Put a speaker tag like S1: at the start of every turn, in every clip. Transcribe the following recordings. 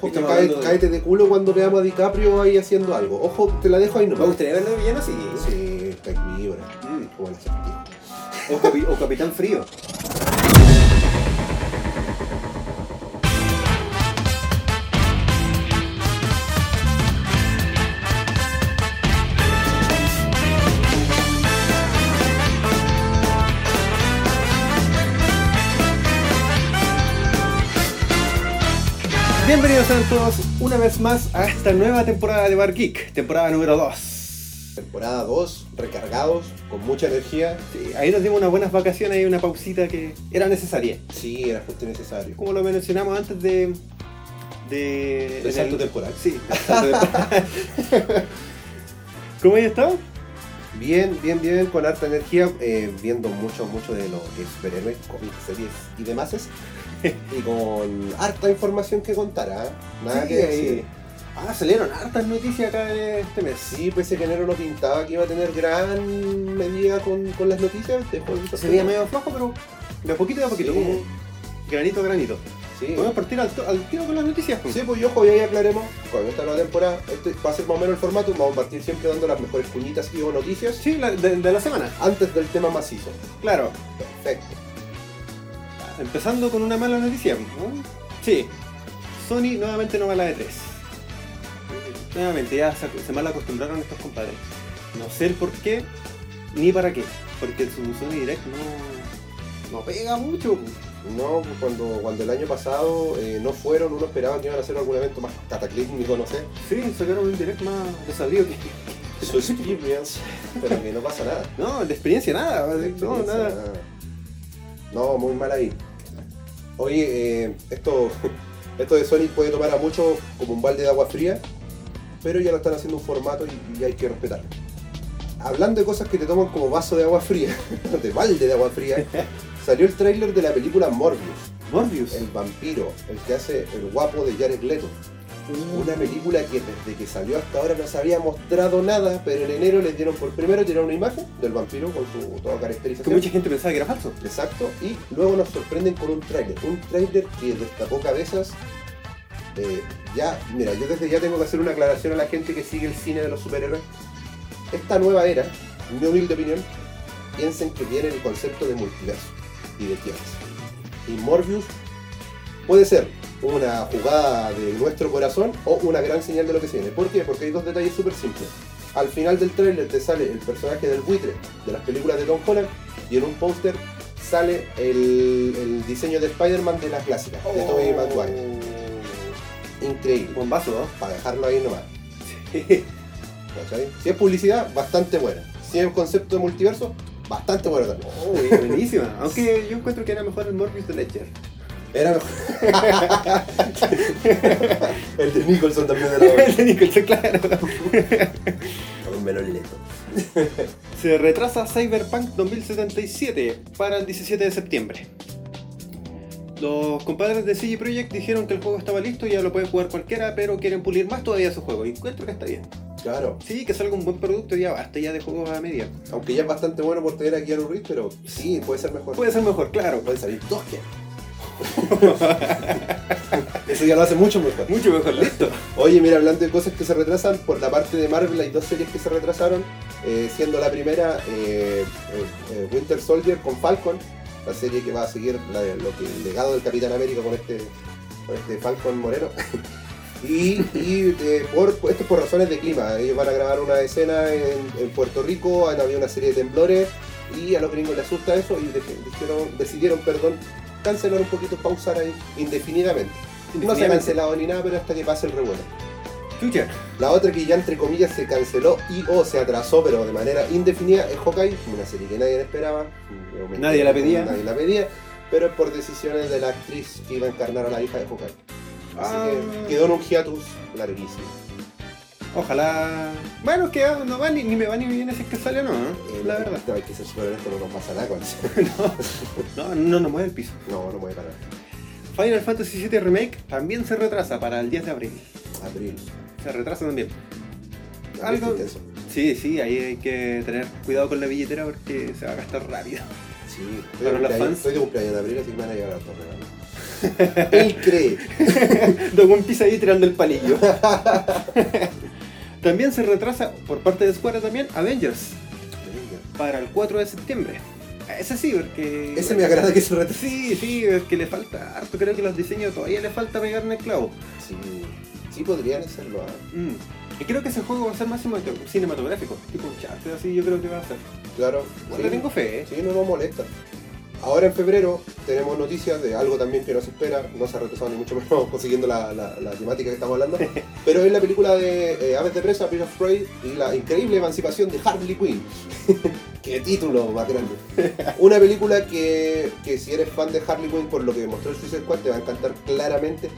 S1: porque
S2: Estamos
S1: cae,
S2: hablando de-
S1: caete de culo cuando veamos a DiCaprio ahí haciendo algo. Ojo, te la dejo ahí
S2: Me
S1: nomás.
S2: gustaría verlo de villano, sí.
S1: Sí, está carnívora.
S2: Mm.
S1: Como el acertijo.
S2: O, capi- o Capitán Frío. Bienvenidos a todos una vez más a esta nueva temporada de Bar Geek, temporada número 2.
S1: Temporada 2, recargados, con mucha energía.
S2: Sí, ahí nos dimos unas buenas vacaciones y una pausita que era necesaria.
S1: Sí, era justo y necesario.
S2: Como lo mencionamos antes de. de.
S1: Del
S2: en
S1: salto temporal.
S2: Sí, del salto temporal. ¿Cómo has estado?
S1: Bien, bien, bien, con harta energía, eh, viendo mucho, mucho de lo que es superhéroes, cómics, series y demás. y con harta información que contar, ¿ah? Nada
S2: Sí,
S1: que
S2: ahí.
S1: decir.
S2: Ah, salieron hartas noticias acá de este mes.
S1: Sí, pensé que enero no pintaba que iba a tener gran medida con, con las noticias. Después de
S2: Sería medio flojo, pero de a poquito de a poquito,
S1: Sí.
S2: como granito a granito.
S1: Sí.
S2: Vamos a partir al, to- al tiro con las noticias. pues.
S1: Sí, pues yo y ahí aclaremos, cuando está la temporada, este va a ser más o menos el formato, vamos a partir siempre dando las mejores cuñitas y o noticias
S2: Sí, la- de, de la semana.
S1: antes del tema macizo.
S2: Claro.
S1: Perfecto.
S2: Empezando con una mala noticia. ¿no? Sí. Sony nuevamente no va a la E3. Nuevamente, ya se, se mal acostumbraron estos compadres. No sé el por qué ni para qué. Porque su Sony Direct no, no pega mucho.
S1: No, pues cuando, cuando el año pasado eh, no fueron, uno esperaba que iban a hacer algún evento más cataclísmico, no sé.
S2: Sí, sacaron un Direct más desabrío que...
S1: Su experience, pero que no pasa nada.
S2: No, de experiencia nada.
S1: De
S2: No,
S1: experiencia,
S2: nada.
S1: nada. No, muy mal ahí. Oye, eh, esto, esto de Sonic puede tomar a muchos como un balde de agua fría, pero ya lo están haciendo un formato y, y hay que respetarlo. Hablando de cosas que te toman como vaso de agua fría, de balde de agua fría, salió el tráiler de la película Morbius,
S2: Morbius.
S1: el vampiro, el que hace el guapo de Jared Leto. Una película que desde que salió hasta ahora no se había mostrado nada, pero en enero les dieron por primero tirar una imagen del vampiro con su toda
S2: Que
S1: caracterización.
S2: mucha gente pensaba que era falso.
S1: Exacto, y luego nos sorprenden con un tráiler, un tráiler que destapó cabezas. eh, ya, mira, yo desde ya tengo que hacer una aclaración a la gente que sigue el cine de los superhéroes. Esta nueva era, mi humilde opinión, piensen que viene el concepto de multiverso y de tierras. Y Morbius puede ser una jugada de nuestro corazón o una gran señal de lo que se viene. ¿Por qué? Porque hay dos detalles súper simples. Al final del tráiler te sale el personaje del buitre de las películas de Tom Holland y en un póster sale el, el diseño de Spider-Man de las clásicas, Oh. de
S2: Oh.
S1: Tobey Maguire. Increíble.
S2: Bombazo, ¿no?
S1: Para dejarlo ahí nomás. ¿cachai? Si es publicidad, bastante buena. Si es un concepto de multiverso, bastante bueno también.
S2: Uy, buenísima. Aunque yo encuentro que era mejor el Morbius de Ledger.
S1: Era mejor. el de Nicholson también era
S2: El de Nicholson, claro.
S1: menos lento.
S2: Se retrasa Cyberpunk 2077 para el 17 de septiembre. Los compadres de CG Projekt dijeron que el juego estaba listo y ya lo puede jugar cualquiera, pero quieren pulir más todavía su juego. Y encuentro que está bien.
S1: Claro.
S2: Sí, que salga un buen producto y ya basta ya de juegos a media.
S1: Aunque ya es bastante bueno por tener aquí a Keanu Reeves, pero sí, puede ser mejor.
S2: Puede ser mejor, claro.
S1: Pueden salir dos que- Eso ya lo hace mucho mejor.
S2: Mucho mejor, listo.
S1: Oye, mira, hablando de cosas que se retrasan, por la parte de Marvel hay dos series que se retrasaron, eh, siendo la primera eh, eh, eh, Winter Soldier con Falcon, la serie que va a seguir la- lo que, el legado del Capitán América con este, con este Falcon Moreno. Y, y, eh, por, esto es por razones de clima. Ellos van a grabar una escena en, en Puerto Rico, han habido una serie de temblores y a los gringos les asusta eso y de- dijeron- decidieron perdón, cancelar un poquito, pausar ahí indefinidamente. No se ha cancelado ni nada, pero hasta que pase el revuelo.
S2: Chucha.
S1: La otra que ya entre comillas se canceló y o se atrasó, pero de manera indefinida, es Hawkeye, una serie que nadie esperaba. Yo
S2: Nadie la pedía.
S1: Nadie la pedía, pero es por decisiones de la actriz que iba a encarnar a la hija de Hawkeye. Así
S2: Ah.
S1: que quedó en un hiatus larguísimo.
S2: Ojalá. Bueno, es que ah, no va ni, ni me va ni me viene si es que sale o no, ¿eh?
S1: Eh,
S2: la verdad.
S1: Hay que ser súper honesto, no nos pasa nada con eso.
S2: No, no nos mueve el piso.
S1: No, no puede parar.
S2: Final Fantasy VII Remake también se retrasa para el 10 de abril.
S1: Abril.
S2: Se retrasa también. Algo-
S1: Algo intenso.
S2: Sí, sí, ahí hay que tener cuidado con la billetera porque se va a gastar rápido.
S1: Sí, estoy de
S2: Para los
S1: cumpleaños-
S2: fans.
S1: estoy de cumpleaños en abril, así que me van a llegar a todos regalos. Él cree.
S2: Don One Piece ahí tirando el palillo. también se retrasa por parte de Square también Avengers para el 4 de septiembre. Ese sí, porque.
S1: Ese me agrada que se retrase.
S2: Sí, sí, es que le falta harto. Creo que los diseños todavía le falta pegar en el clavo.
S1: Sí, sí podrían hacerlo. ¿ah?
S2: Mm. Y creo que ese juego va a ser más cinemat- cinematográfico, tipo un chat, así yo creo que va a ser.
S1: Claro.
S2: Bueno,
S1: sí.
S2: le tengo fe, ¿eh?
S1: Sí, no nos molesta. Ahora en febrero tenemos noticias de algo también que no se espera, no se ha retrasado ni mucho menos consiguiendo la, la- la temática que estamos hablando, pero es la película de eh, Aves de Presa, Birds of Prey y la increíble emancipación de Harley Quinn. ¡Qué título más grande! Una película que, que si eres fan de Harley Quinn por lo que mostró el Suicide Squad te va a encantar claramente.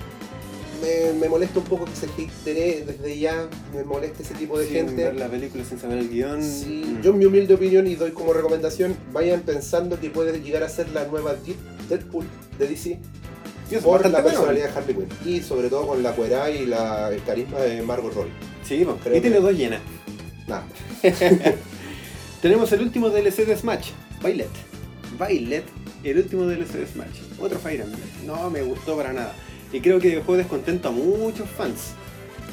S1: Me, me molesta un poco que se hate desde ya, me molesta ese tipo de
S2: Sin
S1: gente.
S2: ver la película sin saber el guión.
S1: Sí,
S2: Mm.
S1: yo en mi humilde opinión y doy como recomendación, vayan pensando que puede llegar a ser la nueva Deep- Deadpool de DC
S2: Y eso,
S1: por
S2: bastante
S1: la
S2: bueno.
S1: personalidad de Harley Quinn y sobre todo con la cuerá y la, el carisma de Margot Robbie.
S2: Sí, bueno,
S1: Creo
S2: y tiene
S1: que-
S2: dos llenas.
S1: Nada,
S2: Tenemos el último DLC de Smash, Violet. Violet, el último DLC de Smash. Otro Fire Emblem. No me gustó para nada. Y creo que el juego descontenta a muchos fans.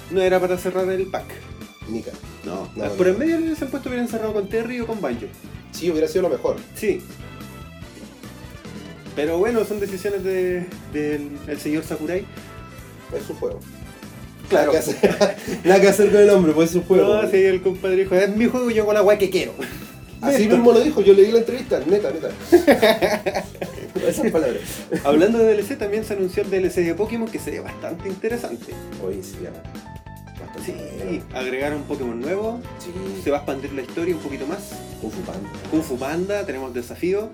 S2: No era para cerrar el pack.
S1: Nica.
S2: No,
S1: No,
S2: por
S1: no.
S2: en medio de ese puesto hubieran cerrado con Terry o con Banjo.
S1: Sí, hubiera sido lo mejor.
S2: Sí. Pero bueno, son decisiones de- del el señor Sakurai.
S1: Es su juego.
S2: Claro.
S1: Nada que hacer, nada que hacer con el hombre, pues es su juego.
S2: No, sí, el compadre dijo, es mi juego y yo con la guay que quiero.
S1: Así mismo lo dijo, yo leí la entrevista, neta, neta. Esas palabras.
S2: Hablando de DLC, también se anunció el DLC de Pokémon que se ve bastante interesante.
S1: Oye, sí, ya. Bastante
S2: Sí,
S1: bueno.
S2: agregaron Pokémon nuevo, se
S1: Sí.
S2: va a expandir la historia un poquito más.
S1: Kung Fu Panda.
S2: Kung Fu Panda, tenemos desafíos,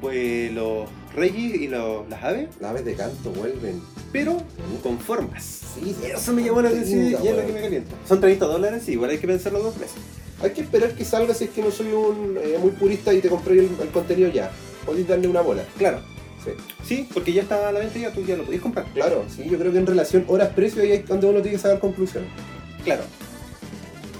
S2: pues los Regis y los- las aves,
S1: Las aves de canto vuelven.
S2: pero con formas.
S1: Sí,
S2: Eso me llamó la atención y
S1: Tenga,
S2: es lo
S1: weón.
S2: que me calienta. Son 30 dólares, sí, igual hay que pensarlo dos veces.
S1: Hay que esperar que salga si es que no soy un eh, muy purista y te compré el, el contenido ya. Podéis darle una bola.
S2: Claro,
S1: Sí.
S2: sí, porque ya está a la venta y ya tú ya lo podías comprar.
S1: Claro, sí, yo creo que en relación horas-precio ahí es donde uno tiene que sacar conclusiones.
S2: Claro.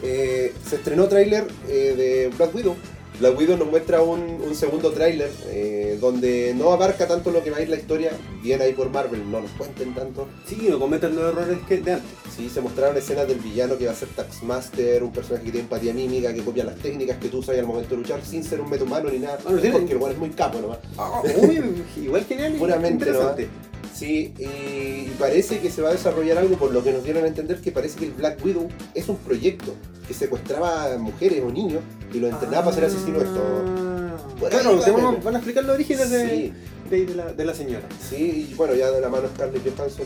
S1: Eh, se estrenó tráiler eh, de Black Widow. Black Widow nos muestra un, un segundo tráiler eh, donde no abarca tanto lo que va a ir la historia, bien ahí por Marvel, no nos cuenten tanto.
S2: Sí, no cometan los errores que de antes.
S1: Sí, se mostraron escenas del villano que va a ser Taxmaster, un personaje que tiene empatía mímica, que copia las técnicas que tú usas al momento de luchar sin ser un metumano ni nada.
S2: Bueno, tiene-
S1: porque el cual es muy capo nomás.
S2: Uy, igual genial y
S1: Ah, Puramente,
S2: interesante.
S1: Sí, y parece que se va a desarrollar algo, por lo que nos dieron a entender que parece que el Black Widow es un proyecto que secuestraba a mujeres o niños y los entrenaba para ser asesinos de
S2: Ah,
S1: todo. Por ahí
S2: Claro,
S1: va,
S2: te vamos-
S1: Pepe.
S2: van a explicar los orígenes de-
S1: Sí,
S2: de- de la- de la señora.
S1: sí, y bueno, ya de la mano Scarlett Johansson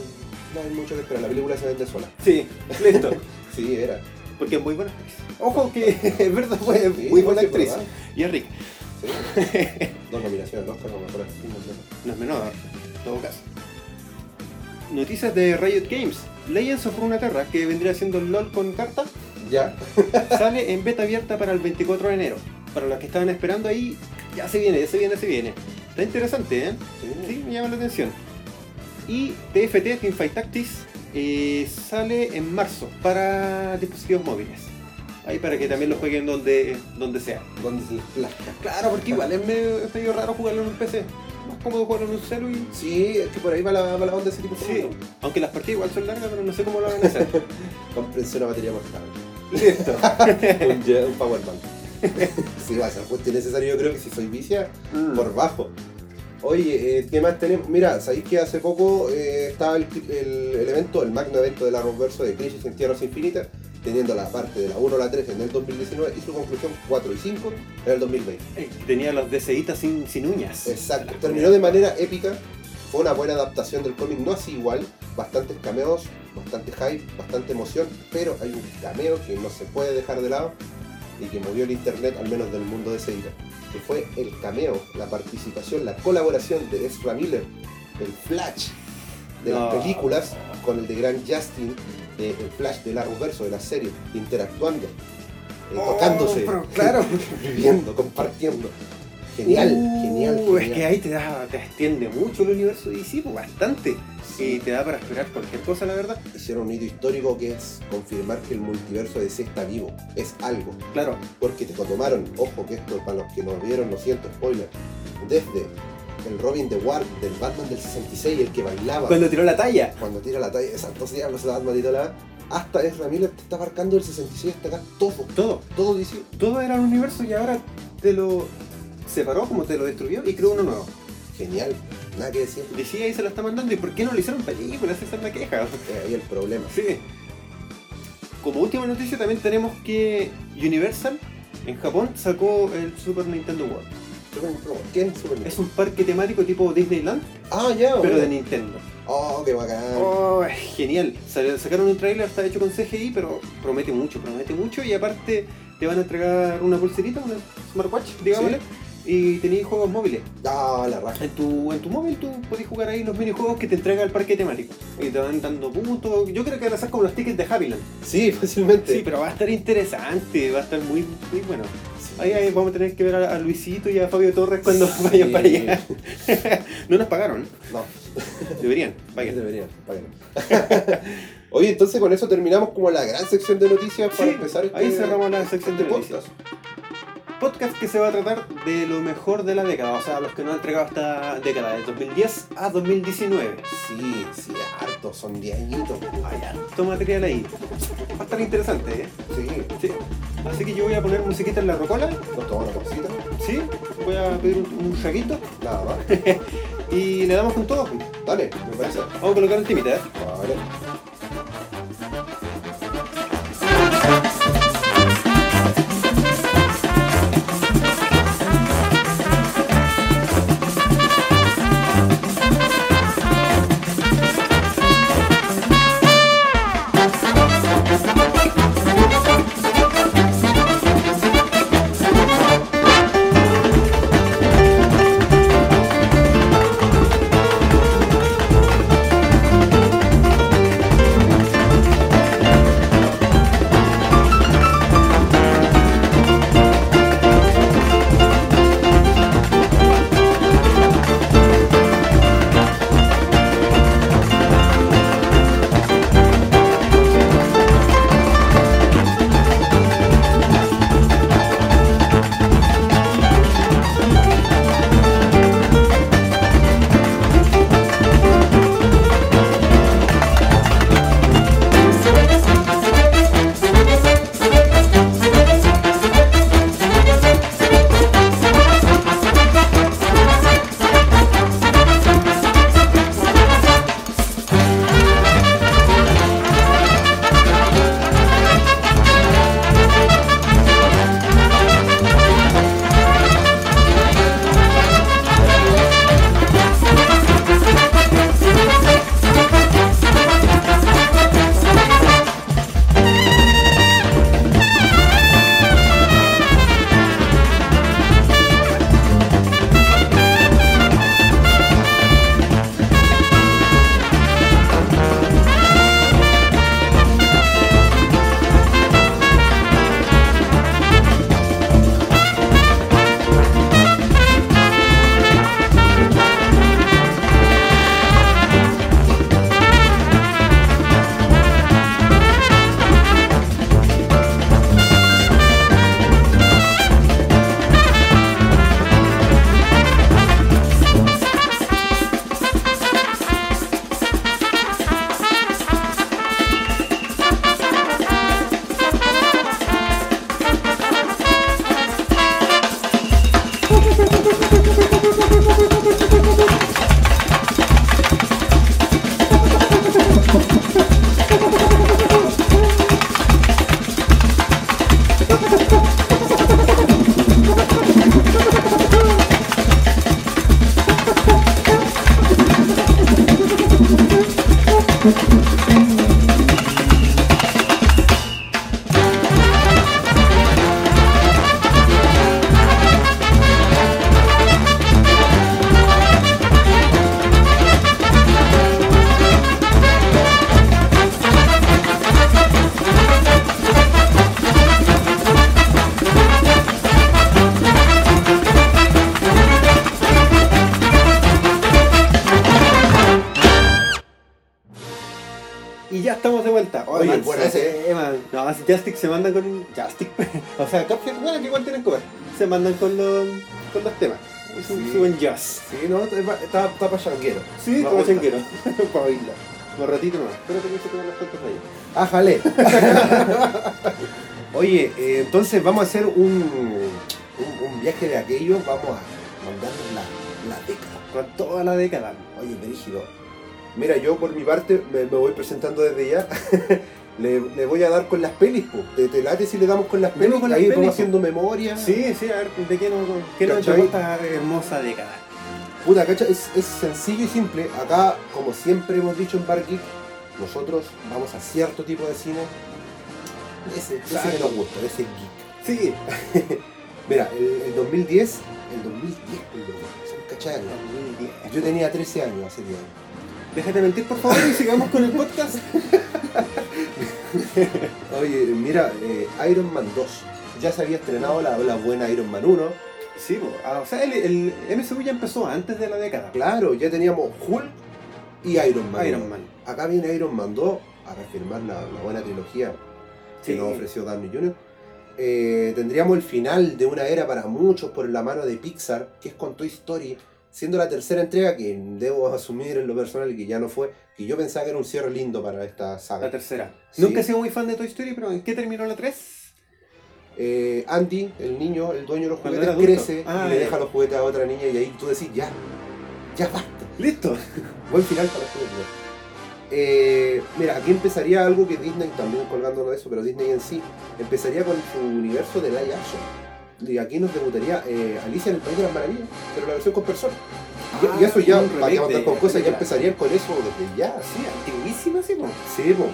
S1: no hay mucho que esperar, la película se vende sola.
S2: Sí, listo.
S1: Sí, era.
S2: Porque es muy buena actriz. Ojo que es verdad, pues, es
S1: Sí,
S2: muy buena
S1: sí,
S2: actriz.
S1: ¿verdad?
S2: Y es rica.
S1: Sí. Dos nominaciones, al Oscar como mejor actriz mundial.
S2: No es menor, en todo caso. Noticias de Riot Games. Legends of Runeterra, que vendría siendo el LOL con carta,
S1: Ya,
S2: sale en beta abierta para el 24 de enero. Para los que estaban esperando ahí, ya se viene, ya se viene, ya se viene. Está interesante, ¿eh? Sí, me llama la atención. Y TFT, Teamfight Tactics, eh, sale en marzo para dispositivos móviles. Ahí para que también lo jueguen donde, donde sea.
S1: donde se les plazca.
S2: Claro, porque igual es medio, es medio raro jugarlo en un PC. Más cómodo jugarlo en un celu y...
S1: Sí, es que por ahí va la, va la onda de ese tipo de
S2: Sí,
S1: juegos.
S2: aunque las partidas igual son largas, pero no sé cómo lo van a hacer.
S1: Cómprense una batería más cara.
S2: Listo.
S1: un, ye- un powerbank. sí, va a ser justo y necesario. Yo creo que si soy vicia, por bajo. Oye, eh, ¿qué más tenemos? Mira, sabéis que hace poco eh, estaba el, el- el evento, el magno evento del Arrowverso de Crisis en Tierras Infinitas, teniendo la parte de la 1 a la 3 en el 2019 y su conclusión 4 y 5 en el 2020.
S2: Eh, Tenía las DCitas sin, sin uñas.
S1: Exacto. Terminó de manera épica. Fue una buena adaptación del cómic, no así igual. Bastantes cameos, bastante hype, bastante emoción. Pero hay un cameo que no se puede dejar de lado y que movió el internet, al menos del mundo de Seira. Que fue el cameo, la participación, la colaboración de Ezra Miller, el Flash de las
S2: No.
S1: películas, con el de Gran Justin, de- el Flash del Arrowverso de la serie, interactuando, eh,
S2: Oh,
S1: tocándose,
S2: pero claro.
S1: viviendo, compartiendo. Genial,
S2: Uh,
S1: genial,
S2: Es
S1: genial.
S2: que ahí te, da, te extiende mucho el universo DC, pues, bastante. Y te da para esperar cualquier cosa, la verdad.
S1: hicieron un hito histórico que es confirmar que el multiverso de DC está vivo, es algo,
S2: Claro.
S1: porque te tomaron, ojo que esto para los que no vieron, lo siento, spoiler, desde el Robin de War del Batman del 66, el que bailaba.
S2: Cuando tiró la talla.
S1: cuando tira la talla, exacto, se llama ese Batman y toda la weá. Hasta Ezra Miller te está abarcando el 66 hasta acá, todo,
S2: Todo.
S1: todo dice.
S2: Todo era un universo y ahora te lo separó como te lo destruyó y creó uno nuevo.
S1: Genial, nada que decir.
S2: Decía y se lo está mandando. ¿Y por qué no lo hicieron película? Esa es la queja.
S1: Es eh, ahí el problema.
S2: Sí. Como última noticia también tenemos que Universal en Japón sacó el Super Nintendo World.
S1: Super Nintendo, ¿Qué es Super Nintendo?
S2: Es un parque temático tipo Disneyland,
S1: Ah, ya,
S2: pero
S1: bueno.
S2: de Nintendo.
S1: Oh, qué bacán.
S2: Oh, es genial. Sal- Sacaron un trailer, está hecho con CGI, pero promete mucho, promete mucho. Y aparte te van a entregar una pulserita, una smartwatch, digámosle. Y tenéis juegos móviles.
S1: Ah, la raja.
S2: En tu, en tu móvil tú podés jugar ahí los minijuegos que te entrega el parque temático. Y te van dando puntos. Yo creo que van a ser como los tickets de Happyland.
S1: Sí, fácilmente.
S2: Sí, pero va a estar interesante, va a estar muy, muy bueno.
S1: Sí.
S2: Ahí, ahí vamos a tener que ver a, a Luisito y a Fabio Torres cuando
S1: Sí.
S2: vayan para allá. no nos pagaron, ¿eh?
S1: No,
S2: deberían,
S1: vaya.
S2: vayan.
S1: debería, vaya. Oye, entonces con eso terminamos como la gran sección de noticias para
S2: Sí,
S1: empezar este,
S2: ahí cerramos la sección
S1: este
S2: de podcast.
S1: podcast.
S2: Podcast que se va a tratar de lo mejor de la década, o sea, los que nos han entregado esta década, de 2010 a 2019.
S1: Sí, sí, harto, son 10 añitos. Ah,
S2: Hay harto material ahí. Va a estar interesante, ¿eh?
S1: Sí,
S2: Sí. Así que yo voy a poner musiquita en la rocola,
S1: nos tomamos una cosita,
S2: ¿sí? Voy a pedir un, un shaguito
S1: nada más.
S2: y le damos con todo.
S1: Dale, me parece.
S2: Vamos a colocar el timita, ¿eh?
S1: Vale.
S2: Y ya estamos de vuelta.
S1: Oye,
S2: man,
S1: buena
S2: sí,
S1: ese.
S2: eh, man. No, si Justic se mandan con. Justic. o sea, Cuphead, bueno, que igual tienen cover. Se mandan con los, con los temas. Es un
S1: Sí.
S2: suben jazz.
S1: Sí, no, está, está, está pa' changuero.
S2: Sí,
S1: Pa'
S2: como
S1: vuelta.
S2: changuero.
S1: Pa' bailar.
S2: Un ratito nomás. Pero tengo que comer las cuentas de ahí.
S1: Ah, jale. Oye, eh, entonces vamos a hacer un, un, un viaje de aquello, vamos a mandarnos la, la década.
S2: Con toda la década.
S1: Oye, brígido. Mira, yo por mi parte me, me voy presentando desde ya. le, le voy a dar con las pelis, po. ¿Te, te late si le damos con las pelis?
S2: Demos con las
S1: Ahí
S2: pelis,
S1: vamos
S2: po.
S1: haciendo memoria.
S2: Sí, sí, a ver, ¿de qué nos qué nos
S1: ¿Cachai?
S2: llegó esta hermosa década?
S1: Puta, cacha, es, es sencillo y simple. Acá, como siempre hemos dicho en Bar Geek, nosotros vamos a cierto tipo de cine. Ese, ese que
S2: Exacto.
S1: nos gusta, ese geek.
S2: Sí.
S1: Mira, el, el 2010, el 2010, perdón, son cachadas, ¿no? Yo tenía 13 años hace 10 años.
S2: Déjate mentir, por favor, y sigamos con el podcast.
S1: Oye, mira, eh, Iron Man 2. Ya se había estrenado la, la buena Iron Man 1.
S2: Sí, po. Ah, o sea, el, el MCU ya empezó antes de la década.
S1: Claro, ya teníamos Hulk y Iron Man.
S2: Iron Man.
S1: Acá viene Iron Man 2 a reafirmar la, la buena trilogía que
S2: Sí.
S1: nos ofreció Downey Jr. Eh, tendríamos el final de una era para muchos por la mano de Pixar, que es con Toy Story, siendo la tercera entrega que debo asumir en lo personal que ya no fue, que yo pensaba que era un cierre lindo para esta
S2: La
S1: saga.
S2: tercera.
S1: Sí.
S2: Nunca he sido muy fan de Toy Story, pero ¿en qué terminó la 3?
S1: Eh, Andy, el niño, el dueño de los
S2: Cuando
S1: juguetes,
S2: era adulto.
S1: crece
S2: Ah,
S1: y le
S2: ya.
S1: deja los juguetes a otra niña y ahí tú decís, ya, ya basta.
S2: Listo.
S1: Buen final para los juguetes. Eh, mira, aquí empezaría algo que Disney, también colgándonos de eso, pero Disney en sí, empezaría con su universo de live action. Y aquí nos debutaría eh, Alicia en el País de las Maravillas, pero la versión con personas. Y- y, eso ya,
S2: Ah, un
S1: para que
S2: remake
S1: contar
S2: de
S1: con
S2: la
S1: cosas, ya
S2: película.
S1: empezarían con eso desde ya.
S2: Sí, antiguísima, sí, po.
S1: Sí, po.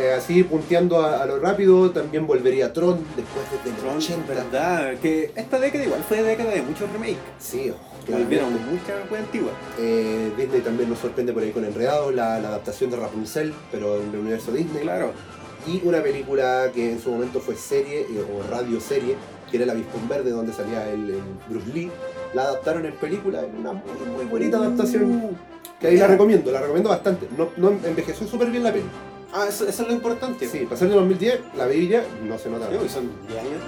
S1: Eh, así punteando a, a lo rápido, también volvería Tron después de los
S2: Tron,
S1: 80.
S2: verdad. Que esta década igual fue década de muchos remakes.
S1: Sí, oh, claramente.
S2: Volvieron muchas weas antiguas.
S1: Eh, Disney también nos sorprende por ahí con Enredados, la, la adaptación de Rapunzel, pero en el universo Disney.
S2: Claro.
S1: Y una película que en su momento fue serie eh, o radio serie, que era El Avispón Verde, donde salía el, el Bruce Lee. La adaptaron en película, en una muy, muy bonita adaptación.
S2: Uh,
S1: Que ahí la recomiendo, la recomiendo bastante. No, no envejeció súper bien la peli.
S2: Ah, eso, eso es lo importante.
S1: Sí, pasar de 2010, la vi ya, no se nota.
S2: Sí,
S1: nada.
S2: pues, son 10 años.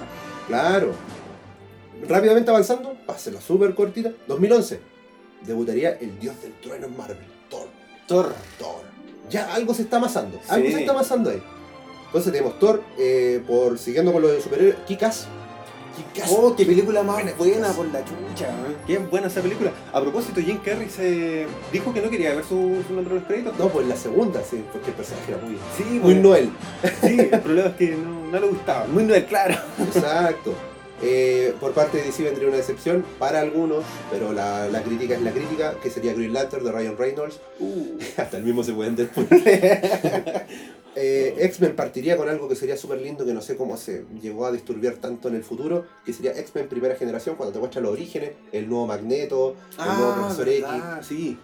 S1: Claro. Rápidamente avanzando, pásela súper cortita. 2011, debutaría El Dios del Trueno en Marvel, Thor.
S2: Thor.
S1: Thor. Ya algo se está amasando. Algo
S2: Sí.
S1: se está amasando ahí. Entonces tenemos Thor, eh, por siguiendo con los de superhéroes, Kikas. Kikas.
S2: Oh, qué película más
S1: Buena,
S2: buena,
S1: chicas.
S2: por la chucha. ¿eh? Qué buena esa película. A propósito, Jim Carrey se dijo que no quería ver su, su nombre en los créditos.
S1: No, pues la segunda, sí, porque el personaje era muy.
S2: Sí,
S1: Muy
S2: pues,
S1: Noel.
S2: Sí, el problema es que no, no le gustaba. Muy Noel, claro.
S1: Exacto. Eh, por parte de DC vendría una decepción para algunos, pero la, la crítica es la crítica, que sería Green Lantern de Ryan Reynolds.
S2: Uh.
S1: Hasta el mismo se pueden después. Eh, X-Men partiría con algo que sería súper lindo, que no sé cómo se llegó a disturbiar tanto en el futuro, que sería X-Men primera generación, cuando te muestra los orígenes, el nuevo Magneto, el nuevo Profesor X.
S2: Ah, verdad, sí.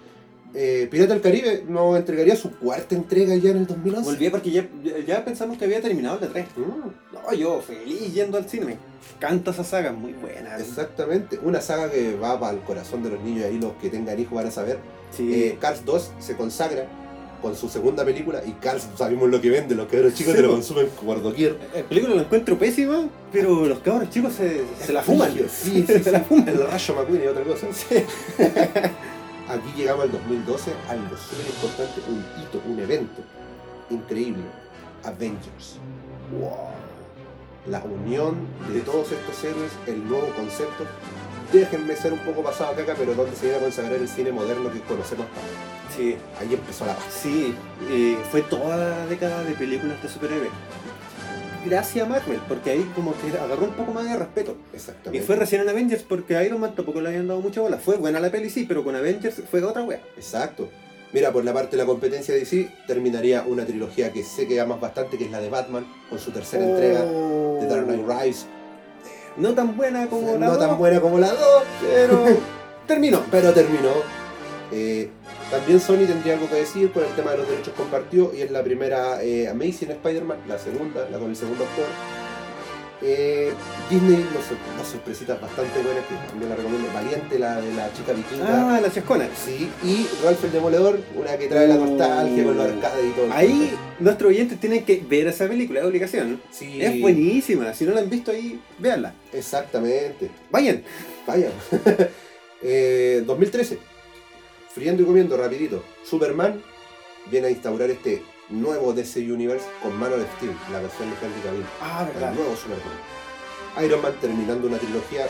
S1: Eh, Pirata del Caribe nos entregaría su cuarta entrega ya en el 2011.
S2: Volví porque ya, ya- ya pensamos que había terminado la 3.
S1: Mm,
S2: No, yo feliz yendo al cine. Me encanta esa saga, muy buena.
S1: exactamente, una saga que va para el corazón de los niños, ahí los que tengan hijos van a saber.
S2: Sí.
S1: Eh, Cars 2 se consagra con su segunda película y Cars sabemos lo que vende, los cabros chicos
S2: Sí,
S1: te lo
S2: po.
S1: consumen por doquier.
S2: La eh, película la encuentro pésima, pero los cabros chicos se, se la fuman.
S1: Sí, sí, sí,
S2: se la fuman.
S1: El rayo McQueen y otra cosa. Aquí llegamos al 2012, algo súper importante, un hito, un evento increíble. Avengers. La unión de todos estos héroes, el nuevo concepto. Déjenme ser un poco pasado a caca, pero donde se viene a consagrar el cine moderno que conocemos.
S2: Sí,
S1: Ahí empezó la paz.
S2: sí. eh, fue toda la década de películas de superhéroes. Gracias a Marvel, porque ahí como que agarró un poco más de respeto. Y
S1: Exactamente.
S2: fue recién en Avengers porque Iron Man tampoco le habían dado mucha bola. Fue buena la peli, sí, pero con Avengers fue otra wea.
S1: Exacto. Mira, por la parte de la competencia de DC, terminaría una trilogía que sé que amas bastante, que es la de Batman, con su
S2: Oh.
S1: tercera entrega, The Dark Knight Rise.
S2: No tan buena como la
S1: no
S2: dos,
S1: tan buena como la 2,
S2: pero terminó.
S1: pero terminó. Eh, también Sony tendría algo que decir por el tema de los derechos compartidos y es la primera eh, Amazing Spider-Man, la segunda, la con el segundo actor. Eh, Disney, nos sor- unas sorpresitas bastante buenas que también la recomiendo. Valiente, la de la chica vikinga.
S2: Ah, la chascona.
S1: Sí, y Ralph el Demoledor, una que trae la
S2: Uh.
S1: nostalgia con los arcades y todo.
S2: Ahí nuestros oyentes tienen que ver esa película, es obligación.
S1: Sí,
S2: Es buenísima, si no la han visto ahí, véanla.
S1: Exactamente.
S2: Vayan.
S1: Vaya. Eh, 2013, friendo y comiendo rapidito, Superman viene a instaurar este nuevo DC Universe con Man of Steel, la versión de Henry Cavill,
S2: Ah,
S1: el nuevo Superman. Iron Man terminando una trilogía,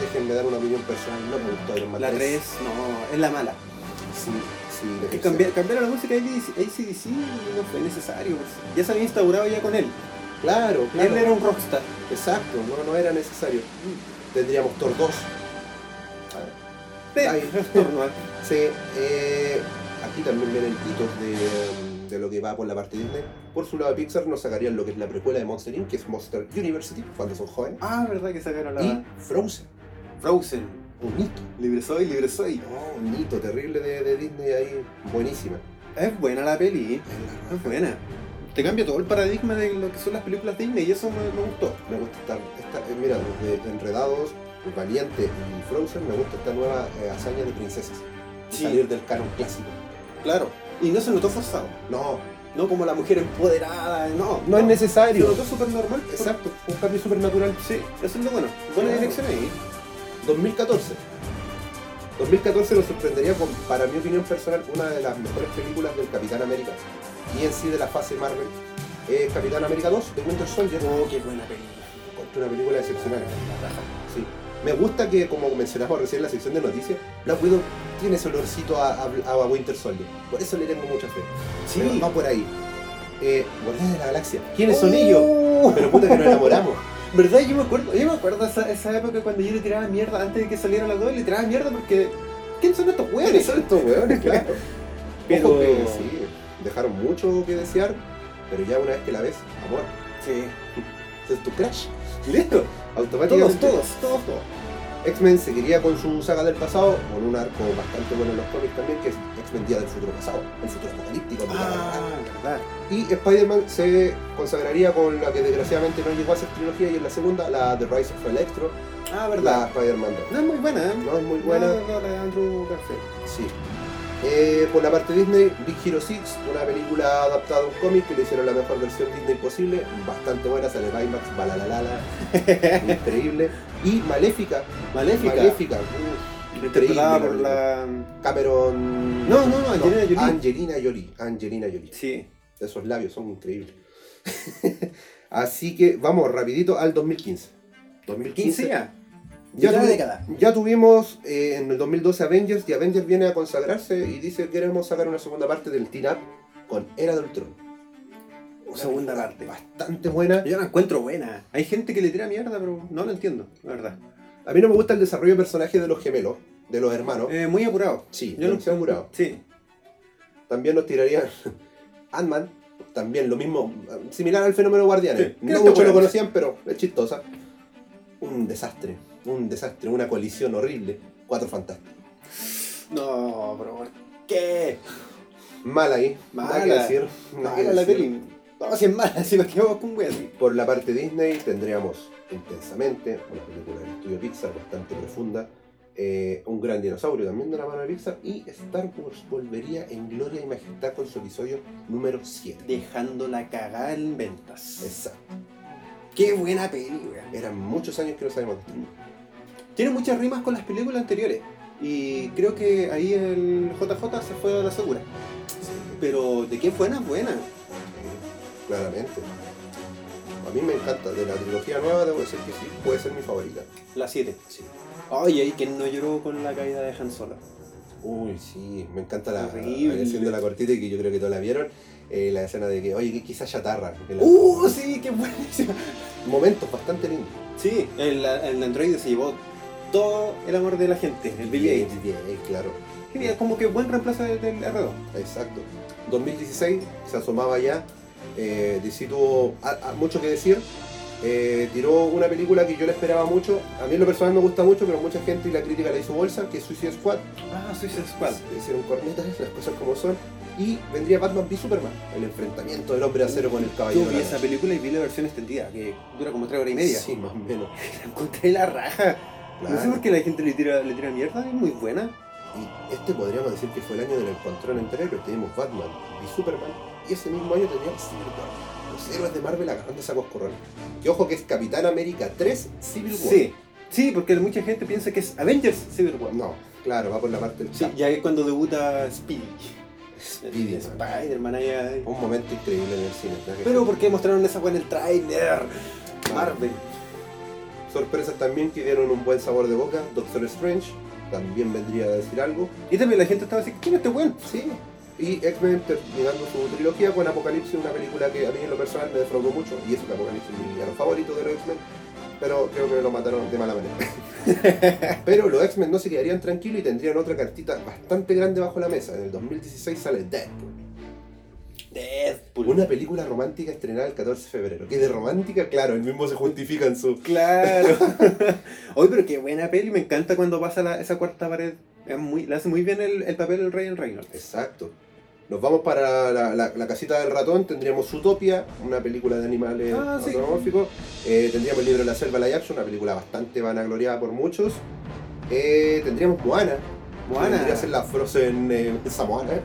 S1: déjenme dar una opinión personal, no me gustó Iron Man
S2: La
S1: 3.
S2: 3, no, es la mala.
S1: Sí, sí,
S2: Que
S1: déjense.
S2: cambi- cambiaron la música de ACDC y no fue necesario. pues. Ya se había instaurado ya con él.
S1: Claro, claro.
S2: Él era un rockstar.
S1: Exacto, no, no era necesario. Tendríamos Thor 2.
S2: Pero,
S1: Ay. Sí, eh, aquí también vienen titos de, um, de lo que va por la parte de Disney. Por su lado, Pixar nos sacarían lo que es la precuela de Monster Inc., que es Monster University, cuando son jóvenes.
S2: ah, verdad que sacaron la...
S1: Y Frozen,
S2: Frozen.
S1: un hito.
S2: Libre soy, libre soy.
S1: No, un hito terrible de, de Disney ahí, buenísima.
S2: Es buena la peli. ¿eh? Es buena. Te cambia todo el paradigma de lo que son las películas Disney y eso me, me gustó.
S1: Me gusta estar, eh, mira, desde Enredados, Valiente y Frozen, me gusta esta nueva eh, hazaña de princesas. de
S2: Sí.
S1: Salir del canon clásico.
S2: Claro. Y no se notó forzado.
S1: No,
S2: No como la mujer empoderada, no.
S1: no es
S2: Se
S1: necesario.
S2: notó súper normal.
S1: Exacto, un cambio supernatural.
S2: Sí, eso es lo bueno. Buena
S1: Claro.
S2: dirección ahí.
S1: 2014. 2014 nos sorprendería con, para mi opinión personal, una de las mejores películas del Capitán América. Y en sí de la fase Marvel. Es Capitán América 2 de Winter Soldier.
S2: Oh, qué buena película.
S1: Encontré Una película excepcional. Sí. Me gusta que, como mencionamos recién en la sección de noticias, Black Widow tiene ese olorcito a, a- a Winter Soldier. Por eso le tengo mucha fe.
S2: Sí.
S1: Pero va por ahí. Eh, Guardianes de la Galaxia. ¿Quiénes
S2: Oh.
S1: son ellos?
S2: Uh.
S1: Pero puta que nos enamoramos.
S2: ¿Verdad? Yo me acuerdo, yo me acuerdo esa, esa época cuando yo le tiraba mierda antes de que saliera la 2, le tiraba mierda porque. ¿Quién son estos
S1: ¿Quiénes
S2: hueones?
S1: son estos weones? Claro.
S2: Pero-
S1: Ojo que sí, dejaron mucho que desear, pero ya una vez que la ves, amor,
S2: Sí.
S1: ese es tu crash.
S2: Listo. Todos,
S1: Automáticamente.
S2: todos, todos, todos.
S1: X-Men seguiría con su saga del pasado, con un arco bastante bueno en los cómics también, que es X-Men Día del Futuro Pasado, el futuro apocalíptico. donde
S2: Ah.
S1: la-
S2: verdad.
S1: Y Spider-Man se consagraría con la que desgraciadamente no llegó a ser trilogía y en la segunda, la The Rise of Electro,
S2: Ah,
S1: la
S2: verdad.
S1: Spider-Man 2.
S2: No es muy buena, ¿eh?
S1: No es muy buena.
S2: Buena. No, la de Andrew Garfield.
S1: Sí. Eh, por la parte Disney, Big Hero 6, una película adaptada a un cómic que le hicieron la mejor versión Disney posible, bastante buena, sale IMAX, balalalala, increíble. Y Maléfica,
S2: Maléfica.
S1: Maléfica, uh,
S2: Interpretada por
S1: Increíble.
S2: la.
S1: Cameron...
S2: No, no, no, Angelina Jolie.
S1: Angelina Jolie, Angelina Jolie.
S2: Sí.
S1: Esos labios son increíbles. Así que vamos rapidito al 2015.
S2: 15 ya.
S1: Ya,
S2: Ya
S1: tuvi-
S2: la década.
S1: ya tuvimos eh, en el 2012 Avengers y Avengers viene a consagrarse y dice queremos sacar una segunda parte del Teen Up con Era de Ultron. Una
S2: Segunda
S1: película
S2: parte.
S1: Bastante buena.
S2: Yo la encuentro buena. Hay gente que le tira mierda, pero no lo entiendo, la verdad.
S1: A mí no me gusta el desarrollo de personajes de los gemelos, de los hermanos.
S2: Eh, muy apurado.
S1: sí,
S2: yo
S1: yo
S2: no-
S1: no se han curado.
S2: Sí.
S1: También nos tirarían Ant-Man. También lo mismo, eh, similar al fenómeno Guardianes.
S2: Sí, creo
S1: No
S2: que
S1: muchos lo
S2: bueno.
S1: conocían, pero es chistosa. Un desastre, un desastre, una colisión horrible. Cuatro fantasmas.
S2: No, pero ¿por qué?
S1: Mal ahí, nada que
S2: Mala.
S1: decir. nada que
S2: Mala la
S1: decir.
S2: peli. No, si es mala, si me quedo con wea así.
S1: Por la parte Disney tendríamos intensamente una película del estudio Pixar bastante profunda, eh, un gran dinosaurio también de la mano de Pixar y Star Wars volvería en gloria y majestad con su episodio número 7.
S2: Dejando la cagada en ventas.
S1: Exacto.
S2: Qué buena peli, wea.
S1: Eran muchos años que no sabemos de esto.
S2: Tiene muchas rimas con las películas anteriores. Y creo que ahí el JJ se fue a la segura. Pero de qué buena, buena.
S1: Claramente. A mí me encanta. De la trilogía nueva debo decir que sí, puede ser mi favorita.
S2: La 7.
S1: Sí.
S2: Ay, ay, que no lloró con la caída de Han Solo.
S1: Uy, sí, me encanta la
S2: Horrible.
S1: versión de la cortita y que yo creo que todos la vieron. eh, la escena de que, oye, que quizás chatarra. que la-
S2: ¡Uh, sí, qué buenísima!
S1: Momentos bastante lindos.
S2: Sí, el, el androide se llevó todo el amor de la gente, el Bill Gates.
S1: Bien, eh, claro.
S2: Qué Como que buen reemplazo del, del R2.
S1: Exacto. 2016 se asomaba ya. Eh, DC tuvo a- a- mucho que decir. Eh, tiró una película que yo le esperaba mucho. A mí en lo personal me gusta mucho, pero mucha gente y la crítica la hizo bolsa, que es Suicide Squad.
S2: Ah, Suicide
S1: Le hicieron cornetas, las cosas como son. Y vendría Batman v Superman, el enfrentamiento del hombre acero con el caballero.
S2: Yo vi
S1: de la
S2: esa
S1: noche.
S2: película y vi la versión extendida, que dura como 3 horas y media.
S1: Sí, más o menos.
S2: La encontré la raja. No sé
S1: Claro.
S2: por qué la gente le tira, le tira mierda, es muy buena.
S1: Y este podríamos decir que fue el año del encontrón entre héroes. Teníamos Batman y Superman. Y ese mismo año teníamos Civil War. Los héroes de Marvel agarrando esa coscorrón. Y ojo que es Capitán América 3 Civil War.
S2: Sí, Sí, porque mucha gente piensa que es Avengers Civil War.
S1: No, claro, va por la parte del
S2: Sí,
S1: chat.
S2: ya es cuando debuta Speedy.
S1: Speedy, man.
S2: Spider-Man ahí, ahí.
S1: Un momento increíble en el cine. ¿verdad que
S2: Pero
S1: sí?
S2: ¿por qué mostraron esa weá en el trailer? Marvel.
S1: Sorpresas también que dieron un buen sabor de boca. Doctor Strange también vendría a decir algo.
S2: Y también la gente estaba así, ¿quién es este weón?
S1: Sí. Y X-Men terminando su trilogía con Apocalipsis, una película que a mí en lo personal me defraudó mucho. Y es que Apocalipsis es mi villano favorito de los X-Men. Pero creo que me lo mataron de mala manera. pero los X-Men no se quedarían tranquilos y tendrían otra cartita bastante grande bajo la mesa. En el 2016 sale Deadpool.
S2: Deadpool.
S1: Una película romántica estrenada el 14 de febrero. Que de romántica, claro, el mismo se justifica en su...
S2: Claro. Oye, pero qué buena peli. Me encanta cuando pasa la- esa cuarta pared. Es muy, le hace muy bien el, el papel el Ryan Reynolds.
S1: Exacto. Nos vamos para la, la- la casita del ratón, tendríamos Utopia, una película de animales
S2: Ah, sí.
S1: zoomórficos. Eh, tendríamos el libro de la selva live action, una película bastante vanagloriada por muchos. Eh, tendríamos Moana, que
S2: Moana.
S1: vendría a ser la Frozen eh, Samoana,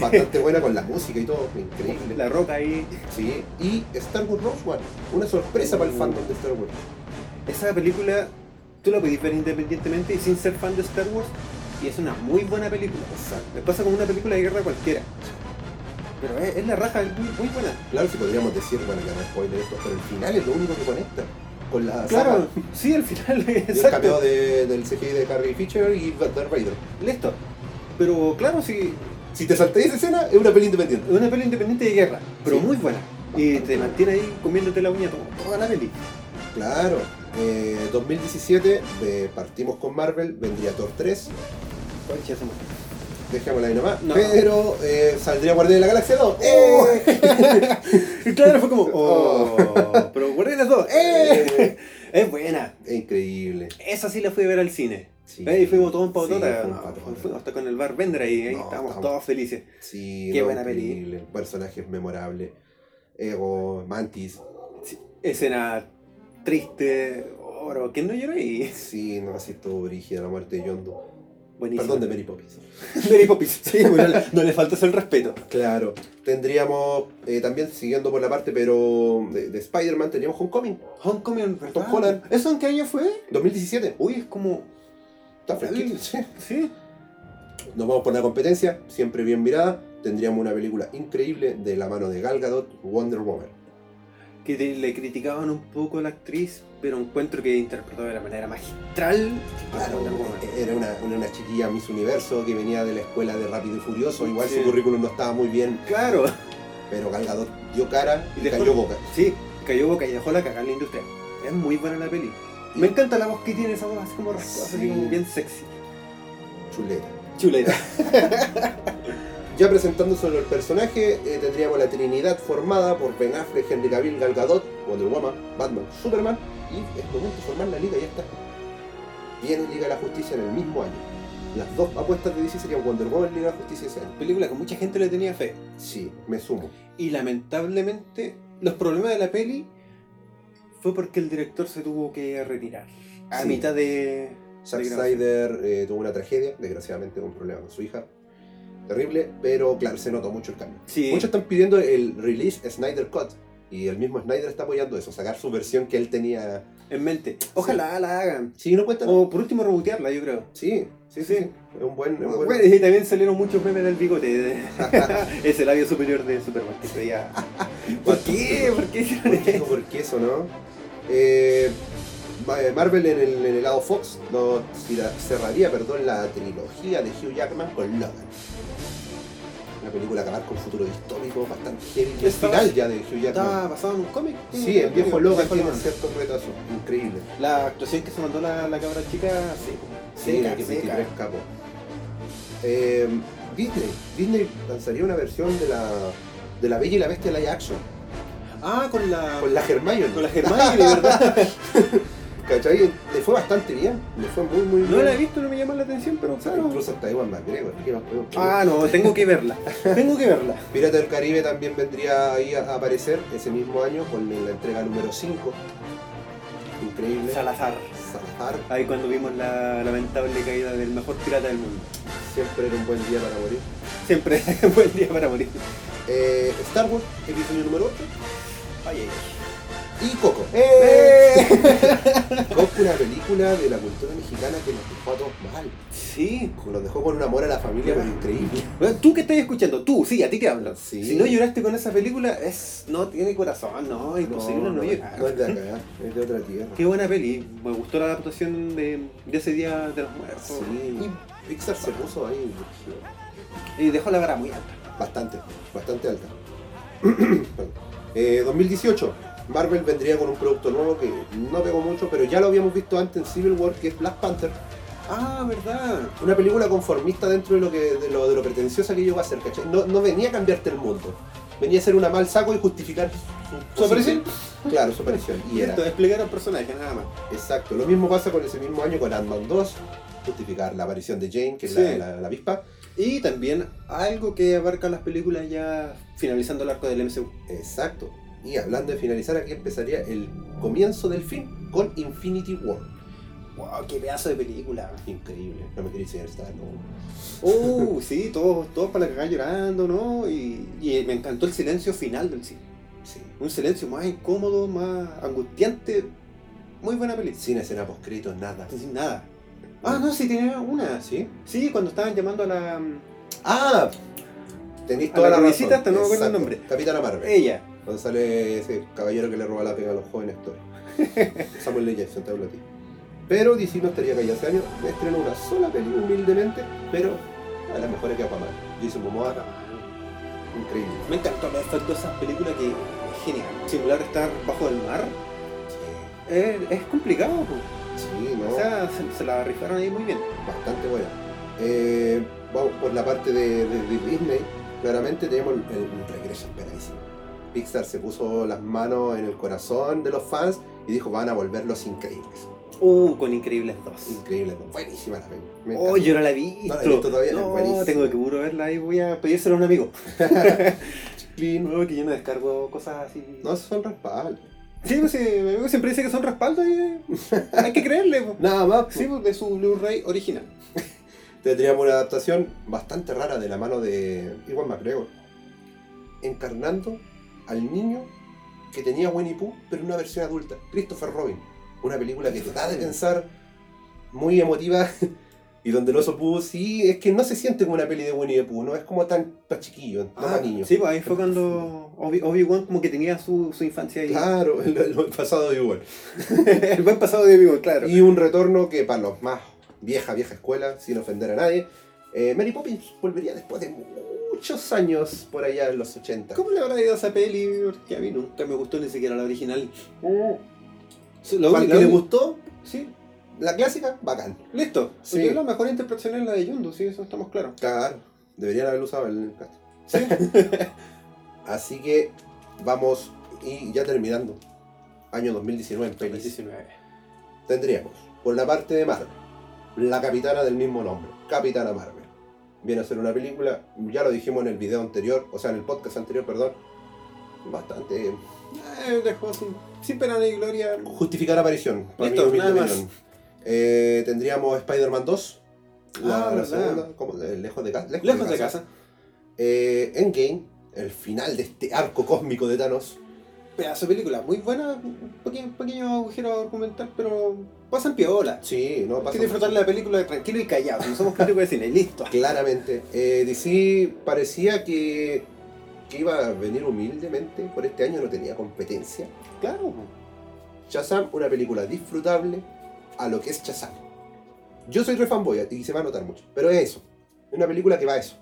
S1: bastante buena con la música y todo, increíble.
S2: La roca ahí.
S1: Sí. Y Star Wars Rogue One, una sorpresa para el
S2: Uh.
S1: fandom de Star Wars.
S2: Esa película, tú la podés ver independientemente y sin ser fan de Star Wars. Y es una muy buena película.
S1: Exacto.
S2: Me pasa como una película de guerra cualquiera. Pero es, es la raja, es muy, muy buena.
S1: Claro, si podríamos decir, bueno, que no es spoiler esto, pero el final es lo único que conecta con la saga.
S2: Claro, sí, al final.
S1: Y el cambio
S2: Exacto.
S1: de, del CGI de Harry Fisher y Darth Vader.
S2: Listo. Pero claro, sí,
S1: Si te saltáis esa escena, es una peli independiente.
S2: es una peli independiente de guerra, pero
S1: Sí.
S2: muy buena. Y te mantiene ahí comiéndote la uña todo- toda la peli.
S1: Claro. Eh, 2017, eh, partimos con Marvel, vendría Thor 3,
S2: Concha, se me-
S1: dejémosla ahí nomás,
S2: No.
S1: pero eh, saldría Guardián de la Galaxia 2.
S2: Oh.
S1: ¡Eh!
S2: Y claro, fue como, oh, pero Guardianes 2, ¡eh! es buena.
S1: Es Increíble.
S2: Esa sí la fui a ver al cine.
S1: Sí.
S2: Eh, Y fuimos todos en
S1: Sí,
S2: pautota.
S1: fue un
S2: no,
S1: patota.
S2: fuimos hasta con el bar Bender ahí, ahí
S1: No,
S2: estábamos
S1: estábamos-
S2: todos felices.
S1: Sí,
S2: Qué
S1: no,
S2: buena peli.
S1: increíble. Personajes memorables. Ego, Mantis.
S2: Escena triste, oro, ¿quién no lloró ahí?
S1: Sí, no, así todo brígida la muerte de Yondu.
S2: Buenísimo.
S1: Perdón, de Mary Poppins.
S2: Mary Poppins. Sí, bueno, no le- no le faltas el respeto.
S1: Claro, tendríamos eh, también siguiendo por la parte, pero de, de Spider-Man, tendríamos Homecoming,
S2: Homecoming,
S1: ¿verdad?
S2: ¿Eso en qué año fue?
S1: 2017.
S2: Uy, es como.
S1: Está fresquito. sí.
S2: Sí.
S1: Nos vamos por la competencia, siempre bien mirada. Tendríamos una película increíble de la mano de Gal Gadot, Wonder Woman.
S2: Que te- le criticaban un poco a la actriz, pero encuentro que interpretó de la manera magistral.
S1: Claro,
S2: Wonder Woman.
S1: era una, una, una chiquilla Miss Universo que venía de la escuela de Rápido y Furioso. Igual
S2: Sí.
S1: su currículum no estaba muy bien,
S2: Claro.
S1: pero Gal Gadot dio cara y,
S2: Y dejó-
S1: cayó boca.
S2: Sí, cayó boca y dejó la cagada en la industria. Es muy buena la peli. Me encanta la voz que tiene esa voz así como rascosa, así
S1: Sí.
S2: como bien sexy.
S1: Chuleta.
S2: Chuleta.
S1: Ya presentando sobre el personaje, eh, tendríamos la Trinidad formada por Ben Affleck, Henry Cavill, Gal Gadot, Wonder Woman, Batman, Superman y es momento de formar la Liga y ya está. Viene Liga de la Justicia en el mismo año. Las dos apuestas de DC serían Wonder Woman y Liga de la Justicia ese año.
S2: Película que mucha gente le tenía fe.
S1: Sí, me sumo.
S2: Y lamentablemente, los problemas de la peli fue porque el director se tuvo que retirar. A
S1: Sí.
S2: mitad de.
S1: Zack
S2: de grabación.
S1: Snyder eh, tuvo una tragedia, desgraciadamente un problema con su hija. Terrible, pero claro, se notó mucho el cambio.
S2: Sí.
S1: Muchos están pidiendo el release Snyder Cut y el mismo Snyder está apoyando eso, sacar su versión que él tenía.
S2: en mente. Ojalá la hagan.
S1: Sí, no cuentan.
S2: O por último rebotearla, yo creo.
S1: Sí, sí, sí.
S2: Sí.
S1: sí. Es un buen. es un buen-
S2: Bueno, y también salieron muchos memes del bigote. de- Ese labio superior de Superman que se veía- ¿Por qué? ¿Por qué hicieron
S1: ¿Por qué?
S2: eso?
S1: ¿Por qué eso, no? Eh, Ma- eh, Marvel en el, en el lado Fox no tira- cerraría perdón, la trilogía de Hugh Jackman con Logan. Una película acabar con futuro distópico bastante heavy. y El
S2: Estaba-
S1: final ya de Hugh Jackman.
S2: Estaba basado en un cómic.
S1: Sí, el viejo Logan
S2: Viejo
S1: tiene ciertos retazos. Increíble.
S2: La actuación que se mandó la, la cabra chica, sí.
S1: Sí,
S2: Seca,
S1: que
S2: seca.
S1: 23 capos. Eh, Disney. Disney lanzaría una versión de la, de la Bella y la Bestia live action.
S2: Ah, con la.
S1: Con la Hermione.
S2: con la Hermione, ¿verdad?
S1: ¿Cachai? Le fue bastante bien. Le fue muy, muy bien.
S2: No la he visto, no me llama la atención, pero
S1: O sea,
S2: claro.
S1: Incluso hasta Ewan McGregor. ¿qué más podemos pedir?
S2: Ah, no, tengo que verla. Tengo que verla.
S1: Pirata del Caribe también vendría ahí a a aparecer ese mismo año con la entrega número 5. Increíble.
S2: Salazar.
S1: Salazar.
S2: Ahí cuando vimos la lamentable caída del mejor pirata del mundo.
S1: Siempre era un buen día para morir.
S2: Siempre buen día para morir.
S1: Eh, Star Wars, episodio número 8.
S2: Oye,
S1: Y Coco.
S2: ¡Eh!
S1: Coco es una película de la cultura mexicana que nos dejó a todos mal.
S2: Sí.
S1: Nos dejó con un amor a la familia pero increíble.
S2: Bueno, tú que estás escuchando, tú, sí, a ti te hablo.
S1: Sí.
S2: Si no lloraste con esa película, es no tiene corazón, no, es imposible no, llorar.
S1: no es de acá, es de otra tierra.
S2: Qué buena peli, me gustó la adaptación de, de ese día de los muertos.
S1: Sí. Y Pixar se puso ahí brígido.
S2: Y dejó la vara muy alta.
S1: Bastante, bastante alta. Eh, 2018, Marvel vendría con un producto nuevo que no pegó mucho, pero ya lo habíamos visto antes en Civil War, que es Black Panther.
S2: Ah, verdad.
S1: Una película conformista dentro de lo, que, de lo, de lo pretenciosa que llegó a ser, ¿cachai? No, no venía a cambiarte el mundo. Venía a ser una mal saco y justificar
S2: Su aparición.
S1: Claro, su aparición. Y era.
S2: Esto, explicar al personaje, nada más.
S1: Exacto. Lo mismo pasa con ese mismo año con Ant-Man 2, justificar la aparición de Jane, que es la-
S2: Sí.
S1: la- la avispa.
S2: Y también algo que abarcan las películas ya finalizando el arco del MCU.
S1: Exacto. Y hablando de finalizar, aquí empezaría el comienzo del fin con Infinity War.
S2: Wow, qué pedazo de película.
S1: Increíble. No me quería enseñar esta, no.
S2: Oh, sí, todos, todos para la cagada llorando, ¿no? Y, y me encantó el silencio final del cine.
S1: Sí.
S2: Un silencio más incómodo, más angustiante. Muy buena película.
S1: Sin escena poscrito, nada.
S2: Sin nada. Ah, no, sí, tiene una.
S1: ¿Sí?
S2: Sí, cuando estaban llamando a la. mm,
S1: ¡Ah! Tenéis
S2: A
S1: toda
S2: la
S1: la,
S2: rubiecita,
S1: razón.
S2: hasta no me acuerdo el
S1: Exacto.
S2: nombre.
S1: Capitana Marvel.
S2: Ella.
S1: Donde sale ese caballero que le roba la pega a los jóvenes Thor. Samuel L. Jackson, te hablo a ti. Pero DC no estaría callado este año. Estrenó una sola película humildemente, pero a las mejores que Aquaman. Jason Momoa, increíble.
S2: Me encantó me efecto de esas películas que es genial. Simular estar bajo el mar eh, es, complicado, po.
S1: Sí, no.
S2: o sea, se, se la rifaron ahí muy bien.
S1: bastante buena. Eh, vamos por la parte de, de- de Disney. Claramente tenemos el, el regreso esperadísimo. Pixar se puso las manos en el corazón de los fans y dijo van a volver los increíbles.
S2: Uh, con Increíbles 2.
S1: Increíbles, buenísima la película. Me
S2: Oh,
S1: encanta.
S2: yo no la he visto.
S1: No la he visto todavía,
S2: No,
S1: es buenísima.
S2: tengo que puro verla ahí, voy a pedírsela a un amigo. Nuevo que yo no descargo cosas así.
S1: No son respaldos.
S2: Sí, pues sí, mi amigo siempre dice que son respaldos y eh, hay que creerle, po.
S1: Nada más. pues.
S2: Sí, pues, de su Blu-ray original.
S1: Tendríamos una adaptación bastante rara de la mano de Iwan McGregor. Encarnando al niño que tenía Winnie Pooh, pero en una versión adulta. Christopher Robin. Una película que te da de pensar, muy emotiva. Y donde el oso Pooh sí, es que no se siente como una peli de Winnie the Pooh, no es como tan pa' chiquillo, no para niños.
S2: sí, pues ahí fue cuando Obi- Obi-Wan como que tenía su, su infancia ahí.
S1: Claro, el, el pasado de igual.
S2: el buen pasado de Obi-Wan, claro.
S1: Y un retorno que para los más vieja, vieja escuela, sin ofender a nadie, eh, Mary Poppins volvería después de muchos años por allá en los 80.
S2: ¿Cómo le habrá ido a esa peli? Porque a mí nunca me gustó ni siquiera la original.
S1: Uh.
S2: Sí, La
S1: ¿Cuál
S2: única
S1: que
S2: la
S1: le
S2: única-
S1: gustó?
S2: Sí,
S1: La clásica, bacán.
S2: listo.
S1: Sí.
S2: Porque la mejor interpretación es la de Yundu, sí, eso estamos claros.
S1: Claro, deberían haber usado el cast.
S2: Sí.
S1: Así que vamos, y ya terminando, año 2019 en pelis,
S2: 2019.
S1: tendríamos, por la parte de Marvel, la capitana del mismo nombre, Capitana Marvel. Viene a ser una película, ya lo dijimos en el video anterior, o sea, en el podcast anterior, perdón, bastante
S2: Eh, dejó sin, sin pena ni gloria.
S1: justificar aparición. para
S2: Listo,
S1: mi humilde
S2: nada más.
S1: opinión. Eh, tendríamos Spider-Man 2. La,
S2: Ah,
S1: la
S2: verdad.
S1: segunda, ¿cómo? Eh, Lejos de, ca- lejos
S2: Lejos de casa.
S1: Eh, Endgame, el final de este arco cósmico de Thanos.
S2: Pedazo de película, muy buena. Un pequeño, pequeño agujero argumental, pero pasan piola.
S1: Sí, no
S2: Hay
S1: pasa
S2: que disfrutar
S1: mucho.
S2: la película tranquilo y callado. No somos críticos de cine, listo.
S1: Claramente. Eh, DC parecía que, que iba a venir humildemente. Por este año no tenía competencia.
S2: Claro.
S1: Shazam, una película disfrutable a lo que es Shazam. Yo soy re fanboy y se va a notar mucho, pero es eso. Es una película que va a eso.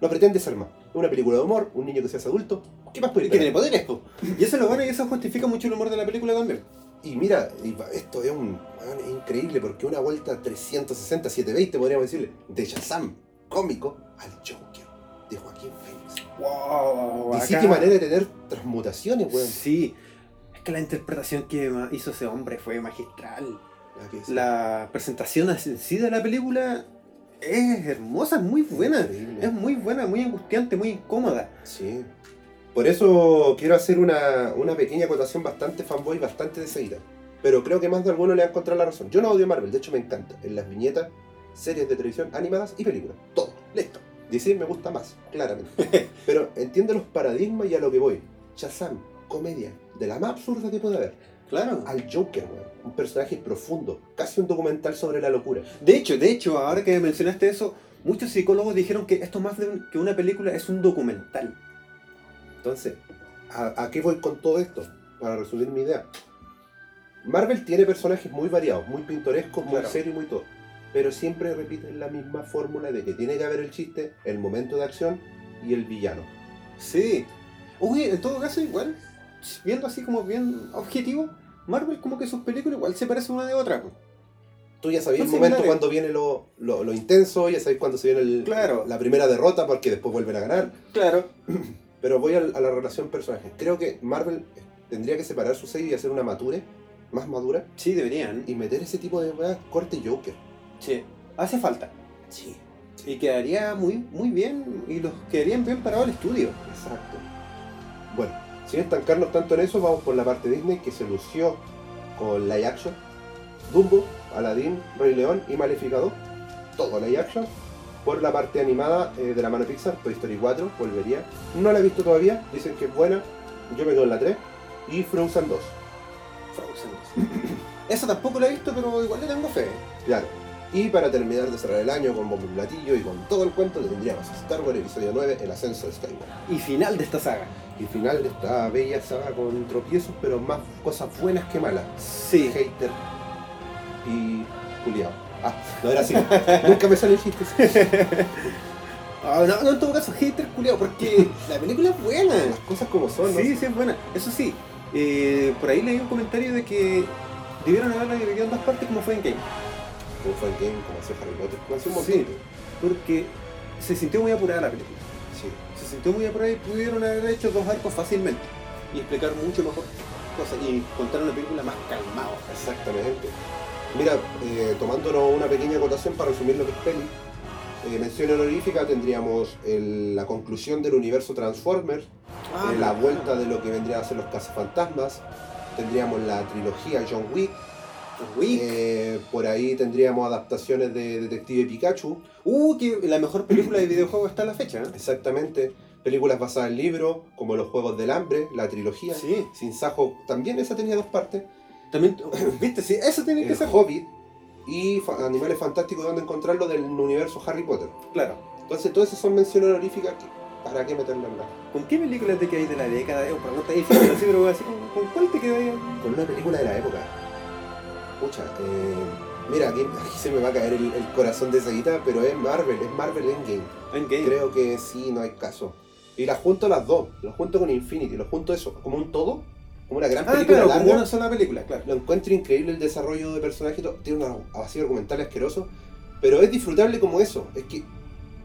S1: No pretende ser más. Es una película de humor, un niño que se hace adulto. ¿Qué más puede
S2: Y que tiene
S1: esperar?
S2: poderes, po. Y eso es lo bueno y eso justifica mucho el humor de la película también.
S1: Y mira, y va- esto es un weón, es increíble porque una vuelta 360, 720 podríamos decirle, de Shazam cómico al Joker de Joaquín Phoenix.
S2: Wow,
S1: Y sí, qué manera de tener transmutaciones, weón.
S2: Sí, es que la interpretación que ma- hizo ese hombre fue magistral.
S1: La que es
S2: La presentación en sí de la película es hermosa, es muy buena.
S1: increíble.
S2: Es muy buena, muy angustiante, muy incómoda.
S1: Sí. Por eso quiero hacer una, una pequeña acotación bastante fanboy, bastante de seguida. Pero creo que más de alguno le va a encontrar la razón. Yo no odio Marvel, de hecho me encanta. En las viñetas, series de televisión, animadas y películas. Todo. Listo. DC me gusta más, claramente. Pero entiendo los paradigmas y a lo que voy. Shazam, comedia, de la más absurda que puede haber.
S2: Claro.
S1: Al Joker, weón. Un personaje profundo, casi un documental sobre la locura.
S2: De hecho, de hecho, ahora que mencionaste eso, muchos psicólogos dijeron que esto más de un- que una película es un documental.
S1: Entonces, ¿a, a qué voy con todo esto? Para resumir mi idea. Marvel tiene personajes muy variados, muy pintorescos, muy
S2: Claro.
S1: serios, muy todo. Pero siempre repiten la misma fórmula de que tiene que haber el chiste, el momento de acción y el villano.
S2: Sí. Oye, en todo caso, igual, viendo así como bien objetivo, Marvel como que sus películas igual se parecen una de otra. po.
S1: Tú ya sabías
S2: Son
S1: el momento
S2: similares.
S1: cuando viene lo, lo- lo intenso, ya sabéis cuando se viene el-
S2: Claro.
S1: la primera derrota porque después vuelven a ganar.
S2: Claro.
S1: Pero voy al- a, la relación personaje. Creo que Marvel tendría que separar su serie y hacer una mature, más madura,
S2: Sí, deberían.
S1: y meter ese tipo de weas corte Joker.
S2: Sí. Hace falta.
S1: Sí.
S2: Y quedaría muy, muy bien. Y los quedarían bien parado el estudio.
S1: Exacto. Bueno, sin estancarnos tanto en eso, vamos por la parte Disney que se lució con live action. Dumbo, Aladdin, Rey León y Maléfica 2. Todo live action. Por la parte animada eh, de la mano Pixar, Toy Story 4, volvería. No la he visto todavía, dicen que es buena. Yo me quedo en la 3. Y Frozen 2.
S2: Frozen. Eso tampoco lo he visto, pero igual le tengo fe.
S1: Claro. Y para terminar de cerrar el año con bombo y platillo y con todo el cuento, tendríamos Star Wars Episodio 9, El Ascenso de Skywalker.
S2: Y final de esta saga.
S1: Y final de esta bella saga con tropiezos, pero más cosas buenas que malas.
S2: Sí.
S1: hater y culiao. Ah, no era así. Nunca me sale el chiste.
S2: Ah, no, no, en todo caso, hater culiao, porque la película es buena.
S1: Las cosas como son, ¿no?
S2: Sí, sí, es buena. Eso sí, eh, por ahí leí un comentario de que debieron haberla dividido en dos partes como fue en Game.
S1: Como fue el game, como hacía Harry Potter, como hacía un montón.
S2: Sí. Porque se sintió muy apurada la película.
S1: Sí.
S2: Se sintió muy apurada y pudieron haber hecho dos arcos fácilmente. Y explicar mucho mejor cosas. Y contar una película más calmada.
S1: Exactamente. Mira, eh, tomándonos una pequeña acotación para resumir lo que es peli, eh, mención honorífica tendríamos el- la conclusión del universo Transformers,
S2: Ah,
S1: eh, la vuelta de lo que vendría a ser los cazafantasmas, tendríamos la trilogía John Wick,
S2: Uy,
S1: eh, por ahí tendríamos adaptaciones de Detective Pikachu,
S2: uh, que la mejor película de videojuego está a la fecha. ¿eh?
S1: Exactamente. Películas basadas en libros, como Los Juegos del Hambre, la trilogía.
S2: Sí.
S1: Sin Sajo también, esa tenía dos partes.
S2: También, viste, sí, eso tiene que
S1: El
S2: ser.
S1: Hobbit y fa- Animales Fantásticos, donde encontrarlo del universo Harry Potter.
S2: Claro.
S1: Entonces, todas esas son menciones honoríficas que, para qué meterla en la.
S2: ¿Con qué película te quedáis de la década? Es una pregunta difícil, así, pero así, ¿con, con cuál te quedáis?
S1: Con una película de la época. Pucha, eh, mira, aquí, aquí se me va a caer el, el corazón de esa guita, pero es Marvel, es Marvel Endgame.
S2: Endgame.
S1: Creo que sí, no hay caso. Y las junto las dos, las junto con Infinity, las junto eso, como un todo, como una gran
S2: Ah,
S1: película
S2: claro,
S1: larga.
S2: como una sola película, claro.
S1: Lo encuentro increíble el desarrollo de personaje, to- tiene un vacío argumental asqueroso, pero es disfrutable como eso. Es que,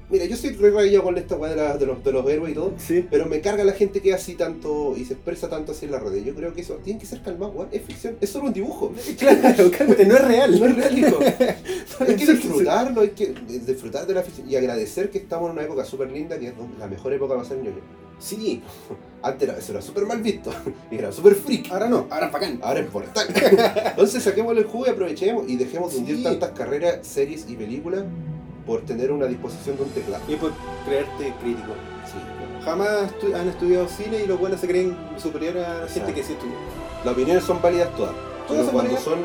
S1: mira, yo soy re rayado con esta weá de, la- de los, de los héroes y todo,
S2: Sí.
S1: pero me carga la gente que es así tanto y se expresa tanto así en las redes. Yo creo que eso tiene que ser calmado, weón. Es ficción, es solo un dibujo.
S2: Claro, cálmate, no es real.
S1: No es real, hijo. Hay que
S2: Sí, sí, sí.
S1: disfrutarlo, hay que disfrutar de la ficción y agradecer que estamos en una época súper linda, que es donde la mejor época va a ser ñoño.
S2: Sí,
S1: Antes era, eso era súper mal visto y era súper freak.
S2: ahora no, ahora es bacán.
S1: Ahora es importante. Entonces saquemos el jugo y aprovechemos y dejemos de hundir
S2: Sí.
S1: tantas carreras, series y películas por tener una disposición de un teclado.
S2: Y por creerte crítico.
S1: Sí.
S2: Jamás estu- han estudiado cine y los buenos se creen superiores a la gente
S1: Exacto.
S2: que sí estudió.
S1: Las opiniones son válidas todas. Pero
S2: son
S1: cuando
S2: válidas.
S1: son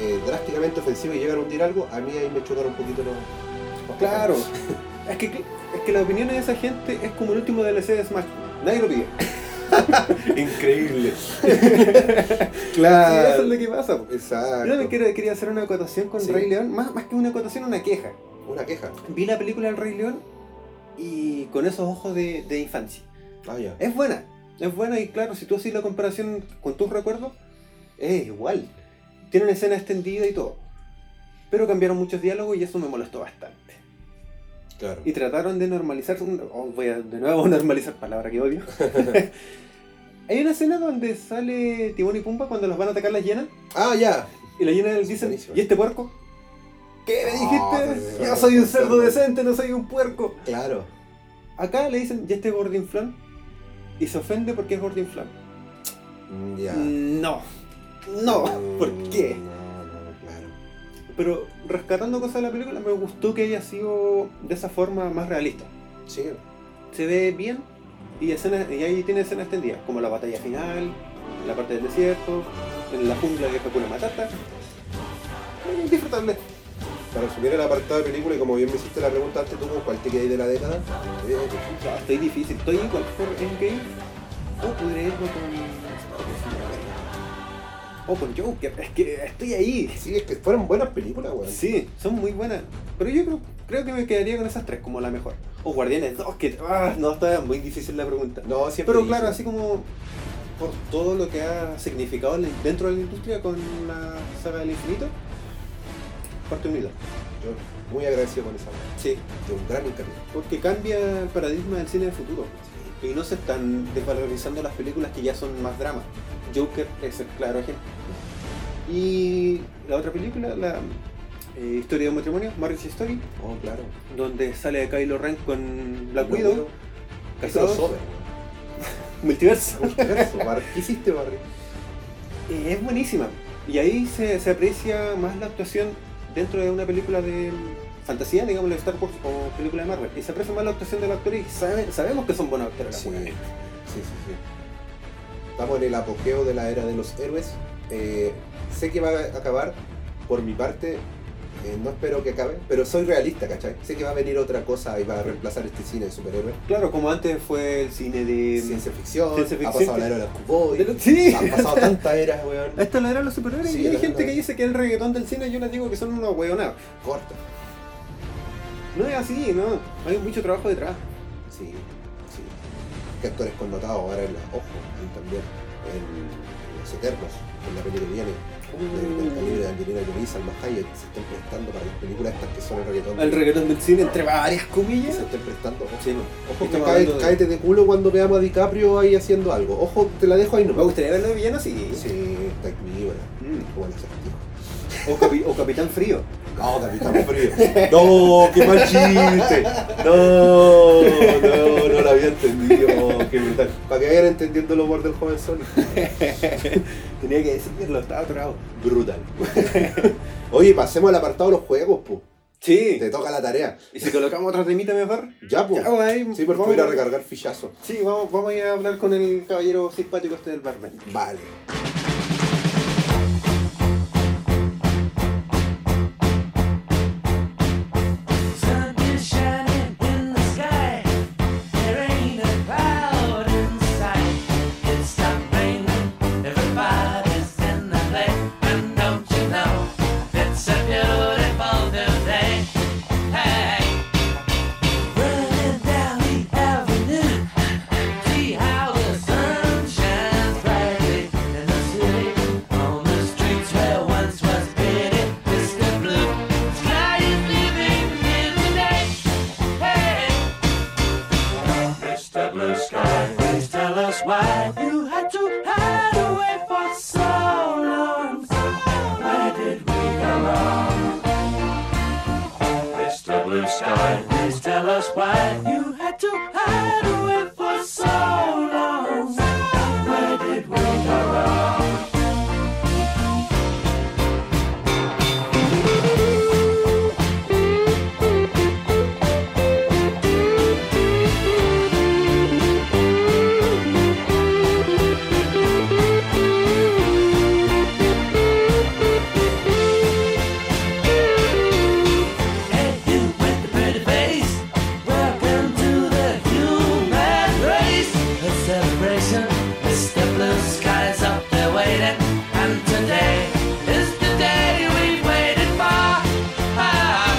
S1: eh, drásticamente ofensivas y llegan a hundir algo, a mí ahí me chocan un poquito los. los
S2: Claro. es, que, es que la opinión de esa gente es como el último DLC de Smash. Nadie lo pide.
S1: Increíble.
S2: Sí, eso
S1: claro.
S2: es lo que pasa. po. Yo
S1: Exacto.
S2: también quería, quería hacer una acotación con
S1: Sí.
S2: Rey León, más, más que una acotación, una queja.
S1: Una queja.
S2: Vi la película El Rey León y con esos ojos de, de infancia.
S1: Ah, ya.
S2: Es buena, es buena y claro, si tú haces la comparación con tus recuerdos, es igual. Tiene una escena extendida y todo. Pero cambiaron muchos diálogos y eso me molestó bastante.
S1: Claro.
S2: Y trataron de normalizar, oh, voy a de nuevo normalizar palabra que odio. Hay una escena donde sale Timón y Pumba cuando los van a atacar las llenas
S1: Ah, ya.
S2: y las llenas dicen,
S1: Buenísimo.
S2: ¿y este puerco? ¿Qué me
S1: Ah,
S2: dijiste?
S1: pero-
S2: Yo soy un cerdo decente, no soy un puerco.
S1: Claro.
S2: Acá le dicen, ya este es gordinflón. Y se ofende porque es gordinflón.
S1: Mm, Ya.
S2: No. No. ¿Por
S1: Mm,
S2: qué?
S1: No, no, claro.
S2: Pero rescatando cosas de la película, me gustó que haya sido de esa forma más realista.
S1: Sí.
S2: Se ve bien y, escenas- y ahí tiene escenas extendidas, como la batalla final, en la parte del desierto, en la jungla de Hakuna Matata. Mm,
S1: Eh, Disfrutable. Para resumir el apartado de película, y como bien me hiciste la pregunta antes tú, ¿cuál te quedáis de la década? Eh,
S2: No, estoy difícil, estoy igual por Endgame o podría irme con... O con Joker, es que estoy ahí.
S1: sí, es que fueron buenas películas, weón.
S2: Sí, son muy buenas. Pero yo creo, creo que me quedaría con esas tres como la mejor. O Guardianes 2, que... Ah, no, está muy difícil la pregunta.
S1: No, siempre.
S2: Pero
S1: dije-
S2: claro, así como por todo lo que ha significado en la- dentro de la industria con la saga del infinito, parte unida.
S1: Yo muy agradecido con esa weón.
S2: Sí,
S1: De un gran internet.
S2: porque cambia el paradigma del cine del futuro. Y no se están desvalorizando las películas que ya son más dramas. Joker es el claro ejemplo. Y la otra película, la eh, historia de un matrimonio, Marriage Story,
S1: Oh, claro.
S2: donde sale Kylo Ren con Black
S1: Lo
S2: Widow,
S1: bueno, Es
S2: casados,
S1: crossover, weón.
S2: multiverso.
S1: Multiverso, Barry. ¿Qué hiciste, Barry?
S2: Eh, es buenísima. Y ahí se, se aprecia más la actuación dentro de una película de fantasía, digamos, de Star Wars o película de Marvel. Y se aprecia más la actuación de los actores y sabe- sabemos que son buenos actores. las
S1: Sí,
S2: weas.
S1: sí, sí, sí. Estamos en el apogeo de la era de los héroes. Eh, sé que va a acabar, por mi parte, eh, no espero que acabe, pero soy realista, ¿cachai? Sé que va a venir otra cosa y va a reemplazar este cine de superhéroes.
S2: Claro, como antes fue el cine de...
S1: Ciencia ficción,
S2: Em, Ciencia
S1: ha pasado
S2: ficción que-
S1: la era de los cowboys,
S2: de lo- sí.
S1: han pasado tantas eras, weón.
S2: Esta es la era de los superhéroes
S1: Sí,
S2: y
S1: la
S2: hay
S1: era
S2: gente
S1: de-
S2: que dice que el reggaetón del cine yo les digo que son unos hueonados.
S1: Corta.
S2: No es así, no. Hay mucho trabajo detrás.
S1: Sí, sí. ¿Qué actores connotados ahora en la Ojo? ahí también. En Los Eternos, en la película que viene. del, del calibre de Angelina Jolie, Salma Hayek, se estén prestando para las películas estas que son el reggaetón.
S2: El reggaetón del cine entre varias
S1: Que
S2: comillas.
S1: se estén prestando. Ojo,
S2: Sí, no.
S1: ojo que
S2: Estamos
S1: cae-
S2: hablando de-
S1: cáete de culo cuando veamos a DiCaprio ahí haciendo algo. Ojo, te la dejo ahí
S2: Me
S1: nomás.
S2: gustaría verlo de villano, sí.
S1: Sí, está equilibra.
S2: Mm.
S1: O el acertijo.
S2: O, capi- o Capitán Frío.
S1: No, Capitán Frío. No, qué mal chiste. No, no, no lo había entendido. Qué brutal. Para que vayan entendiendo el humor del joven Sonic.
S2: Tenía que decirlo, estaba atorado.
S1: Brutal. Oye, pasemos al apartado de los juegos, po.
S2: Sí.
S1: Te toca la tarea.
S2: ¿Y si colocamos otro temita mejor?
S1: Ya, po.
S2: Ya, vamos ahí,
S1: Sí, porque
S2: vamos.
S1: voy a ir a recargar fichazo.
S2: Sí, vamos, vamos a ir a hablar con el caballero simpático este del barman.
S1: Vale.
S3: Sun is shining in the sky. There ain't a cloud in sight. It stopped raining. Everybody's in the lake. And don't you know it's a beautiful new day? Hey, running down the avenue, see how the sun shines brightly in the city on the streets where once was pretty disco blue. Sky is living in the day. Hey. Mr. Blue Sky, please tell us why you had to hide away for so long. Where did we go wrong? Mr. Blue Sky, please tell us why you had to hide away for so long. Where did we go wrong? Hey, you with the pretty face. Welcome to the human race. A celebration. It's the blue skies up there waiting. And today is the day we've waited for. Ah.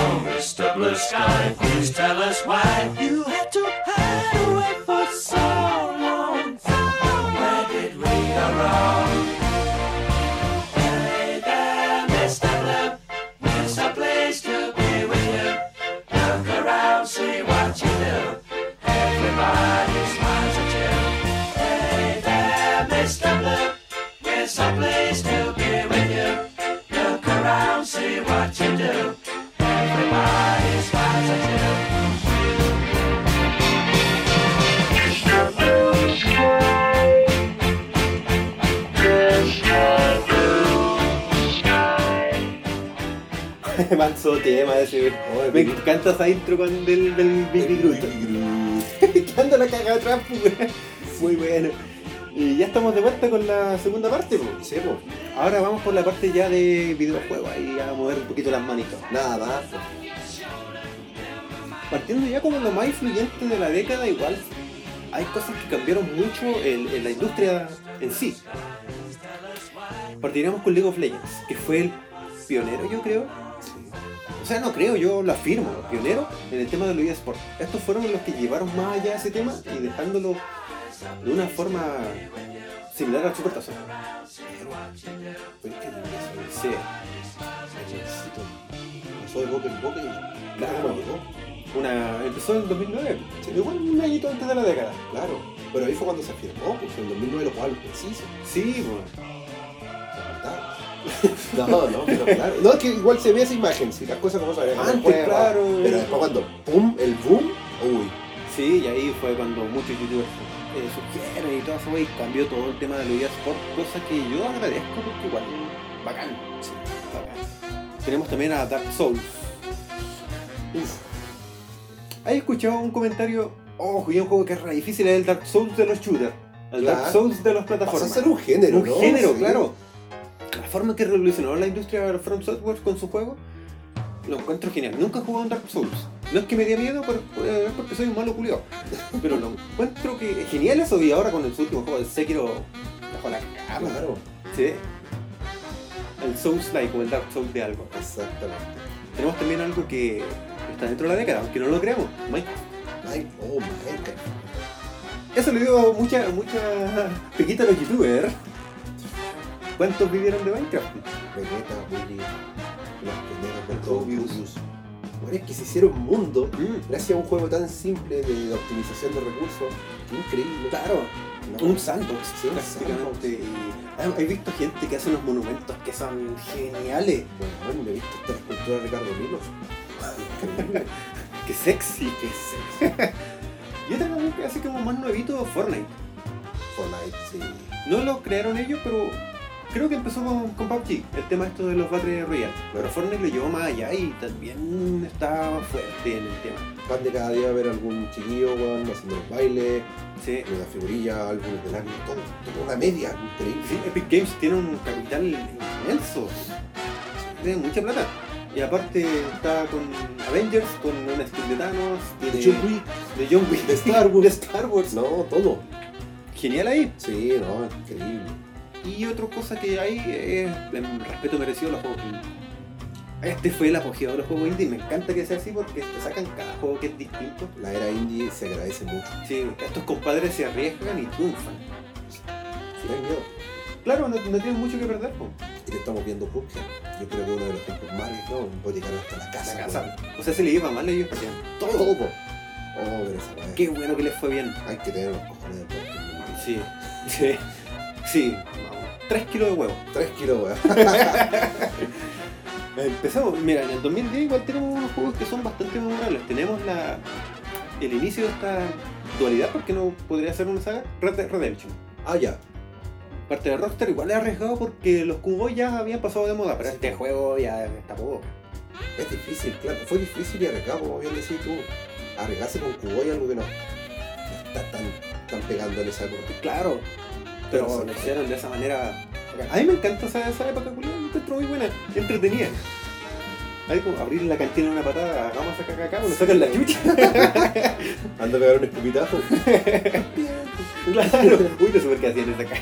S3: Oh, Mr. Blue Sky, please tell us why you had to hide away for so long. Where did we go wrong? Hey there, Mr. Blue. It's a place to be with you. Look around, see what you do. Everybody smiles at you. Hey there, Mr. Blue. It's a place to be with you. Look around, see what you do. Everybody smiles at you.
S2: Manso tema ese.
S1: Oye,
S2: Me
S1: Bibi.
S2: encanta esa intro con del, del Baby Groot.
S1: Groot.
S2: Que anda la cagada atrás, pues, weón. Muy bueno. Y ya estamos de vuelta con la segunda parte, po.
S1: Sí, po.
S2: Ahora vamos por la parte ya de videojuegos, ahí a mover un poquito las manitos.
S1: Nada más. po.
S2: Partiendo ya como lo más influyente de la década, igual hay cosas que cambiaron mucho en, en la industria en sí. Partiremos con League of Legends, que fue el pionero, yo creo. O sea, no creo, yo lo afirmo, pionero en el tema de los eSports. Estos fueron los que llevaron más allá ese tema y dejándolo de una forma similar al supertazón.
S1: Pero es que no es
S2: Sí,
S1: un éxito. Pasó de boca en boca y
S2: Claro.
S1: ¿no? llegó.
S2: una, empezó en 2009,
S1: Sí.
S2: igual un añito antes de la década.
S1: Claro. Pero ahí fue cuando se firmó, pues en 2009 lo jugaban los precisos.
S2: Sí, pues. bueno.
S1: ¿verdad? No, no, pero claro. No, es que igual se ve esa imagen, si las cosas como se veían
S2: Antes,
S1: después,
S2: claro.
S1: Pero después cuando, pum, el boom, uy.
S2: Sí, y ahí fue cuando muchos youtubers eh, surgieron y todo eso, y cambió todo el tema de los eSports, cosa que yo agradezco porque igual, bacán, sí, bacán. Tenemos también a Dark Souls. Uf. ¿Has escuchado un comentario? Oh, y un juego que es re difícil, es el Dark Souls de los shooters. El Dark
S1: Claro.
S2: Souls de las
S1: Pasó a
S2: plataformas.
S1: ser un género,
S2: un
S1: ¿no?
S2: género,
S1: Sí.
S2: claro. La forma que revolucionó la industria de From Software con su juego, lo encuentro genial. Nunca he jugado en Dark Souls. No es que me dé miedo, pero eh, es porque soy un malo culiao. Pero lo encuentro que es genial eso y ahora con el su último juego, el Sekiro, bajo la
S1: Ah,
S2: cama.
S1: claro.
S2: Sí. El Souls Like o el Dark Souls de algo.
S1: Exactamente.
S2: Tenemos también algo que está dentro de la década, aunque no lo creamos. Minecraft.
S1: Ay, oh, my
S2: Eso le dio mucha, mucha piquita a los youtubers. ¿Cuántos vivieron de Minecraft?
S1: Vegeta, Willy, las primeras con todo
S2: Rubius.
S1: Bueno, es que se hicieron mundo
S2: Mm,
S1: gracias a un juego tan simple de optimización de recursos. Qué increíble.
S2: claro.
S1: No.
S2: Mm. Un sandbox, sí,
S1: Un
S2: prácticamente. Y ah, he- He visto gente que hace unos monumentos que son geniales,
S1: Bueno, bueno, me he visto esta escultura de Ricardo Milos. Increíble.
S2: que sexy, que sexy. Yo tengo algo que hace como más nuevito Fortnite.
S1: Fortnite, sí.
S2: No lo crearon ellos, pero creo que empezó con, con PUBG, el tema esto de los Battle Royale. Pero Fortnite lo llevó más allá y también está fuerte en el tema.
S1: Pan de cada día ver algún chiquillo, weón, haciendo los bailes,
S2: Sí.
S1: las figurillas, álbumes de lápiz, todo, todo una media, increíble.
S2: Sí, Epic Games tiene un capital inmenso. Tiene mucha plata. Y aparte está con Avengers, con una skin de Thanos, tiene
S1: De John Wick,
S2: de John Wick,
S1: de Star Wars.
S2: de Star Wars.
S1: No, todo.
S2: Genial ahí.
S1: Sí, no, increíble.
S2: Y otra cosa que hay es el respeto merecido a los juegos indie. Este fue el apogeo de los juegos indie. Me encanta que sea así porque te sacan cada juego que es distinto.
S1: La era indie se agradece mucho.
S2: Sí, estos compadres se arriesgan y triunfan.
S1: Si no hay miedo.
S2: Claro, no, no tienen mucho que perder. po.
S1: Y te estamos viendo Cuphead. Yo creo que uno de los tiempos más arriesgados, un boticario hasta la casa.
S2: La casa. O sea, se le iba mal ellos perdían.
S1: weón. Todo. Todo. po. Oh, pero esa weá.
S2: Qué bueno que les fue bien.
S1: Hay que tener los cojones de todo.
S2: Sí, sí, sí. 3 kilos de huevo.
S1: Tres kilos, weón.
S2: Empezamos, mira, en el 2010 igual tenemos unos juegos que son bastante memorables. Tenemos la, el inicio de esta dualidad, porque no podría ser una saga, Red Dead Redemption.
S1: Ah, ya.
S2: Parte de Rockstar igual es arriesgado porque los cubos ya habían pasado de moda, pero
S1: Sí.
S2: este juego ya está poco.
S1: Es difícil, claro. Fue difícil y arriesgado, como bien decís tú. Arriesgarse con Cuboy algo que no. no Está tan, tan pegando en esa época.
S2: Claro, pero
S1: Pero
S2: lo
S1: sí.
S2: hicieron de esa manera. A mí me encanta esa, esa época, culiao, la encuentro muy buena, entretenida. Ahí como abrir la cantina de una patada, vamos a sacar acá, nos sacan la chucha.
S1: Anda a pegar un escupitazo.
S2: Claro, uy, no sé por qué hacían esa caja.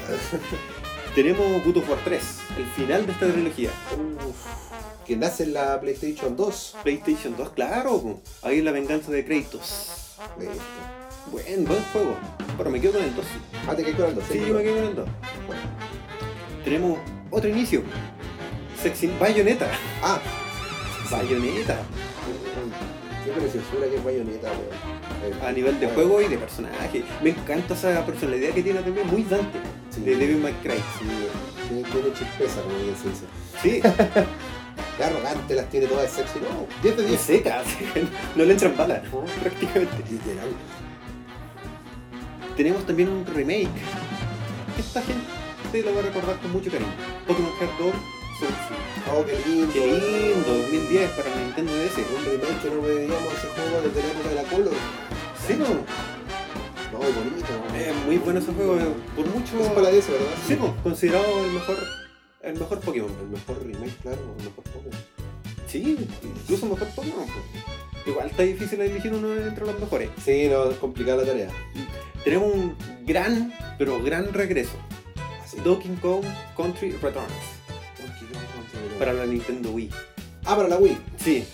S2: Tenemos Good of War 3, el final de esta trilogía.
S1: Uf. Que nace en la PlayStation 2.
S2: PlayStation 2, claro, po. ahí es la venganza de Kratos.
S1: Listo.
S2: Buen, buen juego. Pero me quedo con el 2.
S1: Ah, te quedé con el 2.
S2: Sí, yo me quedo con el 2.
S1: Bueno.
S2: Tenemos otro inicio. Sexy Bayonetta.
S1: Ah,
S2: Bayonetta.
S1: qué preciosura que es bayoneta, weón. Eh,
S2: A nivel de
S1: bueno,
S2: juego y de personaje. Me encanta esa personalidad que tiene también, muy Dante,
S1: Sí,
S2: de Devil May Cry.
S1: sí, tiene, tiene chispeza, como bien se dice.
S2: Sí,
S1: Qué arrogante las tiene todas de sexy. No, 10 de
S2: y
S1: 10.
S2: seca. No le entran balas,
S1: Oh,
S2: prácticamente.
S1: Literal.
S2: Tenemos también un remake. Esta gente lo va a recordar con mucho cariño. Pokémon Heart Gold Soul Silver.
S1: Oh, qué lindo.
S2: Qué lindo, 2010 para el Nintendo DS.
S1: Un remake que no veíamos ese juego de tenerlo de la Color.
S2: Sí, no.
S1: No, bonito.
S2: Es muy bueno ese juego, eh, por mucho.
S1: Es para DS, ¿verdad?
S2: Sí, pues, considerado el mejor, el mejor Pokémon, el mejor remake, claro, el mejor Pokémon. Sí, incluso mejor Pokémon. pues. Igual está difícil elegir uno entre los mejores.
S1: Sí, no, es complicada la tarea.
S2: Tenemos un gran, pero gran regreso.
S1: Así.
S2: Donkey Kong Country Returns para la Nintendo Wii.
S1: Ah, para la Wii.
S2: Sí.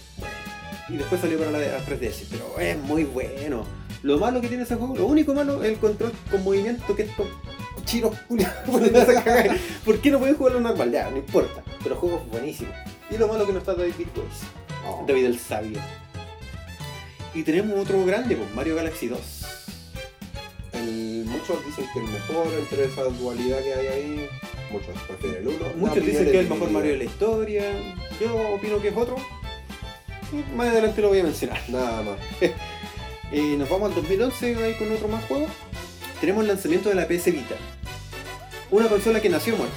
S2: Y después salió para la de- la 3DS, pero es muy bueno. Lo malo que tiene ese juego, lo único malo es el control con movimiento que estos chinos culiados ponen esa cagada. ¿Por qué no pueden jugarlo normal? Ya, no importa. Pero el juego es buenísimo. Y lo malo que no está David Boyce,
S1: Oh.
S2: David el Sabio. Y tenemos otro grande, pues, Mario Galaxy 2.
S1: El- muchos dicen que el mejor entre esa dualidad que hay ahí. Muchos prefieren el uno.
S2: Muchos
S1: La
S2: dicen
S1: opinión
S2: que es el mejor
S1: dividida.
S2: Mario de la historia. Yo opino que es otro. Más adelante lo voy a mencionar.
S1: Nada más.
S2: Eh, nos vamos al 2011 ahí con otro más juego. Tenemos el lanzamiento de la PS Vita. Una consola que nació muerta.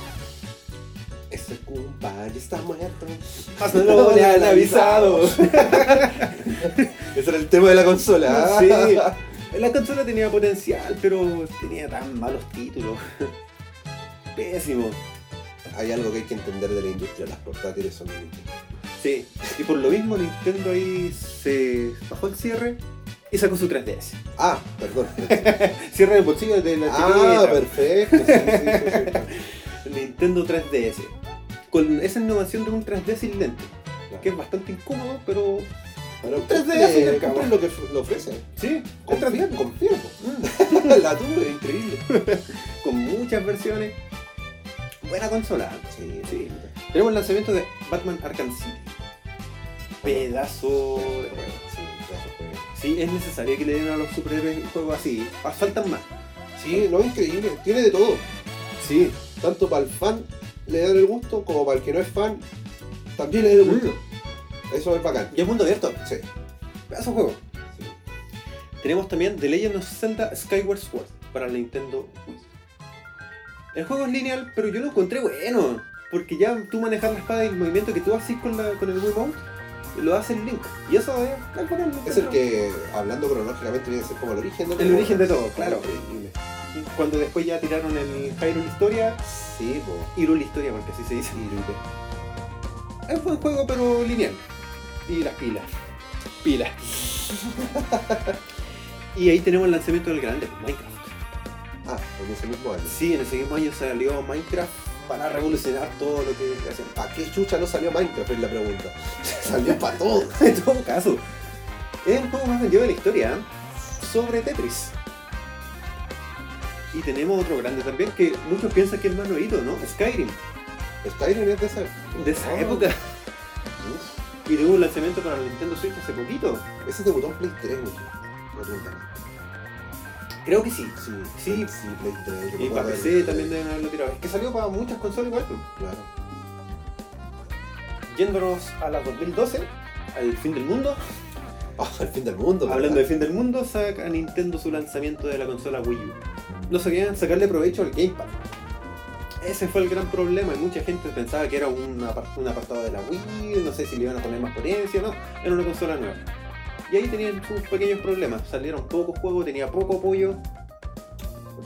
S1: Ese compadre está muerto.
S2: Hasta no le han avisado.
S1: Ese era el tema de la consola.
S2: Sí.
S1: ¿ah?
S2: La consola tenía potencial, pero tenía tan malos títulos. Pésimo.
S1: Hay algo que hay que entender de la industria. Las portátiles son
S2: Sí. Y por lo mismo Nintendo ahí se bajó el cierre y sacó su 3DS.
S1: Ah, perdón.
S2: Cierre el bolsillo de la
S1: ah,
S2: chiquita.
S1: perfecto. Sí, sí, sí, sí.
S2: Nintendo 3DS. Con esa innovación de un 3D sin lente.
S1: Claro.
S2: Que es bastante incómodo, pero...
S1: Pero
S2: 3DS en
S1: compren-
S2: el
S1: compren lo que f- lo ofrecen.
S2: Sí, es
S1: Confían,
S2: 3D.
S1: confían.
S2: Mm.
S1: La tuve, increíble.
S2: con muchas versiones. Buena consola.
S1: Sí,
S2: sí. Tenemos el lanzamiento de Batman Arkham City. Pedazo de juego.
S1: Sí, eso fue.
S2: Sí, es necesario que le den a los superhéroes juegos así. Ah, Faltan más.
S1: Sí, no, increíble. Tiene de todo.
S2: Sí.
S1: Tanto para el fan le dan el gusto, como para el que no es fan también le da el gusto. Eso es bacán.
S2: Y es mundo abierto.
S1: Sí.
S2: Pedazo de juego.
S1: sí.
S2: Tenemos también The Legend of Zelda Skyward Sword para la Nintendo Wii. El juego es lineal, pero yo lo encontré bueno. Porque ya tú manejar la espada y el movimiento que tú haces con, la, con el Wiimote, lo hace el Link. Y eso es... es bacán, lo
S1: Es el
S2: encuentro.
S1: que, hablando cronológicamente, viene a ser como el origen de
S2: El origen de todo, claro.
S1: Increíble.
S2: Cuando después ya tiraron el Hyrule Historia,
S1: Sí, po.
S2: Hyrule Historia, porque así se dice.
S1: Increíble.
S2: Es buen juego, pero lineal. Y las pilas. Pilas. y ahí tenemos el lanzamiento del grande, pues, Minecraft.
S1: Ah, en ese mismo año.
S2: Sí, en ese mismo año salió Minecraft para revolucionar todo lo que hacen.
S1: ¿Para qué chucha no salió Minecraft? Es la pregunta. salió para todo.
S2: En todo caso, es el juego más vendido de la historia ¿eh? sobre Tetris. Y tenemos otro grande también que muchos piensan que es más nuevito, ¿no? Skyrim,
S1: Skyrim es de esa,
S2: de esa
S1: Ah,
S2: época.
S1: ¿sí?
S2: Y tuvo un lanzamiento para la Nintendo Switch hace poquito.
S1: Ese debutó en Play 3, güey. Me preguntan.
S2: Creo que sí.
S1: Sí,
S2: Sí.
S1: sí, Play 3. yo me
S2: Y para
S1: acuerdo
S2: PC
S1: del-
S2: también deben haberlo tirado. Es que salió para muchas consolas igual. pues.
S1: Claro.
S2: Yéndonos a la 2012, al fin del mundo.
S1: Ah, el fin del mundo. ¿verdad?
S2: Hablando de fin del mundo, saca Nintendo su lanzamiento de la consola Wii U. No sabían sacarle provecho al Gamepad. Ese fue el gran problema y mucha gente pensaba que era un, apar- un apartado de la Wii, no sé si le iban a poner más potencia, no, era una consola nueva. Y ahí tenían sus pequeños problemas, salieron pocos juegos, tenía poco apoyo,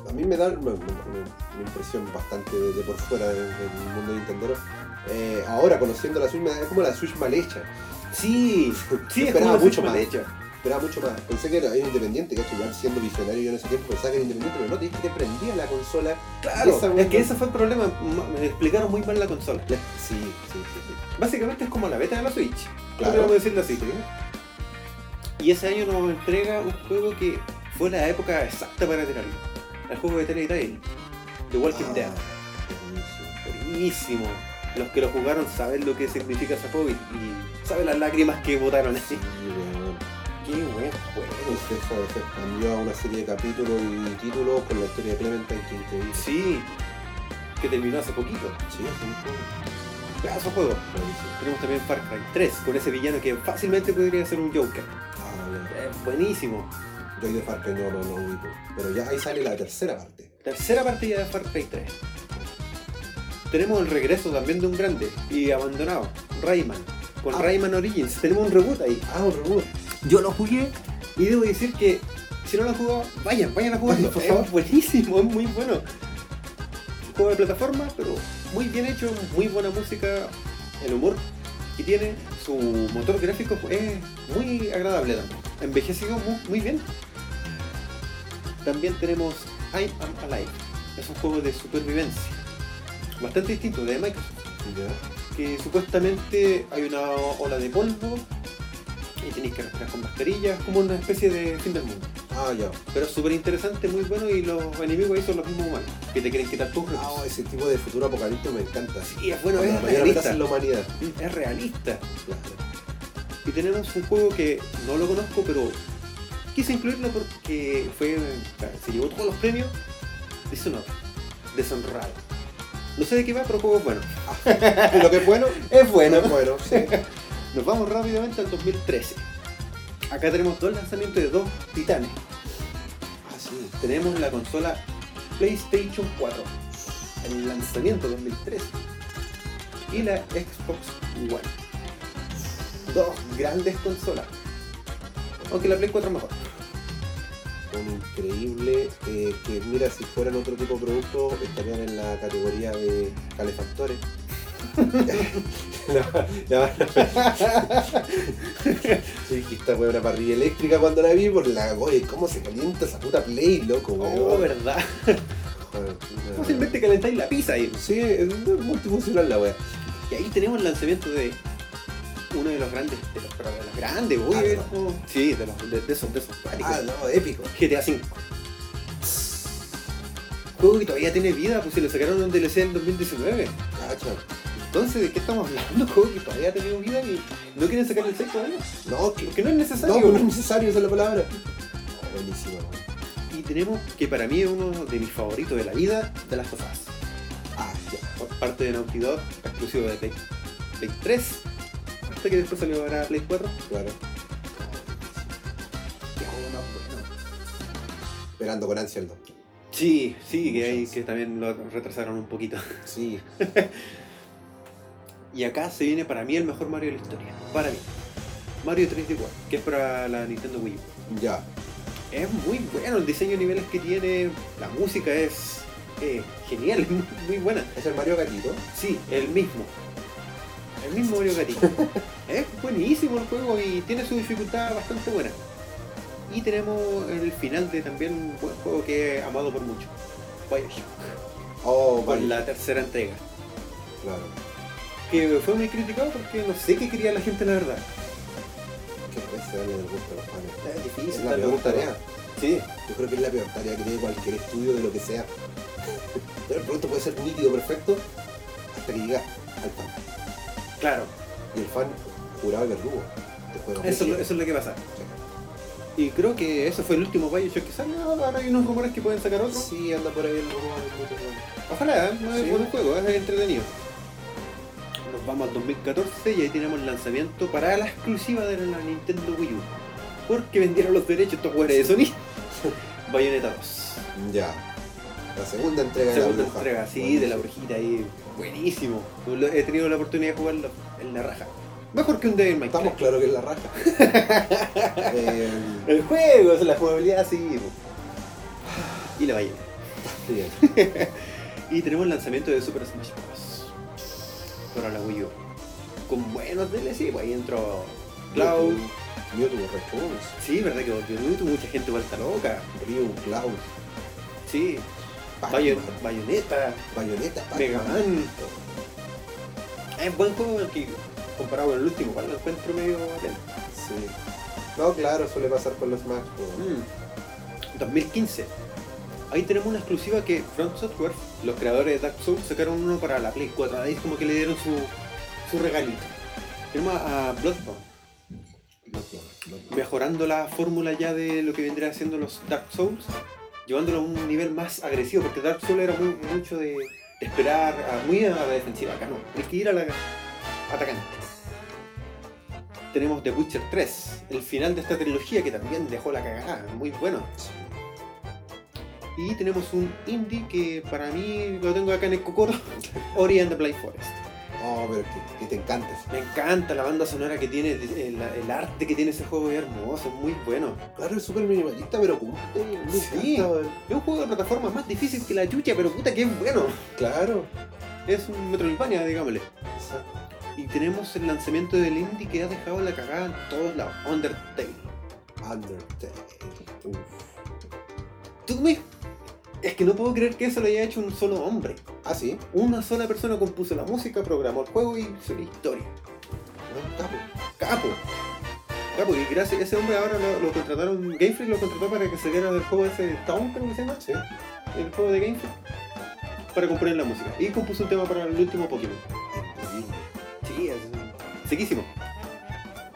S1: A mí me da me- me- me- una impresión bastante de, de por fuera de- del mundo Nintendero. Eh, ahora, conociendo la Switch, me da- es como la Switch mal hecha.
S2: Sí, sí,
S1: Yo
S2: es como
S1: esperaba
S2: una
S1: mucho
S2: Switch mal
S1: más.
S2: hecha.
S1: Esperaba mucho más. Pensé que era era independiente, que igual siendo visionario yo en ese tiempo pensaba que era independiente, pero no, te dije que prendía la consola.
S2: Claro,
S1: Esa
S2: es
S1: buena-
S2: que ese fue el problema, ma- me explicaron muy mal la consola.
S1: La- Sí, sí, sí, sí.
S2: Básicamente es como la beta de la Switch,
S1: Claro.
S2: podríamos decirlo así. Y ese año nos entrega un juego que fue la época exacta para tirarlo. El juego de Telltale, The Walking
S1: Ah,
S2: Dead.
S1: buenísimo.
S2: Buenísimo. Los que lo jugaron saben lo que significa ese juego y, y saben las lágrimas que botaron así.
S1: Sí, weón.
S2: Qué buen
S1: Pues
S2: juego.
S1: eso se expandió a una serie de capítulos y títulos con la historia de Clementine que increíble.
S2: Sí, que terminó hace poquito.
S1: Sí, es un juego.
S2: Pedazo de juego.
S1: Buenísimo.
S2: Tenemos también Far Cry 3 con ese villano que fácilmente podría ser un Joker.
S1: Ah, bueno.
S2: Es buenísimo.
S1: Yo de Far Cry no lo no, ubico. Pero ya ahí sale la tercera parte.
S2: Tercera partida de Far Cry 3. Tenemos el regreso también de un grande y abandonado, Rayman. Con
S1: Ah.
S2: Rayman Origins tenemos un reboot ahí.
S1: Ah, un reboot.
S2: Yo lo jugué y debo decir que Si no lo han jugado, vayan, vayan a jugarlo.
S1: Por
S2: es
S1: favor.
S2: buenísimo, es muy bueno. Juego de plataforma, pero muy bien hecho, muy buena música, el humor que tiene, su motor gráfico es muy agradable también. Ha Envejecido muy, muy bien. También tenemos I Am Alive. Es un juego de supervivencia. Bastante distinto de Microsoft
S1: Ya.
S2: que supuestamente hay una ola de polvo y tenéis que respirar con mascarillas, como una especie de fin del mundo.
S1: Ah, ya.
S2: Pero es súper interesante, muy bueno y los enemigos ahí son los mismos humanos, que te quieren quitar tus
S1: Ah,
S2: recursos.
S1: ese tipo de futuro apocalíptico me encanta.
S2: Y es bueno,
S1: Cuando la
S2: es
S1: mayor amenaza
S2: realista.
S1: es la humanidad.
S2: Es realista. Y tenemos un juego que no lo conozco, pero quise incluirlo porque fue se llevó todos los premios. Dishonored. Deshonrado. No sé de qué va, pero el juego es bueno.
S1: Y lo que es bueno,
S2: Es
S1: bueno, es bueno, sí.
S2: Nos vamos rápidamente al 2013. Acá tenemos dos lanzamientos de dos titanes.
S1: Ah, sí.
S2: Tenemos la consola PlayStation 4, el lanzamiento 2013, y la Xbox One. Dos grandes consolas. Aunque la Play 4 es mejor.
S1: Un increíble eh, que mira si fueran otro tipo de productos estarían en la categoría de calefactores. la, la- Sí, que esta fue una parrilla eléctrica cuando la vi por la oye, cómo se calienta esa puta play, loco,
S2: Oh,
S1: weón.
S2: verdad.
S1: Joder, una-
S2: Fácilmente calentáis la pizza ahí.
S1: Sí, es multifuncional la wea.
S2: Y ahí tenemos el lanzamiento de uno de los grandes, de los, pero de los grandes, uy,
S1: Ah,
S2: de
S1: no.
S2: los- Sí, de, los, de, de esos, de esos cuáticos.
S1: Ah, no, épico.
S2: GTA V. Juego que todavía tiene vida, pues si lo sacaron en un DLC en 2019.
S1: Cacha.
S2: Entonces, ¿de qué estamos hablando? Juego que todavía ha tenido vida y no quieren sacar el 6 todavía.
S1: No, que,
S2: Porque no pues, es
S1: no,
S2: necesario.
S1: no es necesario, esa es la palabra. No, buenísimo, weón.
S2: Y tenemos que para mí es uno de mis favoritos de la vida, de las cosas.
S1: Ah, ya.
S2: Por parte de Naughty Dog, exclusivo de Play, Play 3, hasta que después salió para Play 4.
S1: Claro.
S2: Qué juego más bueno.
S1: Esperando con ansia el dos.
S2: Sí, sí, que, hay, que también lo retrasaron un poquito.
S1: Sí,
S2: Y acá se viene para mí el mejor Mario de la historia. Para mí. Mario 3D World, que es para la Nintendo Wii U.
S1: ya.
S2: Es muy bueno, el diseño de niveles que tiene, la música es eh, genial, es muy, muy buena.
S1: Es el Mario Gatito.
S2: Sí, el mismo. El mismo Mario Gatito. es buenísimo el juego y tiene su dificultad bastante buena. Y tenemos el final de también un buen juego que he amado por mucho. Bioshock,
S1: Oh,
S2: con
S1: Mario.
S2: la tercera entrega.
S1: Claro.
S2: Que fue muy criticado porque no sé qué quería la gente la verdad.
S1: Que a veces darle el gusto a los fans.
S2: Es difícil.
S1: Es la peor tarea.
S2: Sí.
S1: Yo creo que es la peor tarea que tiene cualquier estudio de lo que sea. Pero el producto puede ser nítido, perfecto, hasta que llega al fan.
S2: Claro,
S1: Y el fan jurado que verdugo. Después de los
S2: eso, es lo-
S1: meses.
S2: eso es lo que pasa. Y creo que eso fue el último Bioshock que salió. Ahora hay unos rumores que pueden sacar otro.
S1: Sí, anda por ahí el rumor. el rumor, el rumor.
S2: Ojalá, ¿eh? no es
S1: Sí.
S2: buen juego, es entretenido. Nos vamos al 2014 y ahí tenemos el lanzamiento para la exclusiva de la Nintendo Wii U. Porque vendieron los derechos estos jugadores de Sony. Bayonetta 2.
S1: Ya. La segunda entrega de
S2: Segunda
S1: la bruja.
S2: entrega, sí, de la brujita ahí. Buenísimo. Lo- He tenido la oportunidad de jugarlo en la raja. Mejor que un Devil May Cry.
S1: Estamos claros que es la raja. eh,
S2: El juego, es la jugabilidad, sí. Y la ballena.
S1: bien.
S2: Y tenemos el lanzamiento de Super Smash Bros. Para la Wii U. Con buenos DLC, pues ahí entró Cloud.
S1: Mewtwo Response.
S2: Sí, verdad que volvió Mewtwo, mucha gente vuelta loca.
S1: Ryu, Cloud.
S2: Sí, Bayon-
S1: Bayonetta.
S2: Bayonetta.
S1: Bayonetta.
S2: Mega
S1: Pac-Man.
S2: Man. Ah, Es buen juego el que comparado con el último, igual lo encuentro medio atento.
S1: Sí. No, claro, suele pasar con los Smash. pero-
S2: Mm. 2015. Ahí tenemos una exclusiva que Front Software, los creadores de Dark Souls, sacaron uno para la Play 4. Ahí es como que le dieron su, su regalito. Tenemos a Bloodborne,
S1: No, no, no.
S2: mejorando la fórmula ya de lo que vendría haciendo los Dark Souls, llevándolo a un nivel más agresivo, porque Dark Souls era muy- mucho de, de esperar, a- muy a la defensiva. Acá no, hay que ir a la atacante. Tenemos The Witcher 3, el final de esta trilogía que también dejó la cagada, muy bueno. Y tenemos un indie que para mí lo tengo acá en el cocoro, Ori and the Blind Forest.
S1: Oh, pero que, que te encanta. ese.
S2: Me encanta la banda sonora que tiene, el, el arte que tiene ese juego es hermoso, es muy bueno.
S1: Claro, es súper minimalista, pero cumple. Me
S2: Sí.
S1: encanta, weón.
S2: Es un juego de plataforma más difícil que la chucha, pero puta que es bueno.
S1: Claro.
S2: Es un Metroidvania, digámosle. Y tenemos el lanzamiento del indie que ha dejado la cagada en todos lados. Undertale.
S1: Undertale. Uf.
S2: Tú me... Es que no puedo creer que eso lo haya hecho un solo hombre.
S1: Ah, sí.
S2: Una sola persona compuso la música, programó el juego y hizo la historia.
S1: No, capo.
S2: Capo. Capo, y gracias ese hombre ahora lo, lo contrataron, Game Freak lo contrató para que se viera del juego ese Town, creo que se llama,
S1: Sí.
S2: el juego de Game Freak, para componer la música. Y compuso un tema para el último Pokémon. Sí, es sequísimo.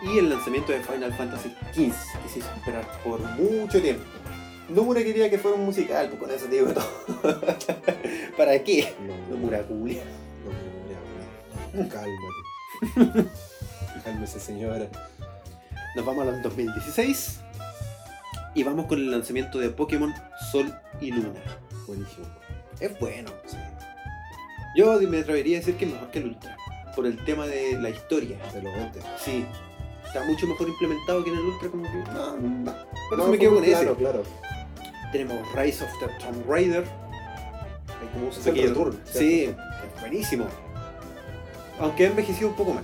S2: Y el lanzamiento de Final Fantasy XV, que se hizo esperar por mucho tiempo. Nomura quería que fuera un musical, pues con eso te digo todo. ¿Para qué? Nomura culia.
S1: No, no, no, Cálmate. Cálmese, señora.
S2: Nos vamos al 2016 y vamos con el lanzamiento de Pokémon Sol y Luna.
S1: Buenísimo.
S2: Es bueno. Yo me atrevería a decir que es mejor que el Ultra, por el tema de la historia.
S1: Se lo vente.
S2: Sí, está mucho mejor implementado que en el Ultra, como que. No, no. Por eso
S1: No,
S2: me quedo
S1: fue-
S2: con
S1: claro,
S2: ese.
S1: Claro,
S2: Tenemos Rise of the Tomb Raider. Hay como un
S1: Es el
S2: pequeño-
S1: return,
S2: Sí, es buenísimo. Aunque ha envejecido un poco mal.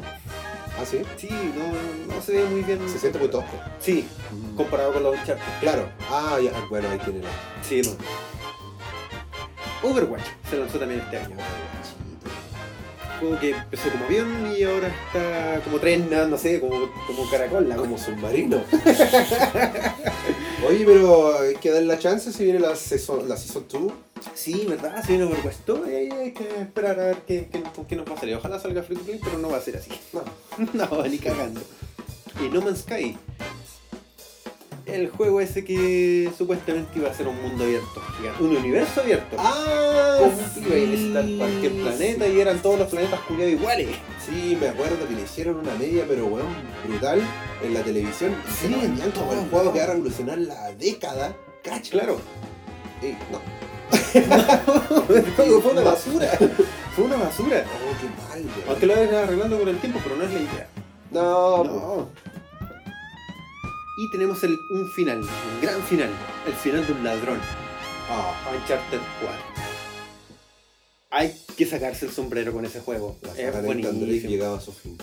S1: Ah, sí.
S2: Sí, no, no se ve muy bien.
S1: Se siente muy tosco.
S2: Sí, Mm. comparado con los Uncharted.
S1: Claro. Ah, ya. Bueno, ahí tiene la.
S2: Sí, no. Overwatch se lanzó también este año. Juego que empezó como avión y ahora está como tren, no no sé, como, como caracol. La
S1: Como submarino. Oye, pero hay que darle la chance si viene la season, la season 2.
S2: Sí, ¿verdad? Se viene Overwatch 2 y ahí hay que esperar a ver qué, qué, con qué nos va a salir. Ojalá salga Free to Play, pero no va a ser así.
S1: No.
S2: No, ni cagando. Y No Man's Sky. El juego ese que supuestamente iba a ser un mundo abierto, gigante, un universo abierto.
S1: Ah,
S2: Como que iba a estar cualquier planeta y eran todos los planetas culiados iguales.
S1: Sí, me acuerdo que le hicieron una media, pero weón, brutal en la televisión. Y
S2: Sí,
S1: se lo
S2: en
S1: vendían como
S2: todo
S1: el juego
S2: lado.
S1: que va a revolucionar la década. Cacha.
S2: Claro.
S1: Eh, no,
S2: El
S1: juego fue una basura.
S2: Fue una basura.
S1: Oh, qué mal, weón.
S2: Aunque lo vayan arreglando con el tiempo, pero no es la idea.
S1: No, pues,
S2: Y tenemos el, un final, un gran final. El final de un ladrón.
S1: Ah,
S2: Uncharted 4. Hay que sacarse el sombrero con ese juego.
S1: la saga
S2: Es
S1: de Nintendo Drift
S2: buenísimo.
S1: llegaba a su fin.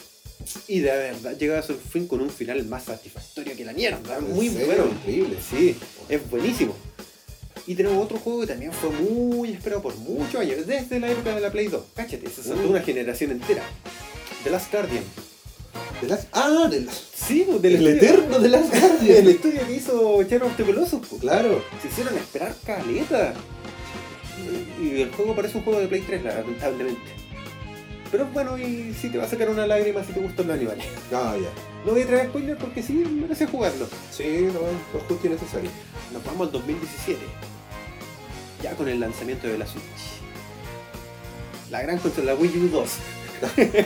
S2: Y de verdad llegaba a su fin con un final más satisfactorio que la mierda.
S1: ¿En
S2: Muy
S1: serio?
S2: bueno.
S1: Increíble.
S2: Sí, es buenísimo. Y tenemos otro juego que también fue muy esperado por muchos años, desde la época de la Play 2. Cáchate, se saltó
S1: Uh.
S2: una generación entera. The Last Guardian.
S1: De las, ah, de las,
S2: Sí, pues, del
S1: del
S2: estudio-
S1: eterno de las
S2: del
S1: Guardian.
S2: estudio que hizo Shadow of the Colossus, pues.
S1: Claro.
S2: Se hicieron esperar caleta. Y el juego parece un juego de Play 3, lamentablemente. Pero es bueno, y si te va a sacar una lágrima si te gustan los animales.
S1: Ah, ya.
S2: No voy a traer spoiler porque sí, merece jugarlo.
S1: Sí, no, no es justo y necesario.
S2: Nos vamos al 2017. Ya con el lanzamiento de la Switch. La gran contra la Wii U 2.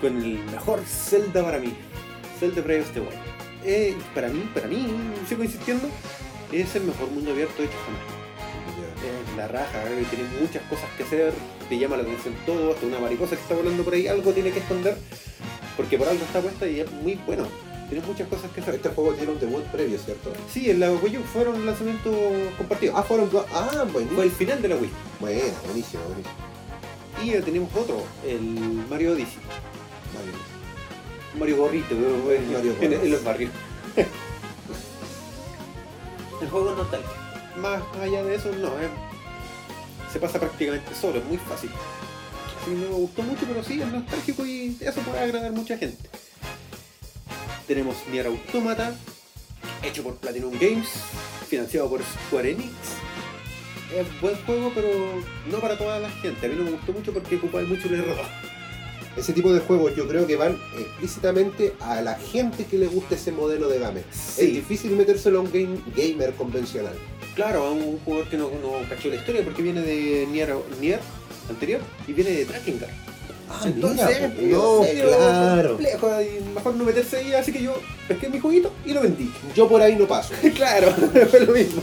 S2: con el mejor Zelda para mí. Zelda Breath of the Wild. Eh, para mí, para mí, sigo insistiendo, es el mejor mundo abierto hecho jamás.
S1: Ya.
S2: Es la raja, eh, tienes muchas cosas que hacer, te llama la atención todo, hasta una mariposa que está volando por ahí, algo tiene que esconder, porque por algo está puesta y es muy bueno. Tienes muchas cosas que hacer.
S1: Este juego tiene un debut previo, ¿cierto?
S2: Sí, en la Wii U fueron lanzamientos compartidos.
S1: Ah, fueron dos. Ah, buenísimo.
S2: Fue el final de la Wii.
S1: Bueno, buenísimo, buenísimo.
S2: Y ya tenemos otro, el Mario Odyssey.
S1: Vale.
S2: Mario Gorrito, eh, eh,
S1: Mario
S2: en, en
S1: Gorro.
S2: los barrios. el juego no tal. Más allá de eso, no. eh. Se pasa prácticamente solo, es muy fácil. Así que no me gustó mucho, pero sí, es nostálgico y eso puede agradar a mucha gente. Tenemos Nier Automata, hecho por Platinum Games, financiado por Square Enix. Es buen juego, pero no para toda la gente. A mí no me gustó mucho porque ocupaba mucho el error.
S1: Ese tipo de juegos yo creo que van explícitamente a la gente que le gusta ese modelo de gamer. Es difícil metérselo a un game, gamer convencional.
S2: Claro, a un jugador que no, no cachó la historia porque viene de Nier, Nier anterior y viene de Trackingar.
S1: Ah,
S2: Entonces, eh,
S1: no,
S2: en serio,
S1: claro.
S2: complejo, y mejor no meterse ahí, así que yo pesqué mi jueguito y lo vendí.
S1: Yo por ahí no paso.
S2: claro, fue lo mismo.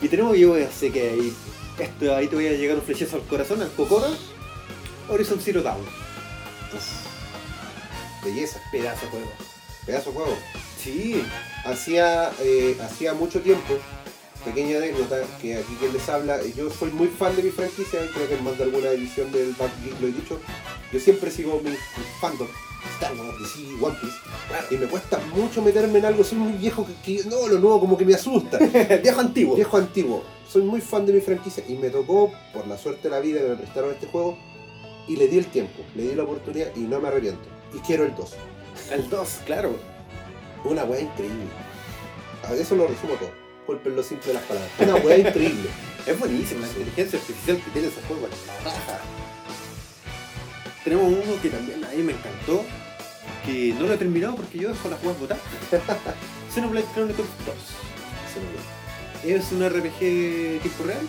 S2: y tenemos yo, así que ahí, esto, ahí te voy a llegar un flechazo al corazón, al Cocora, Horizon Zero Dawn.
S1: Belleza,
S2: Pedazo de juego.
S1: pedazo de juego.
S2: Sí.
S1: Hacía, eh, hacía mucho tiempo, pequeña anécdota, que aquí quien les habla, eh, yo soy muy fan de mi franquicia, creo que en más de alguna edición del Back Geek lo he dicho. Yo siempre sigo mi, mi fandom, Star Wars, DC, One Piece, y me cuesta mucho meterme en algo, soy muy viejo que, que- no, lo nuevo como que me asusta.
S2: Viejo antiguo.
S1: Viejo antiguo, soy muy fan de mi franquicia y me tocó, por la suerte de la vida, que me prestaron este juego y le di el tiempo, le di la oportunidad y no me arrepiento. Y quiero el 2.
S2: El 2, claro.
S1: Una weá increíble. A eso lo resumo todo. Golpen lo simple de las palabras. Una weá increíble.
S2: Es buenísimo, la inteligencia artificial que tiene ese juego es la raja. Tenemos uno que también a mí me encantó, que no lo he terminado porque yo dejo las jugadas botadas. Xenoblade Chronicles 2.
S1: Se me olvidó.
S2: Es un RPG tipo real,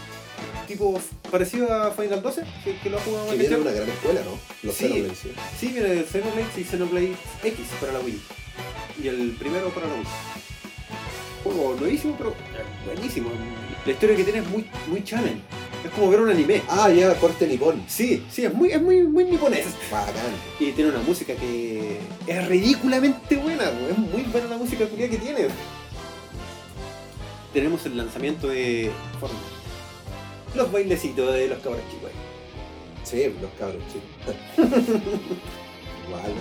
S2: tipo parecido a Final 12, que, que lo ha jugado
S1: Que viene de una gran escuela, ¿no? Los
S2: Sí.
S1: Xenoblades, sí.
S2: Sí, viene de Xenoblade y Xenoblade X para la Wii. Y el primero para la Wii. Juego nuevísimo, pero buenísimo. La historia que tiene es muy, muy challenge. Es como ver un anime.
S1: Ah, ya, corte nipón.
S2: Sí, sí, es muy, es muy, muy niponés.
S1: Bacán.
S2: Y tiene una música que es ridículamente buena, güey. es muy buena la música culia que tiene. Tenemos el lanzamiento de Fortnite. Los bailecitos de los cabros chicos.
S1: Sí, los cabros, sí. Igual,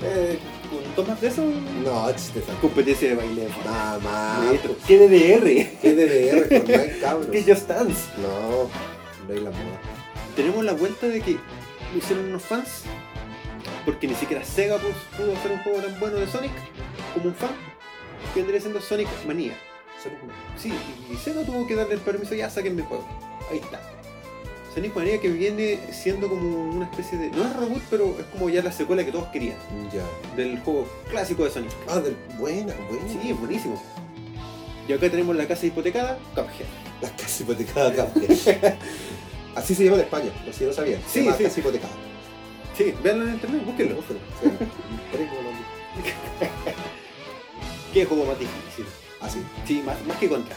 S2: Eh, ¿Con dos más de eso?
S1: no, ch, te sacó.
S2: Competencia de baile de Fortnite.
S1: Nada más.
S2: Maestro, ¿Qué DDR?
S1: ¿Qué DDR con Nike, cabros?
S2: ¿Qué Just Dance?
S1: No, no hay la moda.
S2: Tenemos la vuelta de que lo hicieron unos fans. Porque ni siquiera Sega pues, pudo hacer un juego tan bueno de Sonic como un fan. Que vendría siendo Sonic Manía.
S1: Sonic Man.
S2: Sí, y Sega tuvo que darle el permiso, ya saquen mi juego. Ahí está. Sonic Mania que viene siendo como una especie de. No es reboot, pero es como ya la secuela que todos querían.
S1: Ya.
S2: Del juego clásico de Sonic.
S1: Ah, del- buena, buena.
S2: Sí, es buenísimo. Y acá tenemos la casa hipotecada, Cuphead.
S1: Las casas hipotecadas acá. Así se llama en España, por si no sabían.
S2: Sí,
S1: Se llama
S2: sí.
S1: casa hipotecada.
S2: Sí, véanlo en internet, búsquenlo. Qué juego más difícil.
S1: Así.
S2: Sí, más, más que contra.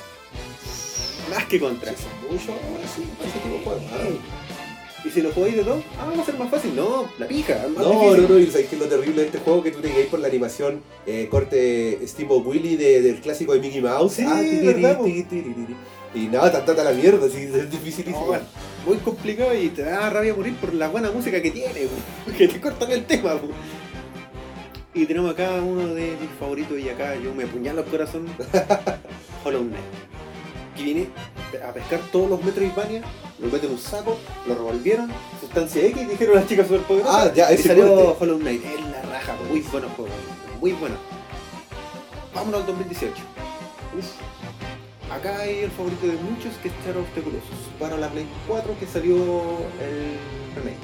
S2: Más que contra.
S1: Mucho, así, ese tipo de juegos. Ah.
S2: Y si lo jugáis de dos, ah, va a ser más fácil. No, la pija. Más
S1: No,
S2: difícil.
S1: no, no, y sabes que lo terrible de este juego que tú te guías por la animación eh, corte Steve Willy de- del clásico de Mickey Mouse. Ah,
S2: Sí,
S1: tiri,
S2: ¿verdad, po?
S1: tiri, tiri, tiri. Y nada, tan tanta la mierda, así, es dificilísimo.
S2: No, bueno, muy complicado y te da rabia morir por la buena música que tiene, bu, que te cortan el tema. bu. Y tenemos acá uno de mis favoritos y acá yo me apuñalo el corazón, Hollow Knight, que viene a pescar todos los Metroidvania, lo meten en un saco, lo revolvieron, sustancia X, dijeron las chicas superpoderosas,
S1: Ah, ya,
S2: y
S1: ese
S2: salió
S1: corte.
S2: Hollow Knight, es la raja, bu, muy bueno el juego, muy bueno. Vámonos al 2018. Acá hay el favorito de muchos que es Shadow of the Colossus para la Play 4 que salió el remake.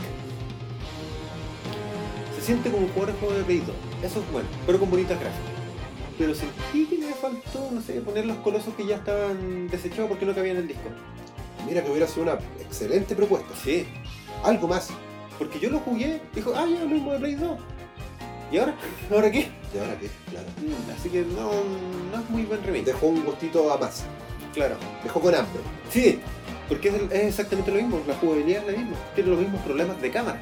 S2: Se siente como jugar el juego de Play 2. Eso es bueno, pero con bonitas gráficas. Pero sentí que le faltó, no sé, poner los colosos que ya estaban desechados porque no cabían en el disco.
S1: Mira que hubiera sido una excelente propuesta.
S2: Sí.
S1: Algo más.
S2: Porque yo lo jugué, dijo, ah, ya lo mismo de Play 2. ¿Y ahora? ¿Ahora qué?
S1: Y ahora qué, claro.
S2: Mm, Así que no, no es muy buen remake.
S1: Dejó un gustito a más.
S2: Claro.
S1: Dejó con hambre.
S2: Sí, porque es, el- es exactamente lo mismo, la jugabilidad es la misma, tiene los mismos problemas de cámara.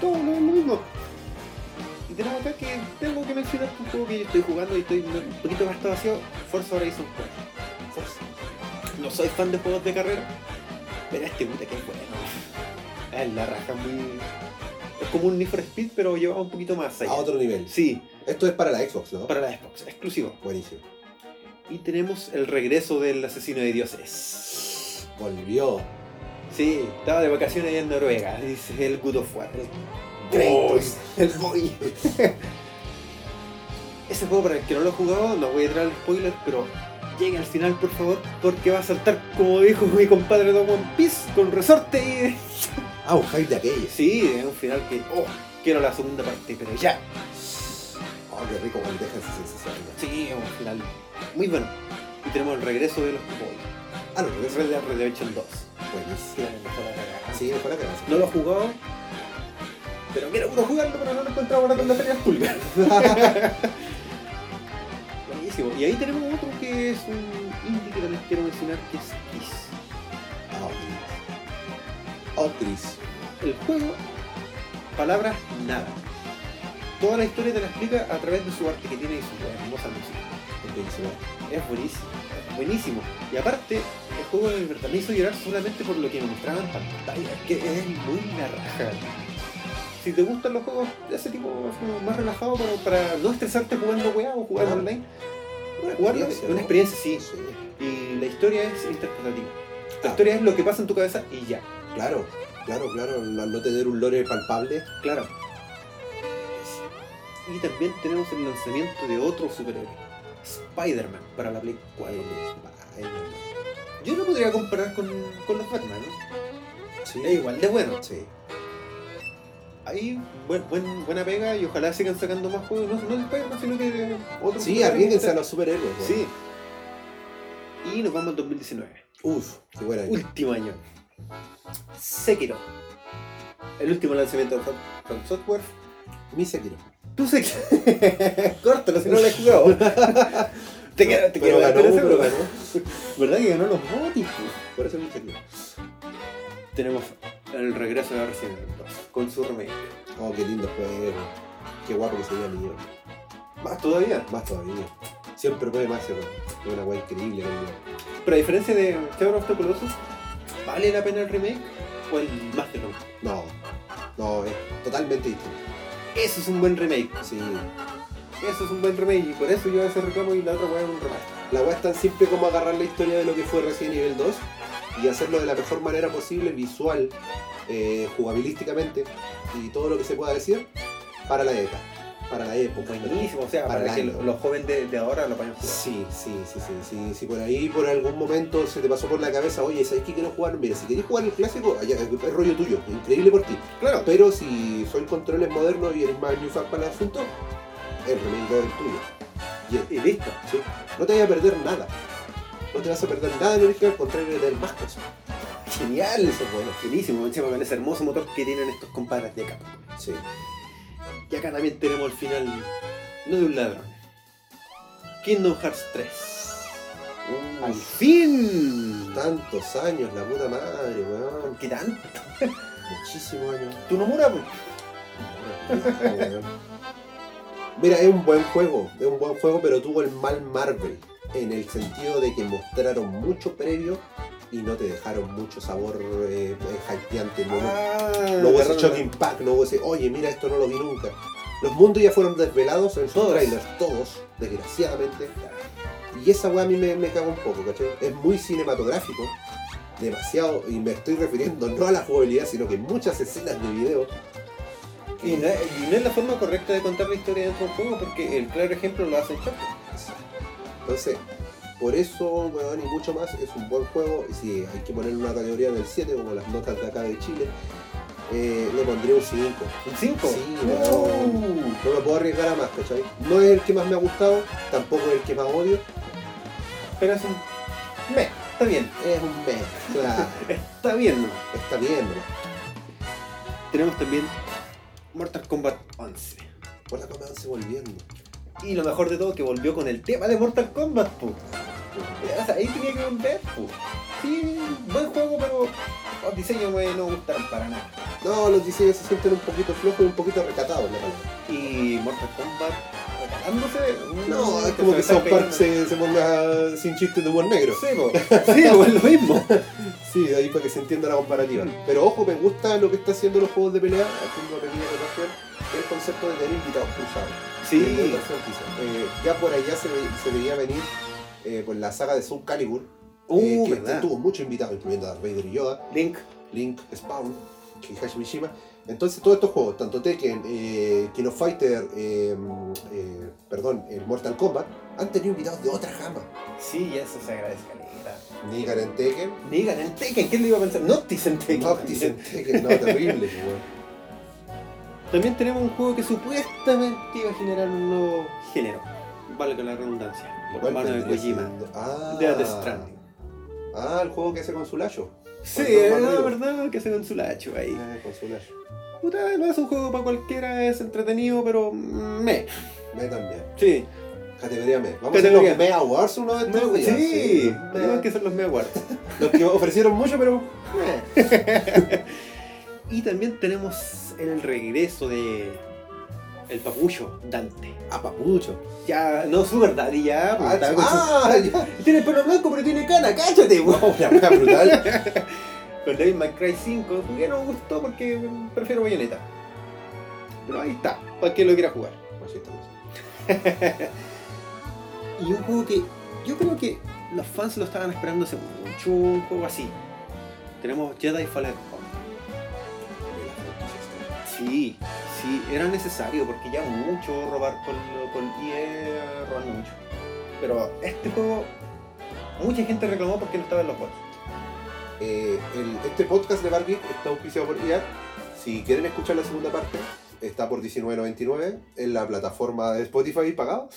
S2: Todo lo, lo mismo. Y tenemos acá que tengo que mencionar un juego que yo estoy jugando y estoy un poquito gastado vacío, Forza Horizon 4.
S1: Forza.
S2: No soy fan de juegos de carrera, pero este puta que es bueno. Es la raja muy. Es como un Need for Speed, pero llevado un poquito más allá.
S1: A otro nivel.
S2: Sí,
S1: Esto es para la Xbox, ¿no?
S2: para la Xbox, exclusivo.
S1: Buenísimo.
S2: Y tenemos el regreso del asesino de dioses.
S1: Volvió.
S2: Sí, estaba de vacaciones allá en Noruega, dice el Good of War.
S1: Kratos.
S2: el Boy. Ese juego para el que no lo ha jugado, no voy a traer el spoiler, pero llegue al final por favor, porque va a saltar, como dijo mi compadre de One Piece, con resorte
S1: Ah, un hype de
S2: y...
S1: aquellos.
S2: Sí, es un final que, oh, quiero la segunda parte, pero ya.
S1: Oh, qué rico cuando deja esa sensación.
S2: Sí, es un final muy bueno. Y tenemos el regreso de los Boy,
S1: Ah, no,
S2: el
S1: regreso.
S2: Red Dead Redemption 2. que
S1: Buenísimo.
S2: era el mejor de la cagada.
S1: Sí, mejor acá.
S2: No lo he jugado. Pero mira, uno jugando, pero no lo encontraba ahora con las ferias pulgas. Buenísimo. Y ahí tenemos otro que es un indie que también quiero mencionar, que es Kiss.
S1: Ah, Otris. Otris.
S2: el juego, palabras, nada. Toda la historia te la explica a través de su arte que tiene y su hermosa música. Es buenísimo, es buenísimo. Y aparte, el juego de verdad me hizo llorar solamente por lo que me mostraban en pantalla. Es que es muy una raja. Si te gustan los juegos de ese tipo como más relajado para, para no estresarte jugando weá o jugar
S1: Ah.
S2: online, jugarlo es
S1: ¿no?
S2: una experiencia, sí.
S1: Sí,
S2: Y la historia es interpretativa. La
S1: Ah.
S2: historia es lo que pasa en tu cabeza y ya.
S1: Claro, claro, claro. Al no tener un lore palpable.
S2: Claro. Y también tenemos el lanzamiento de otro superhéroe, Spider-Man, para la Play 4.
S1: Spider-Man.
S2: Yo lo podría comparar con, con los Batman, ¿no?
S1: Sí.
S2: Es igual de bueno.
S1: Sí.
S2: Ahí, buen, buen- buena pega y ojalá sigan sacando más juegos, no, no de Spider-Man, sino que de otros
S1: Sí,
S2: superhéroes.
S1: arriesguense a los superhéroes. weón.
S2: Sí. Y nos vamos al 2019.
S1: Uf, qué buena.
S2: Último año. Sekiro. El último lanzamiento de From- From Software.
S1: Mi Sekiro.
S2: Tú sé que. Córtalo si no lo he jugado. te quiero, te
S1: pero
S2: quiero
S1: ganó,
S2: pero ese-
S1: pero ganó.
S2: ¿Verdad que ganó los botis?
S1: Por eso es mi Sekiro.
S2: Tenemos el regreso de Resident Evil 2 con su remake.
S1: Oh, qué lindo juego. Qué guapo que se veía niño.
S2: Más todavía.
S1: Más todavía. Siempre puede más, weón. Es una weá increíble, weón.
S2: Pero a diferencia de Shadow of the Colossus, ¿vale la pena el remake o el Master of?
S1: No. No, es totalmente distinto.
S2: Eso es un buen remake.
S1: Sí.
S2: Eso es un buen remake y por eso yo a ese reclamo y la otra weá es un remake.
S1: La weá es tan simple como agarrar la historia de lo que fue recién nivel 2 y hacerlo de la mejor manera posible, visual, eh, jugabilísticamente y todo lo que se pueda decir para la época. Para la época.
S2: Buenísimo, o sea,
S1: Para el
S2: para, que
S1: año.
S2: lo- los jóvenes de, de ahora lo vayan a jugar.
S1: Sí, sí, sí, sí, sí. Si por ahí, por algún momento se te pasó por la cabeza, oye, ¿sabes qué quiero jugar? Mira, si querés jugar el clásico, allá, es rollo tuyo, increíble por ti.
S2: Claro,
S1: Pero si son controles modernos y eres más new fan para el asunto, el remake es tuyo. Y el-
S2: y listo.
S1: ¿sí? No te vas a perder nada. No te vas a perder nada del original, al contrario, vas a tener más cosas.
S2: Genial, eso es bueno. Buenísimo, encima con ese hermoso motor que tienen estos compadres de acá.
S1: Sí.
S2: Y acá también tenemos el final, no de un ladrón. Kingdom Hearts Uh. 3. ¡Al fin!
S1: Tantos años, la puta madre, weón.
S2: ¿Qué tan?
S1: Muchísimos años.
S2: ¿Tu Nomura? pues?
S1: Mira, es un buen juego, es un buen juego, pero tuvo el mal Marvel, en el sentido de que mostraron mucho previo y no te dejaron mucho sabor eh, eh, hypeante. No, no-
S2: Ah,
S1: no hubo ese
S2: agarraron
S1: shock impact, no hubo ese, oye, mira, esto no lo vi nunca. Los mundos ya fueron desvelados en sus
S2: Todos.
S1: trailers, todos, desgraciadamente. Y esa weá a mí me, me caga un poco, ¿cachai? Es muy cinematográfico, demasiado, y me estoy refiriendo no a la jugabilidad, sino que muchas escenas de video.
S2: la- Y no, es- y no es la forma correcta de contar la historia dentro de un juego porque el claro ejemplo lo hace Choco.
S1: Entonces, por eso, weón, y mucho más, es un buen juego. Y si hay que ponerle una categoría del 7, como las notas de acá de Chile, eh, le pondría un 5.
S2: ¿Un 5?
S1: Sí, weón. No me puedo arriesgar a más, ¿cachai? No es el que más me ha gustado, tampoco es el que más odio.
S2: Pero es un... Me, está bien,
S1: Es un mes, claro.
S2: está bien. ¿no?
S1: Está bien, weón.
S2: Tenemos también Mortal Kombat 11.
S1: Por la cama se volviendo.
S2: Y lo mejor de todo que volvió con el tema de Mortal Kombat, po. O sea, ahí tenía que volver, po. Sí, buen juego, pero los diseños me no gustaron para nada.
S1: No, los diseños se sienten un poquito flojos y un poquito recatados, la palabra.
S2: Y Mortal Kombat recalándose.
S1: No, es como que South Park se, se ponga sin chiste de humor negro.
S2: Sí, po. Sí, po, es lo mismo.
S1: Sí, de ahí para que se entienda la comparativa. Pero ojo, me gusta lo que está haciendo los juegos de pelea, haciendo una pequeña rotación, el concepto de tener invitados cruzados. Tener
S2: Sí,
S1: otra franquicia. Eh, ya por allá se, ve- se veía venir eh, por la saga de Soul Calibur, eh,
S2: uh,
S1: que
S2: verdad.
S1: tuvo muchos invitados, incluyendo a Darth Vader y Yoda,
S2: Link,
S1: Link, Spawn, Heihachi Mishima. Entonces todos estos juegos, tanto Tekken, eh, King of Fighter, eh, eh, perdón, el Mortal Kombat, han tenido invitados de otra gama.
S2: sí, y eso se agradece, caleta.
S1: Nigar en Tekken,
S2: Digan, en Tekken, ¿quién le iba a pensar? Noctis en Tekken.
S1: Noctis en Tekken, no, terrible, weón.
S2: También tenemos un juego que supuestamente iba a generar un nuevo género. Valga la redundancia. Por
S1: ¿Cuál
S2: mano de
S1: vendría
S2: Kojima.
S1: siendo? Ah,
S2: Death Stranding.
S1: Ah, el juego que hace con su layo.
S2: Sí,
S1: Con Norman
S2: es la
S1: Reedus.
S2: verdad que se con su lacho ahí.
S1: Ah, con su layo.
S2: Puta, no es un juego para cualquiera, es entretenido, pero mm, me.
S1: Me también.
S2: Sí,
S1: Categoría me. Vamos a
S2: Categoría.
S1: hacer los Mea Awards uno de estos
S2: sí,
S1: días,
S2: sí.
S1: Mea.
S2: tenemos que ser los mega guardas.
S1: Los que ofrecieron mucho, pero.
S2: Y también tenemos el regreso de el papullo Dante.
S1: A Ah, papucho.
S2: Ya, no Sugar Daddy, ya. pues, está con su-
S1: Ah, ya. Tiene el pelo blanco, pero tiene cana, cállate, weón. La wea brutal.
S2: Con David McCray 5, que no me gustó porque mm, prefiero bayoneta. Pero ahí está, para quien lo quiera jugar.
S1: Así Pues estamos.
S2: Y un juego que yo creo que los fans lo estaban esperando hace mucho, un juego así. Tenemos Jedi Fallen Order. Sí, sí, era necesario porque ya mucho robar con, lo- con EA, robando mucho. Pero este juego, mucha gente reclamó porque no estaba en los juegos.
S1: Eh, el- este podcast de Barbie está auspiciado por IA. Si quieren escuchar la segunda parte, está por 19.99 en la plataforma de Spotify pagado.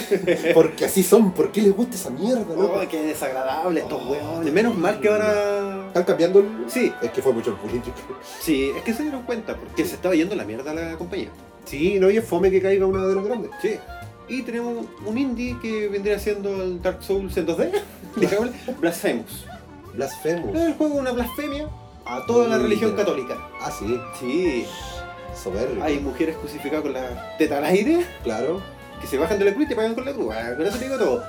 S1: Porque así son, ¿por qué les gusta esa mierda, loco?
S2: Oh, qué desagradable estos
S1: Oh,
S2: huevones. Menos mal que ahora.
S1: Están cambiando el...
S2: Sí,
S1: Es que fue mucho el bullying.
S2: sí, es que se dieron cuenta porque se estaba yendo la mierda la compañía.
S1: Sí, no, y es fome que caiga uno de los grandes.
S2: Sí. Y tenemos un indie que vendría siendo el Dark Souls en 2D, digámosle, Blasphemous.
S1: Blasphemous.
S2: El juego es una blasfemia a toda la
S1: Mm,
S2: religión
S1: mira.
S2: católica.
S1: Ah, sí,
S2: Sí,
S1: soberbio.
S2: hay mujeres crucificadas con la teta al aire
S1: Claro.
S2: que se bajan de la cruz y te pagan con la cruz. Ah, Con eso te digo todo.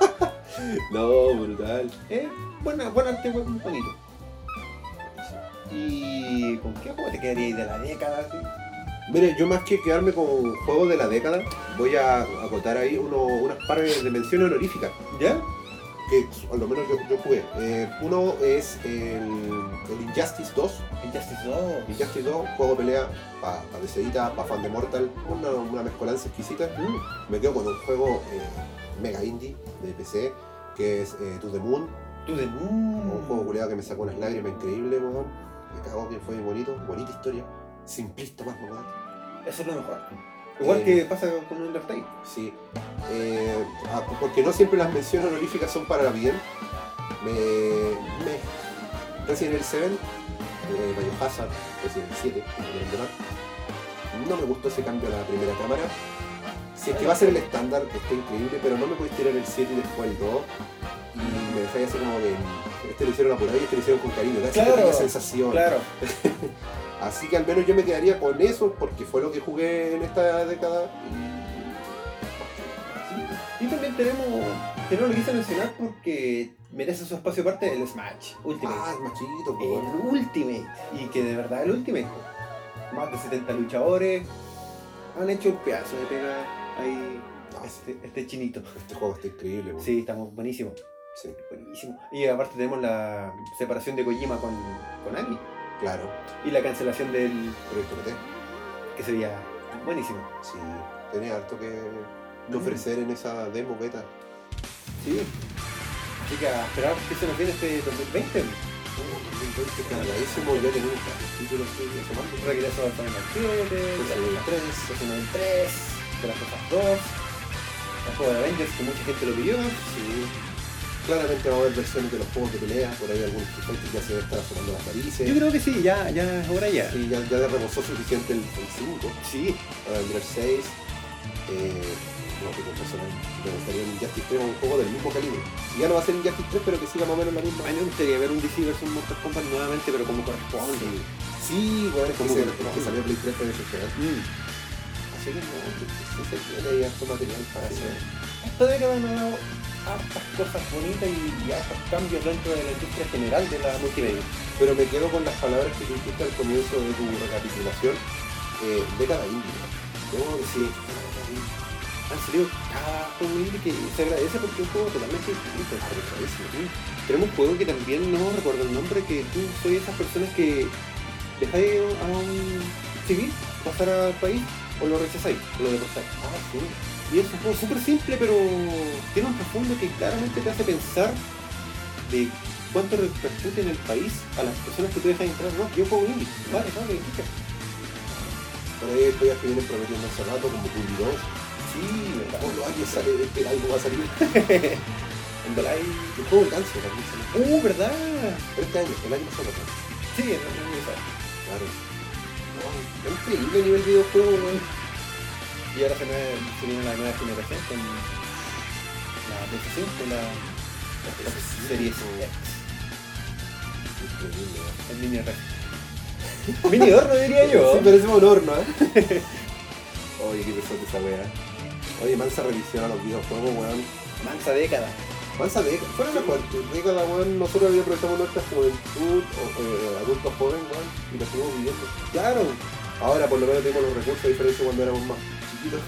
S1: No, brutal.
S2: Eh, buena, buen arte, buen bonito. ¿Y con qué juego te quedaría ahí de la década? sí?
S1: Mire, yo más que quedarme con juegos de la década, voy a acotar ahí uno- unas par de menciones honoríficas.
S2: ¿Ya?
S1: que a lo menos yo, yo jugué. Eh, uno es el, el Injustice 2.
S2: Injustice 2.
S1: Injustice 2, juego de pelea para pa DCita, para fan de Mortal, una, una mezcolanza exquisita.
S2: Mm,
S1: Me quedo con un juego eh, mega indie de PC, que es eh, To The Moon,
S2: To the Moon.
S1: un juego culiado que me sacó unas lágrimas increíbles, weón. Me cagó que fue bonito, bonita historia. Simplista más, weón.
S2: Eso es lo mejor. Igual
S1: Eh.
S2: que pasa con Undertale.
S1: Sí. Eh, ah, porque no siempre las menciones honoríficas son para bien. Me, me, Resident Evil 7, eh, Biohazard, Resident Evil 7, Resident Evil Dawn. no me gustó ese cambio a la primera cámara. Si es que va a ser el estándar, está increíble, pero no me puedes tirar el 7 y después el 2. Y me dejáis así como de. Este lo hicieron apurado y este lo hicieron con cariño. Da esa
S2: Claro,
S1: pequeña sensación.
S2: Claro.
S1: Así que al menos yo me quedaría con eso porque fue lo que jugué en esta década.
S2: Y también tenemos, que no lo quise mencionar porque merece su espacio aparte el Smash Ultimate.
S1: Ah, es machito, po, weón.
S2: el Ultimate. Y que de verdad el Ultimate. Más de 70 luchadores han hecho un pedazo de pega ahí
S1: Ah, sí.
S2: este, este chinito.
S1: Este juego está increíble, weón.
S2: Sí, estamos buenísimos.
S1: Sí,
S2: Buenísimo. Y aparte tenemos la separación de Kojima con, con Ami.
S1: claro.
S2: Y la cancelación del...
S1: Proyecto PT.
S2: que sería buenísimo.
S1: Sí, tenía harto que, que ofrecer en esa demo beta.
S2: Sí. Así que a esperar que se nos viene este 2020.
S1: Oh, Entonces, cargadísimo, este ya tenía un título así de esa marca.
S2: Regreso al Final 7,
S1: Resident Evil
S2: 3, Resident 3, de las cosas 2, el juego de Avengers que mucha gente lo pidió.
S1: Sí. Claramente va a haber versiones de los juegos de pelea, por ahí algunos que son que ya se deben estar asomando las narices.
S2: Yo creo que sí, ya, ya es hora ya.
S1: Sí, ya, ya le rebosó suficiente el 5,
S2: Sí,
S1: ahora vendrá el 6. Eh, no, que confesar, me gustaría un Injustice 3 o un juego del mismo calibre. Si ya no va a ser Injustice 3, pero que siga más o menos la misma.
S2: a mí me gustaría ver un DC vs Mortal Kombat nuevamente, pero como corresponde.
S1: Sí, bueno, es que,
S2: Como
S1: se-
S2: que-
S1: es que salió Play 3 para desesperar.
S2: Mm.
S1: Así que no, sí se tiene ahí harto material para hacer.
S2: Esta década nos ha dado hartas cosas bonitas y, y hartos cambios dentro de la industria general de la multimedia.
S1: Pero me quedo con las palabras que tú dijiste al comienzo de tu recapitulación. Eh, década indie. Debo decir, "Ah,
S2: Han salido cada juego indie que se agradece porque es un juego totalmente distinto.
S1: aprovechadísimo.
S2: Tenemos un juego que también no recuerdo el nombre, que tú soy de esas personas que dejáis a un civil pasar al país o lo rechazáis, o lo deportáis.
S1: Ah, sí.
S2: Y es un juego súper simple, pero tiene un profundo que claramente te hace pensar de cuánto repercute en el país a las personas que tú dejas entrar. No, yo juego indie, vale, vale, chica.
S1: Por ahí estoy que vienen prometiendo hace rato como Pulli 2.
S2: Sí, verdad.
S1: Por los años sale este, algo va a salir.
S2: En verdad,
S1: Y El juego alcance también sale.
S2: y- Uh, verdad.
S1: Pero este año, el año pasado ¿no?
S2: Sí, en verdad.
S1: Claro. No, es increíble el nivel de videojuego, weón.
S2: Y ahora se, me- se viene la nueva generación con la PS5, con la, la
S1: PS5.
S2: Series
S1: Increíble, weón.
S2: en línea recta. Mini horno diría yo.
S1: Sí, parece un horno, ¿eh? Oye, qué pesote esa weá. Oye, mansa revisión a los videojuegos, weón.
S2: Mansa década.
S1: Mansa década. Fue la mejor década, weón. Nosotros habíamos aprovechado nuestra juventud, o eh, adultos jóvenes, weón, y lo estuvimos viviendo.
S2: Claro.
S1: Ahora por lo menos tenemos los recursos, a diferencia de cuando éramos más chiquitos.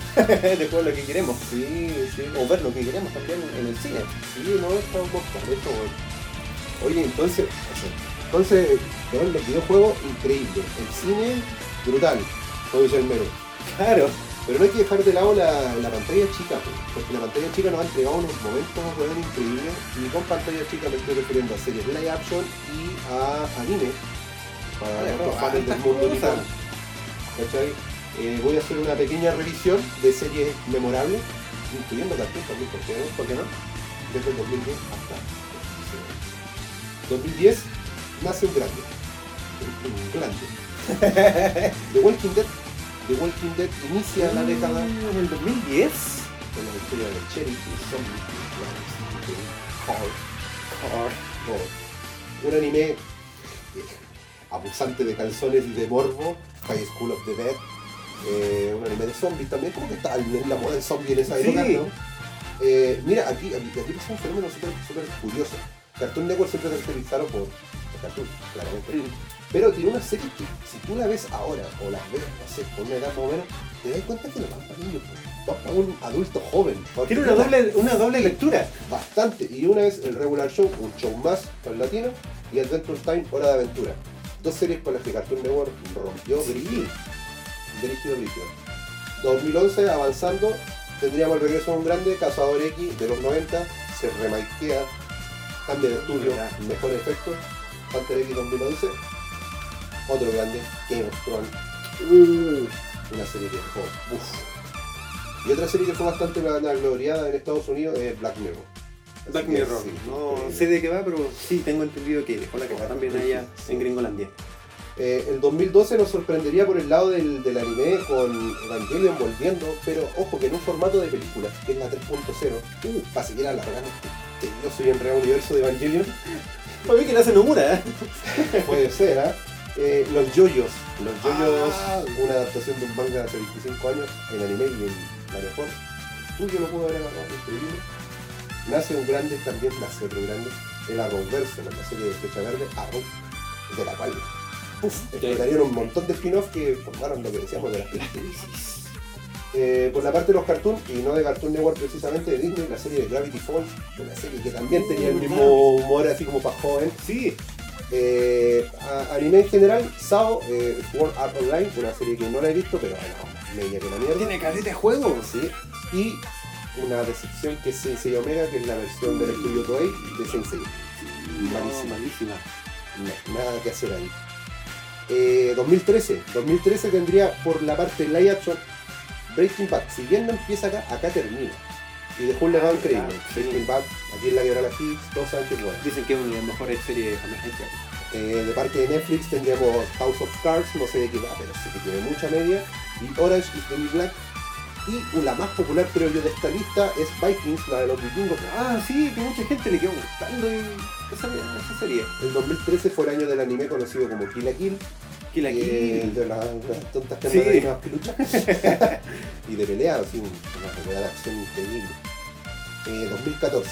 S2: de jugar lo que queremos.
S1: Sí, sí.
S2: O ver lo que queremos también en el cine.
S1: Sí, no, estamos correcto, weón. Oye, entonces, entonces, weón, los videojuegos, increíble. El cine, brutal. Como dice el mero.
S2: Claro.
S1: Pero no hay que dejar de lado la, la pantalla chica, pues, porque la pantalla chica nos ha entregado unos momentos weón, increíbles. Y con pantalla chica me estoy refiriendo a series live action y a anime. Para
S2: Claro,
S1: los
S2: a
S1: fans del
S2: estas
S1: mundo
S2: cosas.
S1: oriental. ¿Cachai? Eh, voy a hacer una pequeña revisión de series memorables, incluyendo también, también ¿por qué no? ¿Por qué no? Desde el 2010 hasta el 2010 nace un grande. Un grande. The Walking Dead. The Walking Dead inicia la década
S2: En el 2010.
S1: con la victoria de Cherry y Zombies. y Lions, y Hard, Hard. Un anime eh, abusante de calzones y de morbo, High School of the Dead. eh, un anime de zombies también, como que está al nivel la moda del zombie en esa
S2: Sí.
S1: época, ¿no? Eh, mira, aquí, aquí, aquí pasa un fenómeno súper súper curioso. Cartoon Network siempre se caracterizaron por, por cartoon, claramente. Pero tiene una serie que si tú la ves ahora o las ves, no sé, con una edad más o menos, te das cuenta que lo van para niños, pues. van para un adulto joven. porque
S2: Tiene una doble, una doble lectura.
S1: Bastante. Y una es el regular show, un show más para el latino, y Adventure Time, Hora de Aventura. Dos series con las que Cartoon Network rompió
S2: Sí.
S1: brígido. Brígido, brígido. 2011, avanzando, tendríamos el regreso de un grande, Cazador X de los 90, se remakea, cambia de estudio,
S2: Verdad.
S1: mejor efecto, Hunter X 2011, otro grande, Game of Thrones,
S2: Uh.
S1: una serie que fue, Y otra serie que fue bastante gloriada en Estados Unidos es Black Mirror. Así
S2: Black
S1: que
S2: Mirror.
S1: sí,
S2: no
S1: increíble.
S2: sé de qué va, pero sí, tengo entendido que dejó la cagada también allá
S1: Sí.
S2: en Gringolandia.
S1: Eh, el 2012 nos sorprendería por el lado del, del anime con Evangelion volviendo, pero ojo que en un formato de película, que es la 3.0, para seguir alargando este tedioso y enredado universo de Evangelion,
S2: Para mí que la hace Nomura, ¿eh?
S1: puede ser, ¿ah? Eh, los yoyos, los yoyos,
S2: Ah.
S1: una adaptación de un manga de hace 25 años en anime y en la mejor. Tú que lo pudo haber agarrado, increíble. Nace un grande, también nace otro grande, el Arrowverse, la serie de Flecha Verde, Arrow, de la cual Uf, explotarían un montón de spin-offs que formaron lo que decíamos de las películas. Eh, por la parte de los cartoons, y no de Cartoon Network precisamente, de Disney, la serie de Gravity Falls, una serie que también tenía el mismo humor así como para joven.
S2: Sí.
S1: Eh, a- anime en general, Sao, eh, World Art Online, una serie que no la he visto, pero bueno, media que la mierda.
S2: caleta de juego.
S1: Sí. Y una decepción que es Sensei Omega, que es la versión del estudio Toei de Sensei.
S2: Malísima.
S1: Malísima.
S2: Malísima.
S1: No, nada que hacer ahí. Eh, 2013. 2013 tendría por la parte live action Breaking Bad. Si bien no empieza acá, acá termina. Y dejó un legado increíble.
S2: sí.
S1: Breaking Bad, aquí en la quebrada Hits, todos saben que es bueno.
S2: Dicen que es una de las mejores series jamás hechas.
S1: Eh, de parte de Netflix tendríamos House of Cards, no sé de qué va, pero sé que tiene mucha media. Y Orange is the New Black. Y la más popular, creo yo, de esta lista es Vikings, la de los vikingos.
S2: Ah, sí, que mucha gente le quedó gustando y esa, esa serie.
S1: El 2013 fue el año del anime conocido como Kill la Kill.
S2: Que la
S1: y, eh,
S2: Kill.
S1: de las, las tontas que
S2: Sí.
S1: andan ahí con las peluchas. y de pelea, así, un- una pelea de acción increíble. Eh, 2014.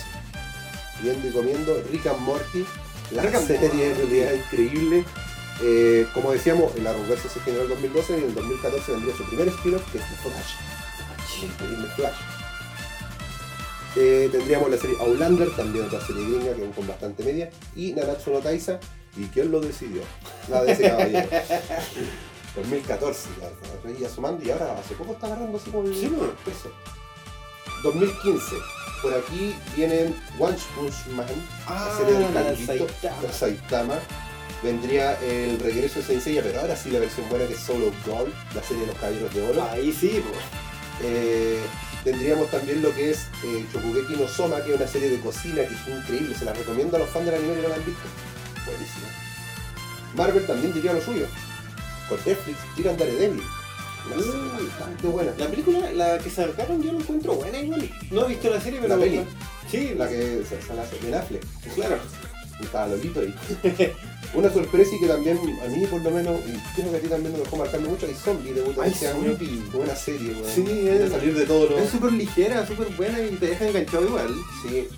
S1: Viendo y comiendo Rick and Morty, la
S2: Rick and
S1: serie
S2: Morty.
S1: de realidad increíble. Eh, como decíamos, el arrogancia se generó en 2012 y en 2014 vendría su primer estilo, que es The Flash. Increíble Flash. Eh, tendríamos la serie Outlander, también otra serie gringa que con bastante media, y Nanatsu no Taisa, ¿y quién lo decidió? La de ese caballero. 2014, ya, ya, ya sumando, y ahora hace poco está agarrando así como el
S2: Sí, bueno.
S1: peso. 2015, por aquí vienen One Punch Man, la serie del
S2: Ah, la de
S1: Kanguito,
S2: Saitama.
S1: de Saitama. Vendría el regreso de Sensei, pero ahora sí la versión buena que es Solo Gold, la serie de los caballeros de oro.
S2: Ahí sí, pues.
S1: Eh, tendríamos también lo que es eh, Chokugeki no Soma, que es una serie de cocina que es increíble, se la recomiendo a los fans del anime que no la han visto. Buenísimo. Marvel también diría lo suyo. Con Netflix tiran Daredevil. Una serie
S2: Uy.
S1: bastante buena.
S2: La película, la que sacaron, yo la encuentro buena igual. No he visto la serie, pero...
S1: La peli.
S2: Sí,
S1: La que se, se la hace Ben Affleck.
S2: claro.
S1: y estaba Lolito ahí. Una sorpresa y que también a mí por lo menos, y creo que a ti también me dejó marcando mucho, hay zombie de Buta
S2: Ay,
S1: Zombie.
S2: Zombie.
S1: Buena serie, weón.
S2: Sí,
S1: de
S2: es-
S1: salir de todo lo.
S2: Es súper ligera, súper buena y te deja enganchado igual.
S1: Sí.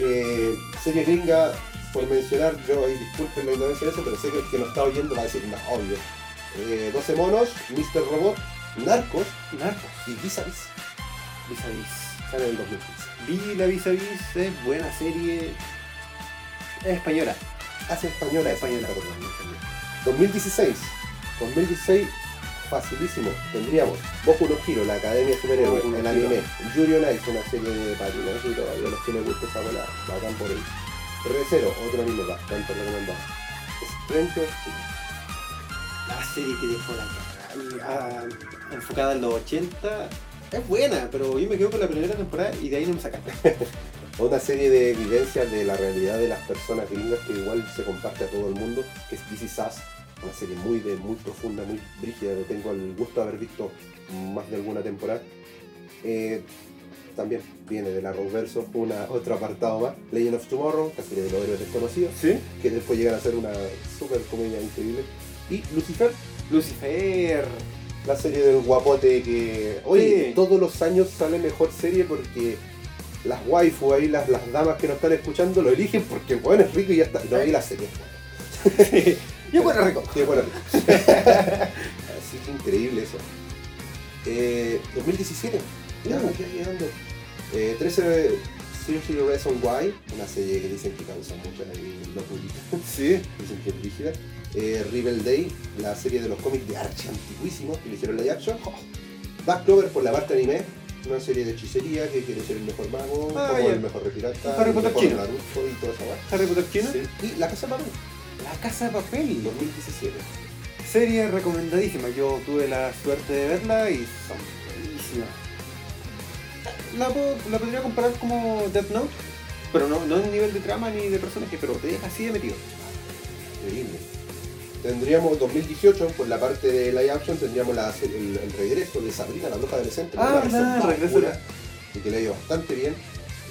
S1: Eh, serie gringa, por mencionar, yo ahí disculpen la ignorancia de eso, pero sé que el que nos está oyendo va a decir, no, obvio. Eh, 12 monos, Mr. Robot, Narcos
S2: Narcos,
S1: y Vis a Vis.
S2: vis a vis.
S1: Sale en el 2015.
S2: Vi la vis a vis, es buena serie. Es española.
S1: Hace Ah, española,
S2: Española.
S1: española. 2016. 2016, facilísimo. Tendríamos Boku no Hero, la Academia de Superhéroes,
S2: Boku no
S1: el
S2: Hero.
S1: anime. Yuri on Ice, una serie de patinaje y todavía los que les gusta esa bola, bacán por ahí. Recero, otro anime bastante recomendado. Stranger Things.
S2: La serie que dejó la cagada, ah, enfocada en los 80. Es buena, pero yo me quedo con la primera temporada y de ahí no me sacaste.
S1: Otra serie de evidencias de la realidad de las personas gringas que igual se comparte a todo el mundo, que es This Is Us, una serie muy, de, muy profunda, muy brígida, que tengo el gusto de haber visto más de alguna temporada. Eh, también viene de la Verso, una, otro apartado más, Legend of Tomorrow, la serie de los héroes desconocidos,
S2: ¿Sí?
S1: que después llegan a ser una super comedia increíble. Y Lucifer,
S2: Lucifer.
S1: la serie del guapote que. Oye,
S2: Sí.
S1: todos los años sale mejor serie porque las waifu ahí, las, las damas que nos están escuchando, lo eligen porque el weón es rico y ya está. No, ahí la serie.
S2: yo bueno rico.
S1: Sí, bueno, rico. Así que increíble eso. Eh, 2017. Ya,
S2: Uh.
S1: aquí llegando. Eh, 13 Seriously Reason Why, una serie que dicen que causa mucha eh, locura.
S2: Sí.
S1: Dicen que es rígida. Eh, Rebel Day, la serie de los cómics de Archie antiguísimos que le hicieron live action.
S2: Oh.
S1: Dark Clover por la parte anime, una serie de hechicería que quiere ser el mejor mago,
S2: Ah,
S1: como
S2: ya.
S1: el mejor pirata,
S2: Harry
S1: el
S2: Potter
S1: mejor
S2: chino.
S1: Naruto y toda esa weá.
S2: Harry Potter chino.
S1: Sí. Y La Casa de Papel,
S2: La Casa de Papel.
S1: 2017.
S2: Serie recomendadísima, yo tuve la suerte de verla y son buenísimas. La, po- la podría comparar como Death Note, pero no, no en nivel de trama ni de personaje, pero te deja así de metido.
S1: Increíble. Tendríamos 2018, por la parte de live action, tendríamos la serie- el, el regreso de Sabrina, la bruja adolescente.
S2: Ah,
S1: una
S2: verdad,
S1: versión
S2: regreso
S1: oscura,
S2: de
S1: Y que le ha ido bastante bien.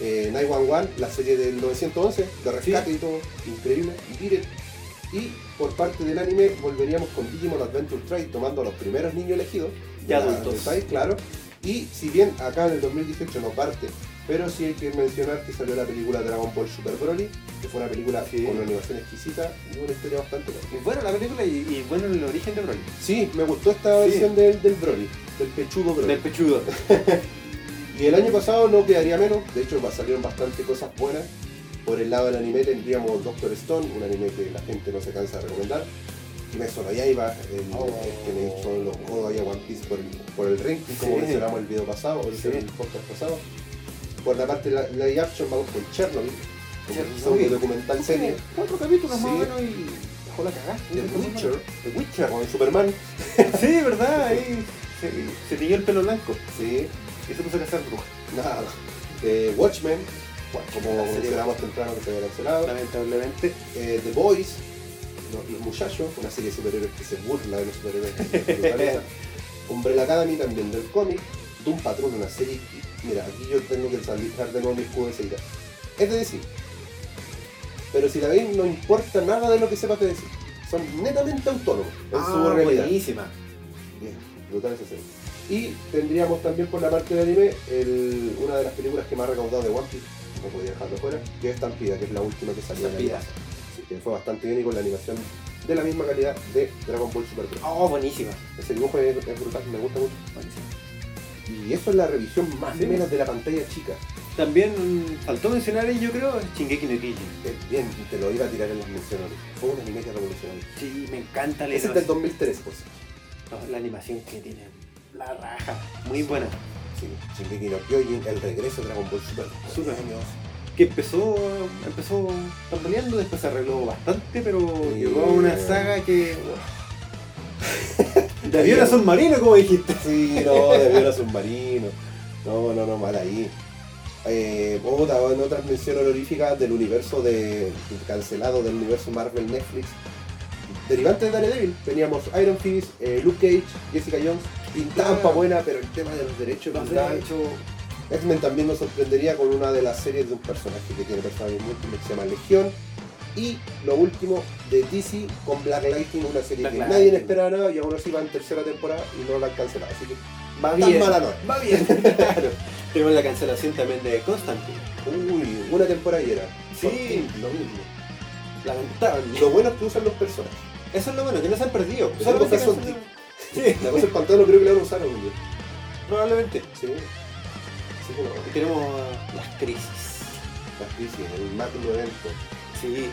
S1: Eh, 911, la serie del 911, de rescate y todo, increíble. Y Beat It. Y por parte del anime, volveríamos con Digimon Adventure Trade, tomando a los primeros niños elegidos.
S2: Y
S1: de la-
S2: adultos.
S1: del país, claro. Y si bien acá en el 2018 no parte, pero sí hay que mencionar que salió la película Dragon Ball Super Broly, que fue una película
S2: Sí.
S1: con una animación exquisita y una historia bastante larga.
S2: Y bueno la película y, y bueno el origen de Broly,
S1: Sí, me gustó esta
S2: Sí.
S1: versión del, del Broly, del pechudo Broly.
S2: del pechudo.
S1: Y el año pasado no quedaría menos, de hecho va- salieron bastante cosas buenas. Por el lado del anime tendríamos Doctor Stone, un anime que la gente no se cansa de recomendar. Kimetsu no Yaiba, el,
S2: Oh.
S1: el que le hizo los codos ahí a One Piece por el, por el ranking, como
S2: Sí.
S1: mencionamos el video pasado, o
S2: Sí.
S1: el podcast pasado. Por la parte de la, la live action vamos con Chernobyl,
S2: Chernobyl.
S1: un documental serie.
S2: Tiene Cuatro capítulos más o
S1: Sí.
S2: menos y dejó la cagada.
S1: The Witcher,
S2: The Witcher.
S1: con Superman,
S2: Sí, verdad, ahí se, se tiñó el pelo blanco
S1: sí,
S2: y se puso a cazar brujas.
S1: nada, de Watchmen, como
S2: la serie
S1: mencionamos temprano que se había cancelado.
S2: Lamentablemente.
S1: eh, The Boys, Los, Los Muchachos, una serie de superhéroes que se burla de los superhéroes. que se brutaleza. Umbrella Academy también del cómic. Doom Patrol, una serie que- mira, aquí yo tengo que salir de nuevo mi escudo de seguridad. Es de decir, pero si la veis no importa nada de lo que sepas de decir. Son netamente autónomos en su realidad.
S2: Ah, buenísima.
S1: Bien, brutal esa serie. Y tendríamos también por la parte del anime el- una de las películas que más ha recaudado de One Piece, no podía dejarlo fuera, que es Estampida, que es la última que salió en el
S2: Estampida.
S1: anime. Así que fue bastante bien y con la animación de la misma calidad de Dragon Ball Super Broly.
S2: Oh, buenísima.
S1: Ese dibujo es, es brutal, me gusta mucho.
S2: buenísima.
S1: Y eso es la revisión más
S2: Sí.
S1: o menos de la pantalla chica.
S2: También faltó mencionar ahí, yo creo, Shingeki no Kyojin.
S1: Que Bien, te lo iba a tirar en las menciones. Fue un anime que revolucionó.
S2: Sí, me encanta la
S1: Ese es del
S2: animación.
S1: 2003, por cierto.
S2: No, la animación que tiene. La raja. Muy buena.
S1: Sí, Shingeki no Kyojin, el regreso de Dragon Ball Super.
S2: Super. Que empezó, empezó tambaleando, después se arregló bastante, pero
S1: Sí,
S2: llegó a una
S1: bueno.
S2: saga que... De avión a submarino, como dijiste.
S1: Sí, no, de viola submarino. No, no, no, mal ahí. Eh, otra, en otras menciones honoríficas del universo de cancelado del universo Marvel Netflix. Derivantes de Daredevil, teníamos Iron Fist, eh, Luke Cage, Jessica Jones, Pintampa buena, pero el tema de los derechos
S2: Lo
S1: de
S2: han hecho
S1: X-Men también nos sorprendería con una de las series de un personaje que tiene personajes múltiples que se llama Legión. Y lo último de DC con Black Lightning, una serie
S4: Black
S1: que
S4: Lightning.
S1: nadie esperaba nada y aún así va en tercera temporada y no la han cancelado. Así que
S4: Va
S1: tan
S4: bien.
S1: mala no es.
S4: Va bien. claro. Tenemos la cancelación también de Constantine.
S1: Uy, una temporada y era.
S4: Sí.
S1: Por fin, lo mismo.
S4: Lamentable.
S1: Lo bueno es que usan los personajes.
S4: Eso es lo bueno, que no se han perdido.
S1: Pero
S4: Solo
S1: tengo
S4: se
S1: razón,
S4: cancelaron. Sí,
S1: La cosa es pantano creo que la van a usar algún día.
S4: probablemente.
S1: Sí. Así que no,
S4: Y tenemos las crisis.
S1: las crisis, el máximo evento.
S4: Sí.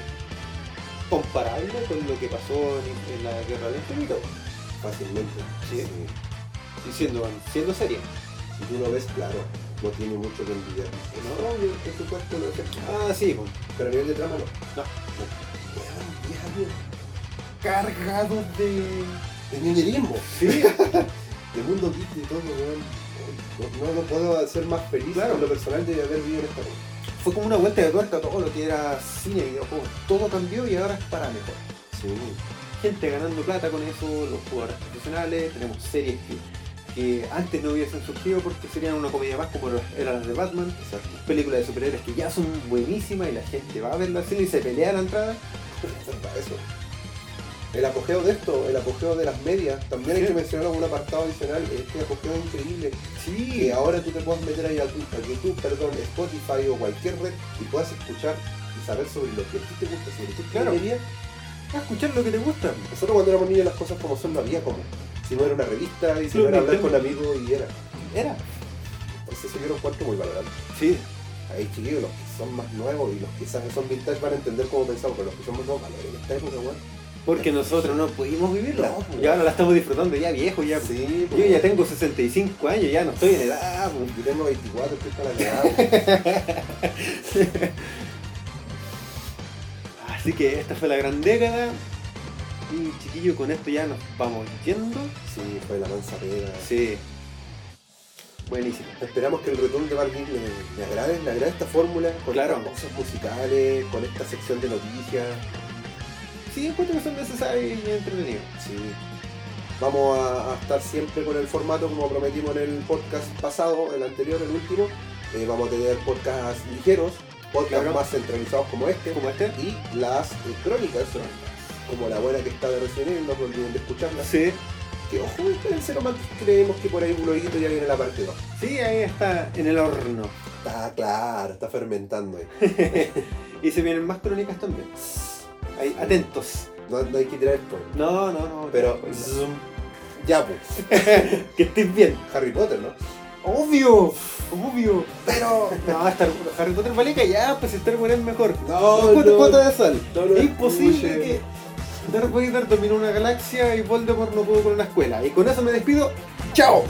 S4: Comparable con lo que pasó en, en la guerra del infinito.
S1: Fácilmente.
S4: Sí. Y siendo, siendo seria.
S1: Si tú lo ves, claro, no tiene mucho que envidiar.
S4: No.
S1: No, yo- por supuesto no es cierto.
S4: Ah, sí, pues.
S1: Pero a nivel de trama no.
S4: No.
S1: Weón, 10 años
S4: Cargado de.
S1: De ñoñerismo.
S4: Sí.
S1: De mundo geek y todo, weón. No, no puedo ser más feliz
S4: Claro.
S1: en lo personal de haber vivido en esta weón.
S4: Fue como una vuelta de tuerca a todo lo que era cine, videojuegos. Todo cambió y ahora es para mejor.
S1: Sí.
S4: gente ganando plata con eso, los jugadores profesionales, tenemos series que, que antes no hubiesen surgido porque serían una comedia más como eran las de Batman,
S1: Exacto.
S4: películas de superhéroes que ya son buenísimas y la gente va a verla al cine y se pelea a la entrada.
S1: Eso. El apogeo de esto, el apogeo de las medias, también hay
S4: Sí.
S1: que mencionar un apartado adicional, este apogeo increíble,
S4: Sí,
S1: que ahora tú te puedes meter ahí a, tu- a YouTube, perdón, Spotify o cualquier red y puedas escuchar y saber sobre lo que a ti te gusta, sobre tu
S4: Claro.
S1: ingeniería.
S4: a escuchar lo que te gusta.
S1: Nosotros cuando éramos niños las cosas como son no había como. Si no era una revista y si
S4: Club
S1: no era hablar con
S4: Nintendo.
S1: amigos y era. Pues
S4: Era.
S1: Entonces se dieron cuarto muy valorable.
S4: Sí.
S1: Ahí chiquillos, los que son más nuevos y los que saben, son vintage van a entender cómo pensamos, pero los que somos nuevos valoren esta época, weón.
S4: Porque nosotros no pudimos vivirla.
S1: No, pues.
S4: y ahora la estamos disfrutando ya viejo, ya. pues.
S1: Sí, pues.
S4: Yo ya tengo 65 años, ya no estoy en edad. pues.
S1: Yo tengo 24, estoy para la cagada.
S4: Así que esta fue la gran década. Y chiquillo, con esto ya nos vamos yendo.
S1: Sí, fue la mansa pega.
S4: Sí. Buenísimo.
S1: Esperamos que el retorno de Marvin le, le agrade, le agrade esta fórmula con
S4: Claro.
S1: estas cosas musicales, con esta sección de noticias.
S4: Sí, encuentro que son necesarios y entretenidos.
S1: Sí. Vamos a, a estar siempre con el formato como prometimos en el podcast pasado, el anterior, el último. Eh, vamos a tener podcasts ligeros, podcasts
S4: Claro.
S1: más centralizados como este
S4: Como este.
S1: y las eh, crónicas, como la buena que está de recién, Evil, no se olviden de escucharlas.
S4: Sí.
S1: Que ojo, espérense nomás, creemos que por ahí un oído ya viene la parte 2.
S4: Sí, ahí está en el horno.
S1: Está claro, está fermentando ahí.
S4: y se vienen más crónicas también. Ahí, atentos.
S1: No, no hay que tirar spoiler.
S4: No, no, no.
S1: Pero. Ya pues.
S4: que estés bien.
S1: Harry Potter, ¿no?
S4: Obvio. Obvio.
S1: Pero.
S4: No, Star, Harry Potter vale que ya, pues Star Wars es mejor.
S1: No,
S4: Cuatro
S1: no.
S4: gotas de sol.
S1: No lo
S4: es imposible
S1: escuchen.
S4: que Darth Vader dominó una galaxia y Voldemort no pudo con una escuela. Y con eso me despido. ¡Chao!